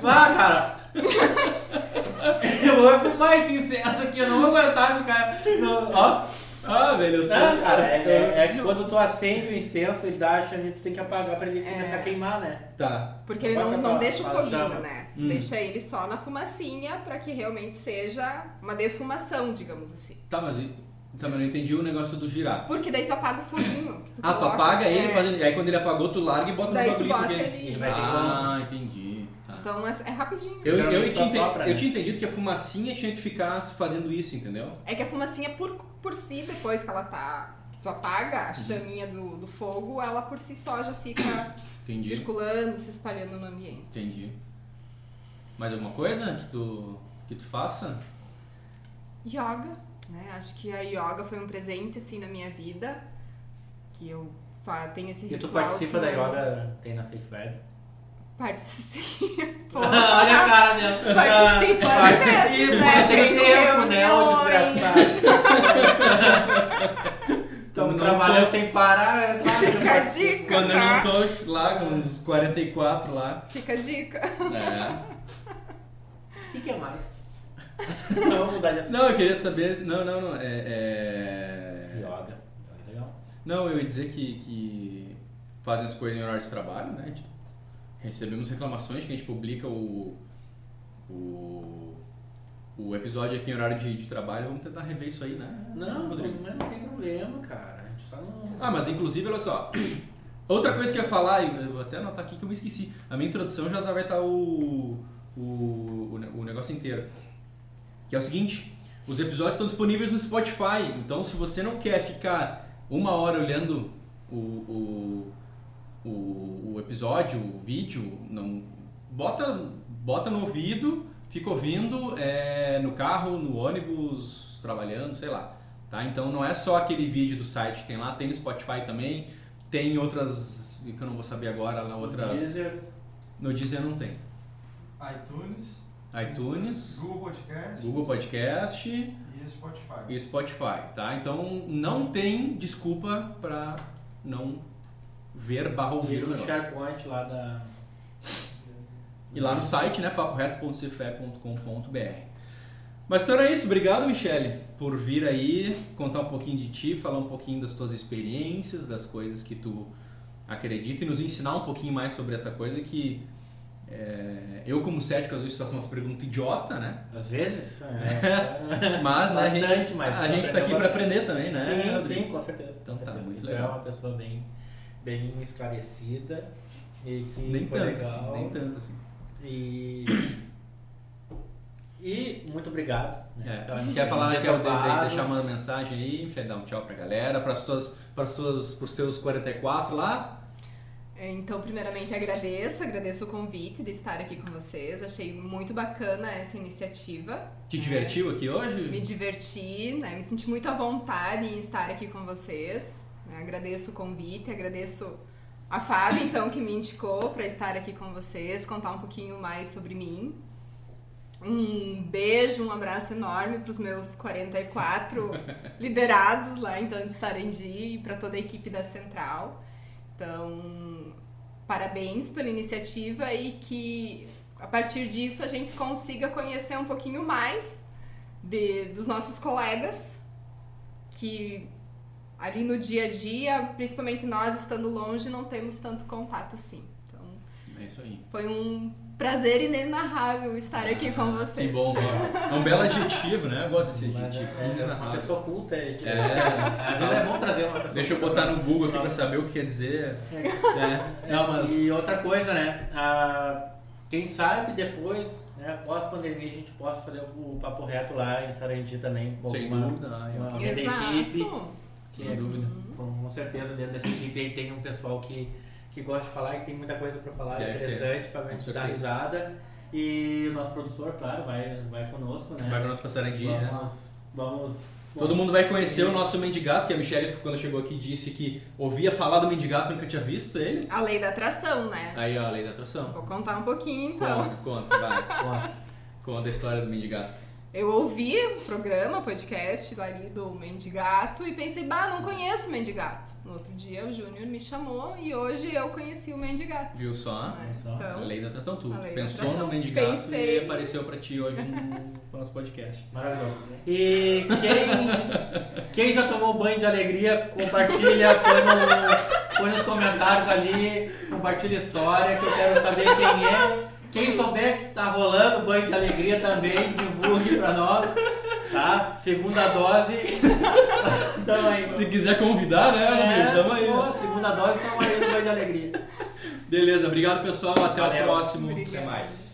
Speaker 2: Ah, cara! Eu vou fumar esse incenso aqui, eu não vou aguentar ficar. Não, ó.
Speaker 1: Ah, velho, eu sei.
Speaker 2: Não, cara, é,
Speaker 1: eu-
Speaker 2: é- é que quando tu acende o incenso, ele dá a chaminha, tu tem que apagar pra ele começar a queimar, né?
Speaker 1: Tá.
Speaker 4: Porque ele não,
Speaker 2: Passa
Speaker 4: não
Speaker 2: pra-
Speaker 4: deixa o
Speaker 2: pra
Speaker 4: foguinho,
Speaker 2: chama.
Speaker 4: né?
Speaker 1: Hum.
Speaker 4: Tu Deixa ele só na fumacinha pra que realmente seja uma defumação, digamos assim.
Speaker 1: Tá, mas e- também não entendi o negócio do girar.
Speaker 4: Porque daí tu apaga o foguinho. que
Speaker 1: Ah, tu
Speaker 4: coloca.
Speaker 1: apaga ele
Speaker 4: É.
Speaker 1: fazendo. Aí quando ele apagou, tu larga e bota
Speaker 4: Daí
Speaker 1: no
Speaker 4: tu
Speaker 1: tablito
Speaker 4: bota
Speaker 1: dele.
Speaker 4: ele-
Speaker 2: vai se
Speaker 1: Ah, entendi. Tá.
Speaker 4: Então é, é rapidinho.
Speaker 1: Eu, eu,
Speaker 2: Geralmente
Speaker 1: tinha
Speaker 2: só
Speaker 1: enten-
Speaker 2: sopra,
Speaker 1: eu
Speaker 2: né?
Speaker 1: tinha entendido que a fumacinha tinha que ficar fazendo isso, entendeu?
Speaker 4: É que a fumacinha por, por si, depois que ela tá. que tu apaga a chaminha do, do fogo, ela por si só já fica
Speaker 1: Entendi.
Speaker 4: circulando, se espalhando no ambiente.
Speaker 1: Entendi. Mais alguma coisa que tu, que tu faça?
Speaker 4: Yoga, né? Acho que a yoga foi um presente assim na minha vida. que eu fa- tenho esse
Speaker 2: E
Speaker 4: ritual. assim,
Speaker 2: tu
Speaker 4: né?
Speaker 2: participa da
Speaker 4: senão eu
Speaker 2: yoga, tem na Safe Web?
Speaker 4: Participo.
Speaker 11: Olha a cara dela. Ah,
Speaker 4: Participa às vezes, né?
Speaker 11: tem
Speaker 4: Tenho
Speaker 11: tempo, né? Ô
Speaker 4: reuniões.
Speaker 11: desgraçado. Estamos
Speaker 1: Não
Speaker 11: trabalhando
Speaker 1: tô-
Speaker 11: sem parar. é claro que eu
Speaker 4: Fica a
Speaker 11: participo.
Speaker 4: dica,
Speaker 1: Quando eu não
Speaker 4: tá?
Speaker 1: tô lá, com uns 44 lá.
Speaker 4: Fica a dica.
Speaker 1: É.
Speaker 11: E que mais? Vamos mudar de assunto.
Speaker 1: Não, eu queria saber. Não, não, não. É. é-
Speaker 2: Yoga. Yoga é legal.
Speaker 1: Não, eu ia dizer que, que fazem as coisas em horário de trabalho, né? A gente- Recebemos reclamações que a gente publica o, o, o episódio aqui em horário de, de trabalho. Vamos tentar rever isso aí, né?
Speaker 2: Não,
Speaker 1: Rodrigo.
Speaker 2: mas não tem problema, cara. A gente só não.
Speaker 1: Ah, mas inclusive, olha só. Outra coisa que eu ia falar, eu eu vou até anotar aqui que eu me esqueci. A minha introdução já vai estar o, o, o ne- o negócio inteiro. Que é o seguinte: os episódios estão disponíveis no Spotify. Então, se você não quer ficar uma hora olhando o, o, o, o episódio, o vídeo, não, bota, bota no ouvido, fica ouvindo é, no carro, no ônibus, trabalhando, sei lá tá? Então não é só aquele vídeo do site que tem lá, tem no Spotify também, tem outras que eu não vou saber agora, lá outras
Speaker 2: Deezer.
Speaker 1: no Deezer não tem.
Speaker 12: iTunes,
Speaker 1: iTunes,
Speaker 12: Google Podcast
Speaker 1: Google Podcast
Speaker 12: e Spotify.
Speaker 1: e Spotify, tá? Então não tem desculpa pra não ver barra
Speaker 2: E
Speaker 1: ouvir o
Speaker 2: no
Speaker 1: negócio.
Speaker 2: SharePoint lá da.
Speaker 1: E lá no site, né, paporeto.cfé.com.br. Mas então era isso, obrigado Michele por vir aí, contar um pouquinho de ti, falar um pouquinho das tuas experiências, das coisas que tu acredita e nos ensinar um pouquinho mais sobre essa coisa que é, eu como cético às vezes faço umas perguntas idiota, né?
Speaker 2: Às vezes? É.
Speaker 1: Mas né, a gente,
Speaker 2: Bastante, mas
Speaker 1: a gente tá aqui para aprender também, né?
Speaker 2: sim,
Speaker 1: Rodrigo?
Speaker 2: sim, com certeza.
Speaker 1: Então
Speaker 2: com
Speaker 1: tá,
Speaker 2: certeza.
Speaker 1: muito
Speaker 2: Então
Speaker 1: legal.
Speaker 2: é uma pessoa bem, bem esclarecida e que
Speaker 1: Nem
Speaker 2: foi
Speaker 1: tanto,
Speaker 2: legal.
Speaker 1: assim, nem tanto assim.
Speaker 2: E. E muito obrigado. né, pela
Speaker 1: É,
Speaker 2: gente
Speaker 1: quer falar,
Speaker 2: ter
Speaker 1: quer de- de-
Speaker 2: topado.
Speaker 1: deixar um uma mensagem aí, Michele, dar um tchau pra galera, pras tuas, pras tuas, pros teus 44 lá.
Speaker 4: Então, primeiramente, agradeço, agradeço o convite de estar aqui com vocês. Achei muito bacana essa iniciativa.
Speaker 1: Te divertiu aqui
Speaker 4: É. Me
Speaker 1: hoje?
Speaker 4: diverti, né? Me senti muito à vontade em estar aqui com vocês. né? Agradeço o convite, agradeço a Fábio, então, que me indicou para estar aqui com vocês, contar um pouquinho mais sobre mim. Um beijo, um abraço enorme para os meus 44 liderados lá então de Sarandi e para toda a equipe da Central. Então, parabéns pela iniciativa e que a partir disso a gente consiga conhecer um pouquinho mais de, dos nossos colegas que ali no dia a dia, principalmente nós estando longe, não temos tanto contato assim. Então,
Speaker 1: É isso aí.
Speaker 4: foi um prazer inenarrável estar aqui com vocês.
Speaker 1: Ah, Que bom, ó. É um belo adjetivo, né? Eu gosto desse
Speaker 2: Mas,
Speaker 1: adjetivo.
Speaker 2: é, é, uma
Speaker 1: Inenarrável.
Speaker 2: pessoa culta é de- Às vezes é
Speaker 1: É.
Speaker 2: bom trazer uma pessoa
Speaker 1: Deixa eu
Speaker 2: culta
Speaker 1: botar
Speaker 2: pra-
Speaker 1: no Google aqui
Speaker 2: pra-
Speaker 1: pra saber o que quer dizer. É. Não, mas.
Speaker 2: E outra coisa, né? a- quem sabe depois, né, pós pandemia, a gente possa fazer o papo reto lá em Sarandi também, com
Speaker 1: Sem
Speaker 2: uma,
Speaker 1: dúvida. ah, eu-
Speaker 2: uma grande equipe.
Speaker 4: Exato.
Speaker 2: que
Speaker 1: Sem
Speaker 2: é-
Speaker 1: dúvida.
Speaker 2: Com certeza dentro dessa equipe aí tem um pessoal que, que gosta de falar e tem muita coisa para falar
Speaker 1: Deve ter,
Speaker 2: interessante para
Speaker 1: com
Speaker 2: gente
Speaker 1: certeza.
Speaker 2: dar risada. E o nosso produtor, claro, vai, vai conosco, né?
Speaker 1: Vai pra nossa passaradinha. né?
Speaker 2: vamos, vamos,
Speaker 1: Todo mundo vai conhecer o nosso mendigato, que a Michelle, quando chegou aqui, disse que ouvia falar do mendigato e nunca tinha visto ele.
Speaker 4: A lei da atração, né?
Speaker 1: Aí, ó, a lei da atração.
Speaker 4: Vou contar um pouquinho então.
Speaker 1: Conta, conta, vai.
Speaker 2: Ó,
Speaker 1: Conta a história do mendigato.
Speaker 4: Eu ouvi o programa, podcast lá ali do Mendigato e pensei, bah, não conheço o Mendigato. No outro dia o Júnior me chamou e hoje eu conheci o Mendigato.
Speaker 1: Viu só?
Speaker 4: né?
Speaker 2: só.
Speaker 1: A
Speaker 4: Então,
Speaker 1: lei da atração, tu
Speaker 4: A lei da
Speaker 1: pensou
Speaker 4: atração.
Speaker 1: no mendigato
Speaker 4: Pensei.
Speaker 1: e apareceu pra ti hoje no nosso podcast.
Speaker 2: Maravilhoso. E quem, quem já tomou banho de alegria, compartilha, põe, no- põe nos comentários ali, compartilha a história, que eu quero saber quem é. Quem souber que tá rolando banho de alegria também, divulgue pra nós, tá? Segunda dose. Tamo aí.
Speaker 1: Se quiser convidar, né, Rodrigo?
Speaker 2: É,
Speaker 1: Tamo aí. né?
Speaker 2: pô, segunda dose, tamo aí no banho de alegria.
Speaker 1: Beleza, obrigado pessoal. Até
Speaker 2: Valeu.
Speaker 1: o próximo. Até
Speaker 4: Obrigada.
Speaker 1: mais.